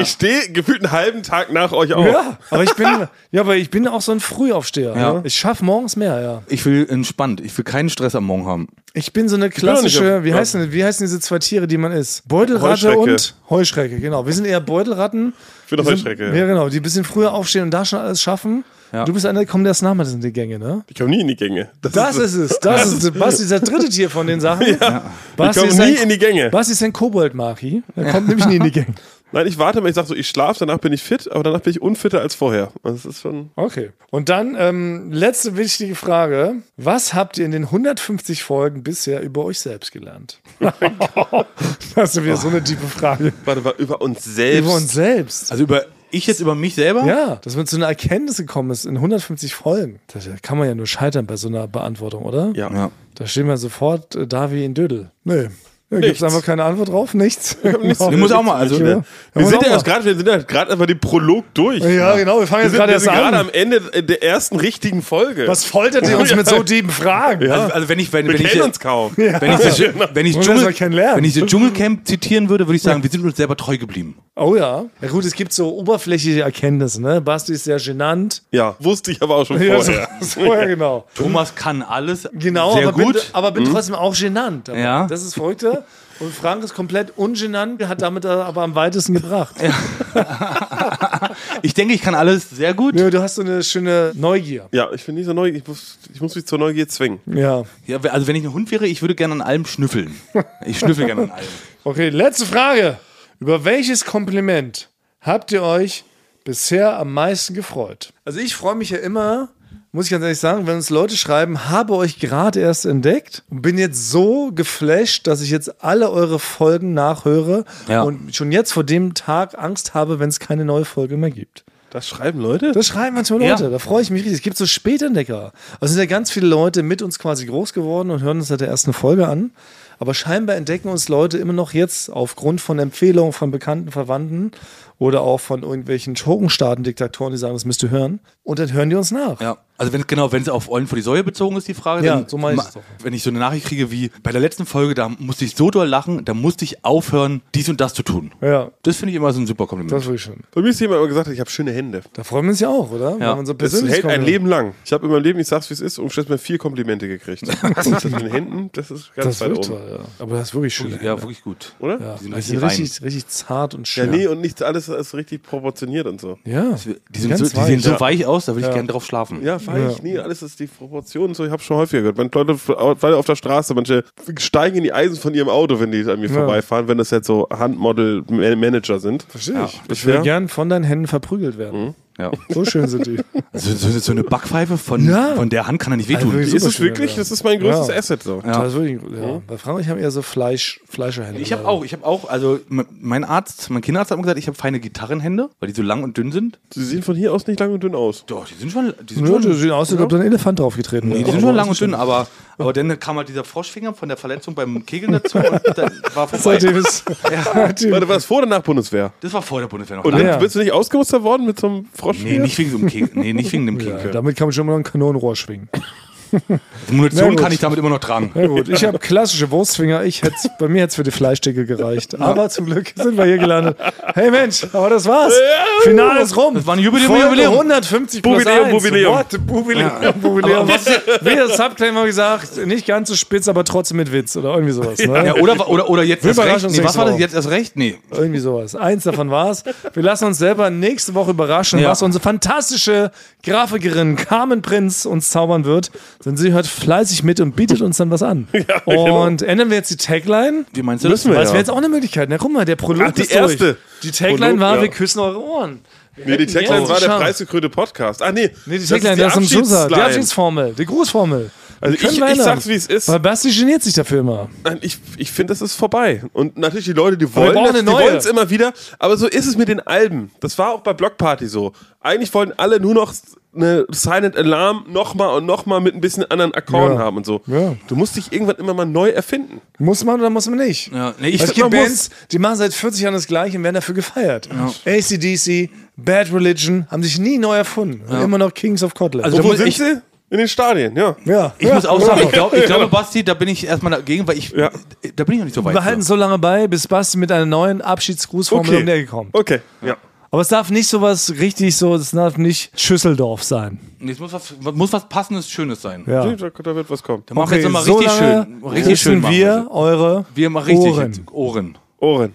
Speaker 4: Ich stehe gefühlt einen halben Tag nach euch auf.
Speaker 2: Ja, aber ich bin, ja, aber ich bin auch so ein Frühaufsteher.
Speaker 3: Ja.
Speaker 2: Ne? Ich schaffe morgens mehr, ja.
Speaker 3: Ich will entspannt, ich will keinen Stress am Morgen haben.
Speaker 2: Ich bin so eine
Speaker 4: doch nicht
Speaker 2: klassische,
Speaker 4: auf-
Speaker 2: wie
Speaker 4: ja.
Speaker 2: heißen, wie heißen diese zwei Tiere, die man isst? Beutelratte
Speaker 4: Heuschrecke.
Speaker 2: und Heuschrecke, genau. Wir sind eher Beutelratten.
Speaker 4: Ich bin doch
Speaker 2: Wir
Speaker 4: ein
Speaker 2: sind-
Speaker 4: Schrecke.
Speaker 2: Ja, genau, die ein bisschen früher aufstehen und da schon alles schaffen. Du bist einer, der kommt erst nachmittags in die Gänge, ne?
Speaker 4: Ich komme nie in die Gänge.
Speaker 2: Das ist es. Das ist es. Basti ist das dritte Tier von den Sachen. Ja.
Speaker 4: ich komme nie in die Gänge.
Speaker 2: Basti ist ein Kobold-Maki. Er kommt nämlich nie in die Gänge.
Speaker 4: Nein, ich warte, aber ich sag so, ich schlafe, danach bin ich fit, aber danach bin ich unfitter als vorher. Also, Das ist schon.
Speaker 2: Okay. Und dann ähm, letzte wichtige Frage. Was habt ihr in den 150 Folgen bisher über euch selbst gelernt? das ist wieder so eine tiefe Frage.
Speaker 4: Warte, war über uns selbst.
Speaker 2: Über uns selbst.
Speaker 3: Also über ich jetzt über mich selber?
Speaker 2: Ja, dass man zu einer Erkenntnis gekommen ist in 150 Folgen. Da kann man ja nur scheitern bei so einer Beantwortung, oder?
Speaker 4: Ja.
Speaker 3: Ja.
Speaker 2: Da steht man sofort äh, da wie in Dödel. Nee. Da gibt es einfach keine Antwort drauf, nichts. Genau.
Speaker 3: Ich muss auch mal, also,
Speaker 2: Ja.
Speaker 3: ne?
Speaker 4: Wir
Speaker 2: Ja,
Speaker 4: sind
Speaker 2: auch
Speaker 4: ja
Speaker 2: mal.
Speaker 4: erst gerade, wir sind ja gerade einfach den Prolog durch.
Speaker 2: Ja, genau, wir fangen
Speaker 4: Wir
Speaker 2: jetzt
Speaker 4: sind
Speaker 2: gerade
Speaker 4: wir
Speaker 2: erst
Speaker 4: sind gerade am
Speaker 2: an.
Speaker 4: Ende der ersten richtigen Folge.
Speaker 2: Was foltert ihr uns mit so tiefen Fragen?
Speaker 3: Also, also wenn ich wenn,
Speaker 4: Wir
Speaker 3: wenn ich
Speaker 4: kennen uns kaum. genau.
Speaker 3: wenn ich das, wenn ich
Speaker 2: Genau. Wollen wir uns mal
Speaker 3: Dschungel,
Speaker 2: kennenlernen?
Speaker 3: wenn ich das Dschungelcamp zitieren würde, würde ich sagen, wir sind uns selber treu geblieben.
Speaker 2: Oh ja. Ja gut, es gibt so oberflächliche Erkenntnisse, ne? Basti ist sehr genant.
Speaker 4: Ja, wusste ich aber auch
Speaker 2: Oh
Speaker 4: schon vorher.
Speaker 2: so, vorher genau.
Speaker 3: Thomas kann alles
Speaker 2: Genau,
Speaker 3: sehr
Speaker 2: aber,
Speaker 3: gut. Mhm.
Speaker 2: Bin, aber bin trotzdem auch genannt. Aber
Speaker 3: Ja.
Speaker 2: Das ist verrückte. Und Frank ist komplett ungenannt, hat damit aber am weitesten gebracht.
Speaker 3: ich denke, ich kann alles sehr gut.
Speaker 2: Ja, du hast so eine schöne Neugier.
Speaker 4: Ja, ich bin nicht so neugierig. Ich muss, ich muss mich zur Neugier zwingen.
Speaker 2: Ja.
Speaker 3: Ja, also wenn ich ein Hund wäre, ich würde gerne an allem schnüffeln. Ich schnüffel gerne an allem.
Speaker 2: Okay, letzte Frage. Über welches Kompliment habt ihr euch bisher am meisten gefreut? Also ich freue mich ja immer, muss ich ganz ehrlich sagen, wenn uns Leute schreiben, habe euch gerade erst entdeckt und bin jetzt so geflasht, dass ich jetzt alle eure Folgen nachhöre
Speaker 3: Ja.
Speaker 2: und schon jetzt vor dem Tag Angst habe, wenn es keine neue Folge mehr gibt.
Speaker 4: Das schreiben Leute?
Speaker 2: Das schreiben manchmal
Speaker 3: Ja.
Speaker 2: Leute, da freue ich mich riesig. Es gibt so Spätentdecker. Also sind ja ganz viele Leute mit uns quasi groß geworden und hören uns seit der ersten Folge an. Aber scheinbar entdecken uns Leute immer noch jetzt aufgrund von Empfehlungen von bekannten Verwandten oder auch von irgendwelchen Schurkenstaaten, Diktatoren, die sagen, das müsst ihr hören. Und dann hören die uns nach.
Speaker 3: Ja. Also wenn genau, wenn es auf Eulen vor die Säue bezogen ist, die Frage,
Speaker 2: Ja,
Speaker 3: dann,
Speaker 2: so meine ich es doch.
Speaker 3: wenn ich so eine Nachricht kriege wie bei der letzten Folge, da musste ich so doll lachen, da musste ich aufhören, dies und das zu tun.
Speaker 2: Ja.
Speaker 3: Das finde ich immer so ein super Kompliment.
Speaker 2: Das ist wirklich schön.
Speaker 4: Bei mir ist jemand immer gesagt, ich habe schöne Hände.
Speaker 2: Da freuen wir uns ja auch, oder?
Speaker 3: Ja.
Speaker 2: Wenn man so
Speaker 4: Das
Speaker 2: persönlich
Speaker 4: hält ein
Speaker 2: kommt.
Speaker 4: Leben lang. Ich habe in meinem Leben, ich sag's wie es ist, und mir vier Komplimente gekriegt. das mit den Händen, das ist ganz
Speaker 2: Das ist
Speaker 4: weit
Speaker 2: wirklich
Speaker 4: oben.
Speaker 2: toll, ja. Aber das ist wirklich schön.
Speaker 3: ja, wirklich gut.
Speaker 4: Oder?
Speaker 2: Ja.
Speaker 3: Die sind
Speaker 2: Die sind
Speaker 3: richtig
Speaker 2: richtig, richtig zart und
Speaker 4: Ja,
Speaker 2: schön.
Speaker 4: nee, und nicht alles ist richtig proportioniert und so.
Speaker 2: Ja.
Speaker 3: Die, sind
Speaker 2: Ganz
Speaker 3: so, die
Speaker 2: weich.
Speaker 3: sehen so
Speaker 2: Ja.
Speaker 3: weich aus, da würde ich gerne drauf schlafen.
Speaker 4: Ja, weich, nie, alles ist die Proportion und so. Ich habe schon häufiger gehört. Manche Leute weil auf der Straße, manche steigen in die Eisen von ihrem Auto, wenn die an mir vorbeifahren, wenn das jetzt so Handmodel-Manager sind.
Speaker 2: Verstehe ich. Ich
Speaker 4: das
Speaker 2: will
Speaker 4: wär-
Speaker 2: gern von deinen Händen verprügelt werden.
Speaker 3: Ja. Also
Speaker 2: So schön sind die.
Speaker 3: So, so, so eine Backpfeife von,
Speaker 2: Ja.
Speaker 3: von der Hand kann er nicht wehtun.
Speaker 2: Also,
Speaker 4: Ist es
Speaker 2: Superschön,
Speaker 4: wirklich?
Speaker 2: ja.
Speaker 4: Das ist mein größtes
Speaker 2: Ja.
Speaker 4: Asset so.
Speaker 2: Ja. Das ist wirklich, ein- ja. Bei Frankreich haben eher so Fleisch, Fleischerhände.
Speaker 3: Ich habe
Speaker 2: leider.
Speaker 3: auch, ich habe auch, also m- mein Arzt, mein Kinderarzt hat mir gesagt, ich habe feine Gitarrenhände, weil die so lang und dünn sind.
Speaker 4: Sie sehen von hier aus nicht lang und dünn aus.
Speaker 3: Doch, die sind schon, die sind
Speaker 2: Ja,
Speaker 3: schon,
Speaker 2: die sehen aus, als ob da ein Elefant draufgetreten
Speaker 3: die sind schon lang und dünn, aber, aber dann kam halt dieser Froschfinger von der Verletzung beim Kegeln dazu und dann war
Speaker 2: Seitdem
Speaker 3: vorbei.
Speaker 2: ist.
Speaker 4: Warte, war das vor oder nach Bundeswehr?
Speaker 3: Das war vor der Bundeswehr noch.
Speaker 4: Und dann
Speaker 2: Ah, Ja.
Speaker 4: bist du nicht ausgemustert worden mit so einem Frosch?
Speaker 3: Nee, nicht wegen so einem Kegel. Nee, nicht wegen dem
Speaker 2: Ja,
Speaker 3: Kegel.
Speaker 2: damit kann man schon mal ein Kanonenrohr schwingen.
Speaker 3: Die Munition
Speaker 2: Na gut.
Speaker 3: kann ich damit immer noch tragen.
Speaker 2: Na gut, ich habe klassische Wurstfinger. Ich hätt's, bei mir hätte es für die Fleischdecke gereicht. Aber zum Glück sind wir hier gelandet. Hey Mensch, aber das war's. Finale ist rum.
Speaker 3: Das war ein Jubiläum,
Speaker 2: Folge
Speaker 3: Jubiläum.
Speaker 2: 150 plus
Speaker 4: Jubiläum,
Speaker 2: eins.
Speaker 4: Jubiläum.
Speaker 2: What? Jubiläum, Jubiläum.
Speaker 3: Aber was-
Speaker 2: Wie das Subclaimer gesagt, nicht ganz so spitz, aber trotzdem mit Witz oder irgendwie sowas. Ne?
Speaker 3: Ja, oder, oder, oder jetzt erst recht.
Speaker 2: überraschen uns
Speaker 3: Nee, was
Speaker 2: nächste
Speaker 3: war das
Speaker 2: Woche.
Speaker 3: jetzt erst recht? Nee.
Speaker 2: Irgendwie sowas. Eins davon war's. Wir lassen uns selber nächste Woche überraschen,
Speaker 3: Ja.
Speaker 2: was unsere fantastische Grafikerin Carmen Prinz uns zaubern wird. Denn sie hört fleißig mit und bietet uns dann was an. und ändern wir jetzt die Tagline?
Speaker 3: Wie meinst du
Speaker 4: Müssen
Speaker 3: das?
Speaker 2: Weil
Speaker 4: wir
Speaker 2: es
Speaker 4: ja.
Speaker 2: wäre jetzt auch eine Möglichkeit. Na, guck mal, der Prolog
Speaker 4: Ach, die
Speaker 2: ist durch.
Speaker 4: erste.
Speaker 2: Die Tagline
Speaker 4: Prolog,
Speaker 2: war,
Speaker 4: ja.
Speaker 2: wir küssen eure Ohren.
Speaker 4: Nee, die Tagline
Speaker 2: Yes,
Speaker 4: war der
Speaker 2: Scham.
Speaker 4: preisgekrönte Podcast. Ah, nee.
Speaker 2: Nee, die Tagline, das ist ein Zusatz. Die Abschiedsformel, die Grußformel.
Speaker 4: Also
Speaker 2: Die können
Speaker 4: ich-
Speaker 2: wir
Speaker 4: ich
Speaker 2: ändern.
Speaker 4: sag's, wie es ist.
Speaker 2: Weil Basti geniert sich dafür immer.
Speaker 4: Nein, ich, ich finde, das ist vorbei. Und natürlich die Leute, die
Speaker 2: wir
Speaker 4: wollen
Speaker 2: brauchen
Speaker 4: das,
Speaker 2: eine
Speaker 4: die
Speaker 2: neue.
Speaker 4: wollen es immer wieder. Aber so ist es mit den Alben. Das war auch bei Blockparty so. Eigentlich wollten alle nur noch eine Silent Alarm nochmal und nochmal mit ein bisschen anderen Akkorden
Speaker 2: Ja.
Speaker 4: haben und so.
Speaker 2: Ja.
Speaker 4: Du musst dich irgendwann immer mal neu erfinden.
Speaker 2: Muss man oder muss man nicht?
Speaker 3: Ja, nee, ich
Speaker 2: es
Speaker 3: find,
Speaker 2: gibt
Speaker 3: man
Speaker 2: Bands, die machen seit 40 Jahren das Gleiche und werden dafür gefeiert. ACDC, Bad Religion haben sich nie neu erfunden. Immer noch Kings of Kotlet.
Speaker 3: Also- Da
Speaker 4: Und wo
Speaker 3: muss
Speaker 4: sind
Speaker 3: ich-
Speaker 4: sie? In den Stadien, ja.
Speaker 2: ja.
Speaker 3: Ich
Speaker 2: ja.
Speaker 3: muss auch sagen, ich, glaub, ich glaube, Basti, da bin ich erstmal dagegen, weil ich,
Speaker 4: Ja.
Speaker 3: da bin ich noch nicht so weit.
Speaker 2: Wir halten so lange bei, bis Basti mit einer neuen Abschiedsgrußformel um die Ecke kommt.
Speaker 4: Okay. Ja.
Speaker 2: Aber es darf nicht sowas richtig so, es darf nicht Schüsseldorf sein.
Speaker 3: Nee, es muss was, muss was passendes, schönes sein.
Speaker 2: Ja.
Speaker 4: Da, da wird was kommen.
Speaker 3: Dann machen wir jetzt nochmal richtig schön. Richtig
Speaker 2: küssen
Speaker 3: schön machen also.
Speaker 2: wir eure
Speaker 3: Wir machen richtig
Speaker 2: Ohren.
Speaker 3: jetzt Ohren.
Speaker 4: Ohren.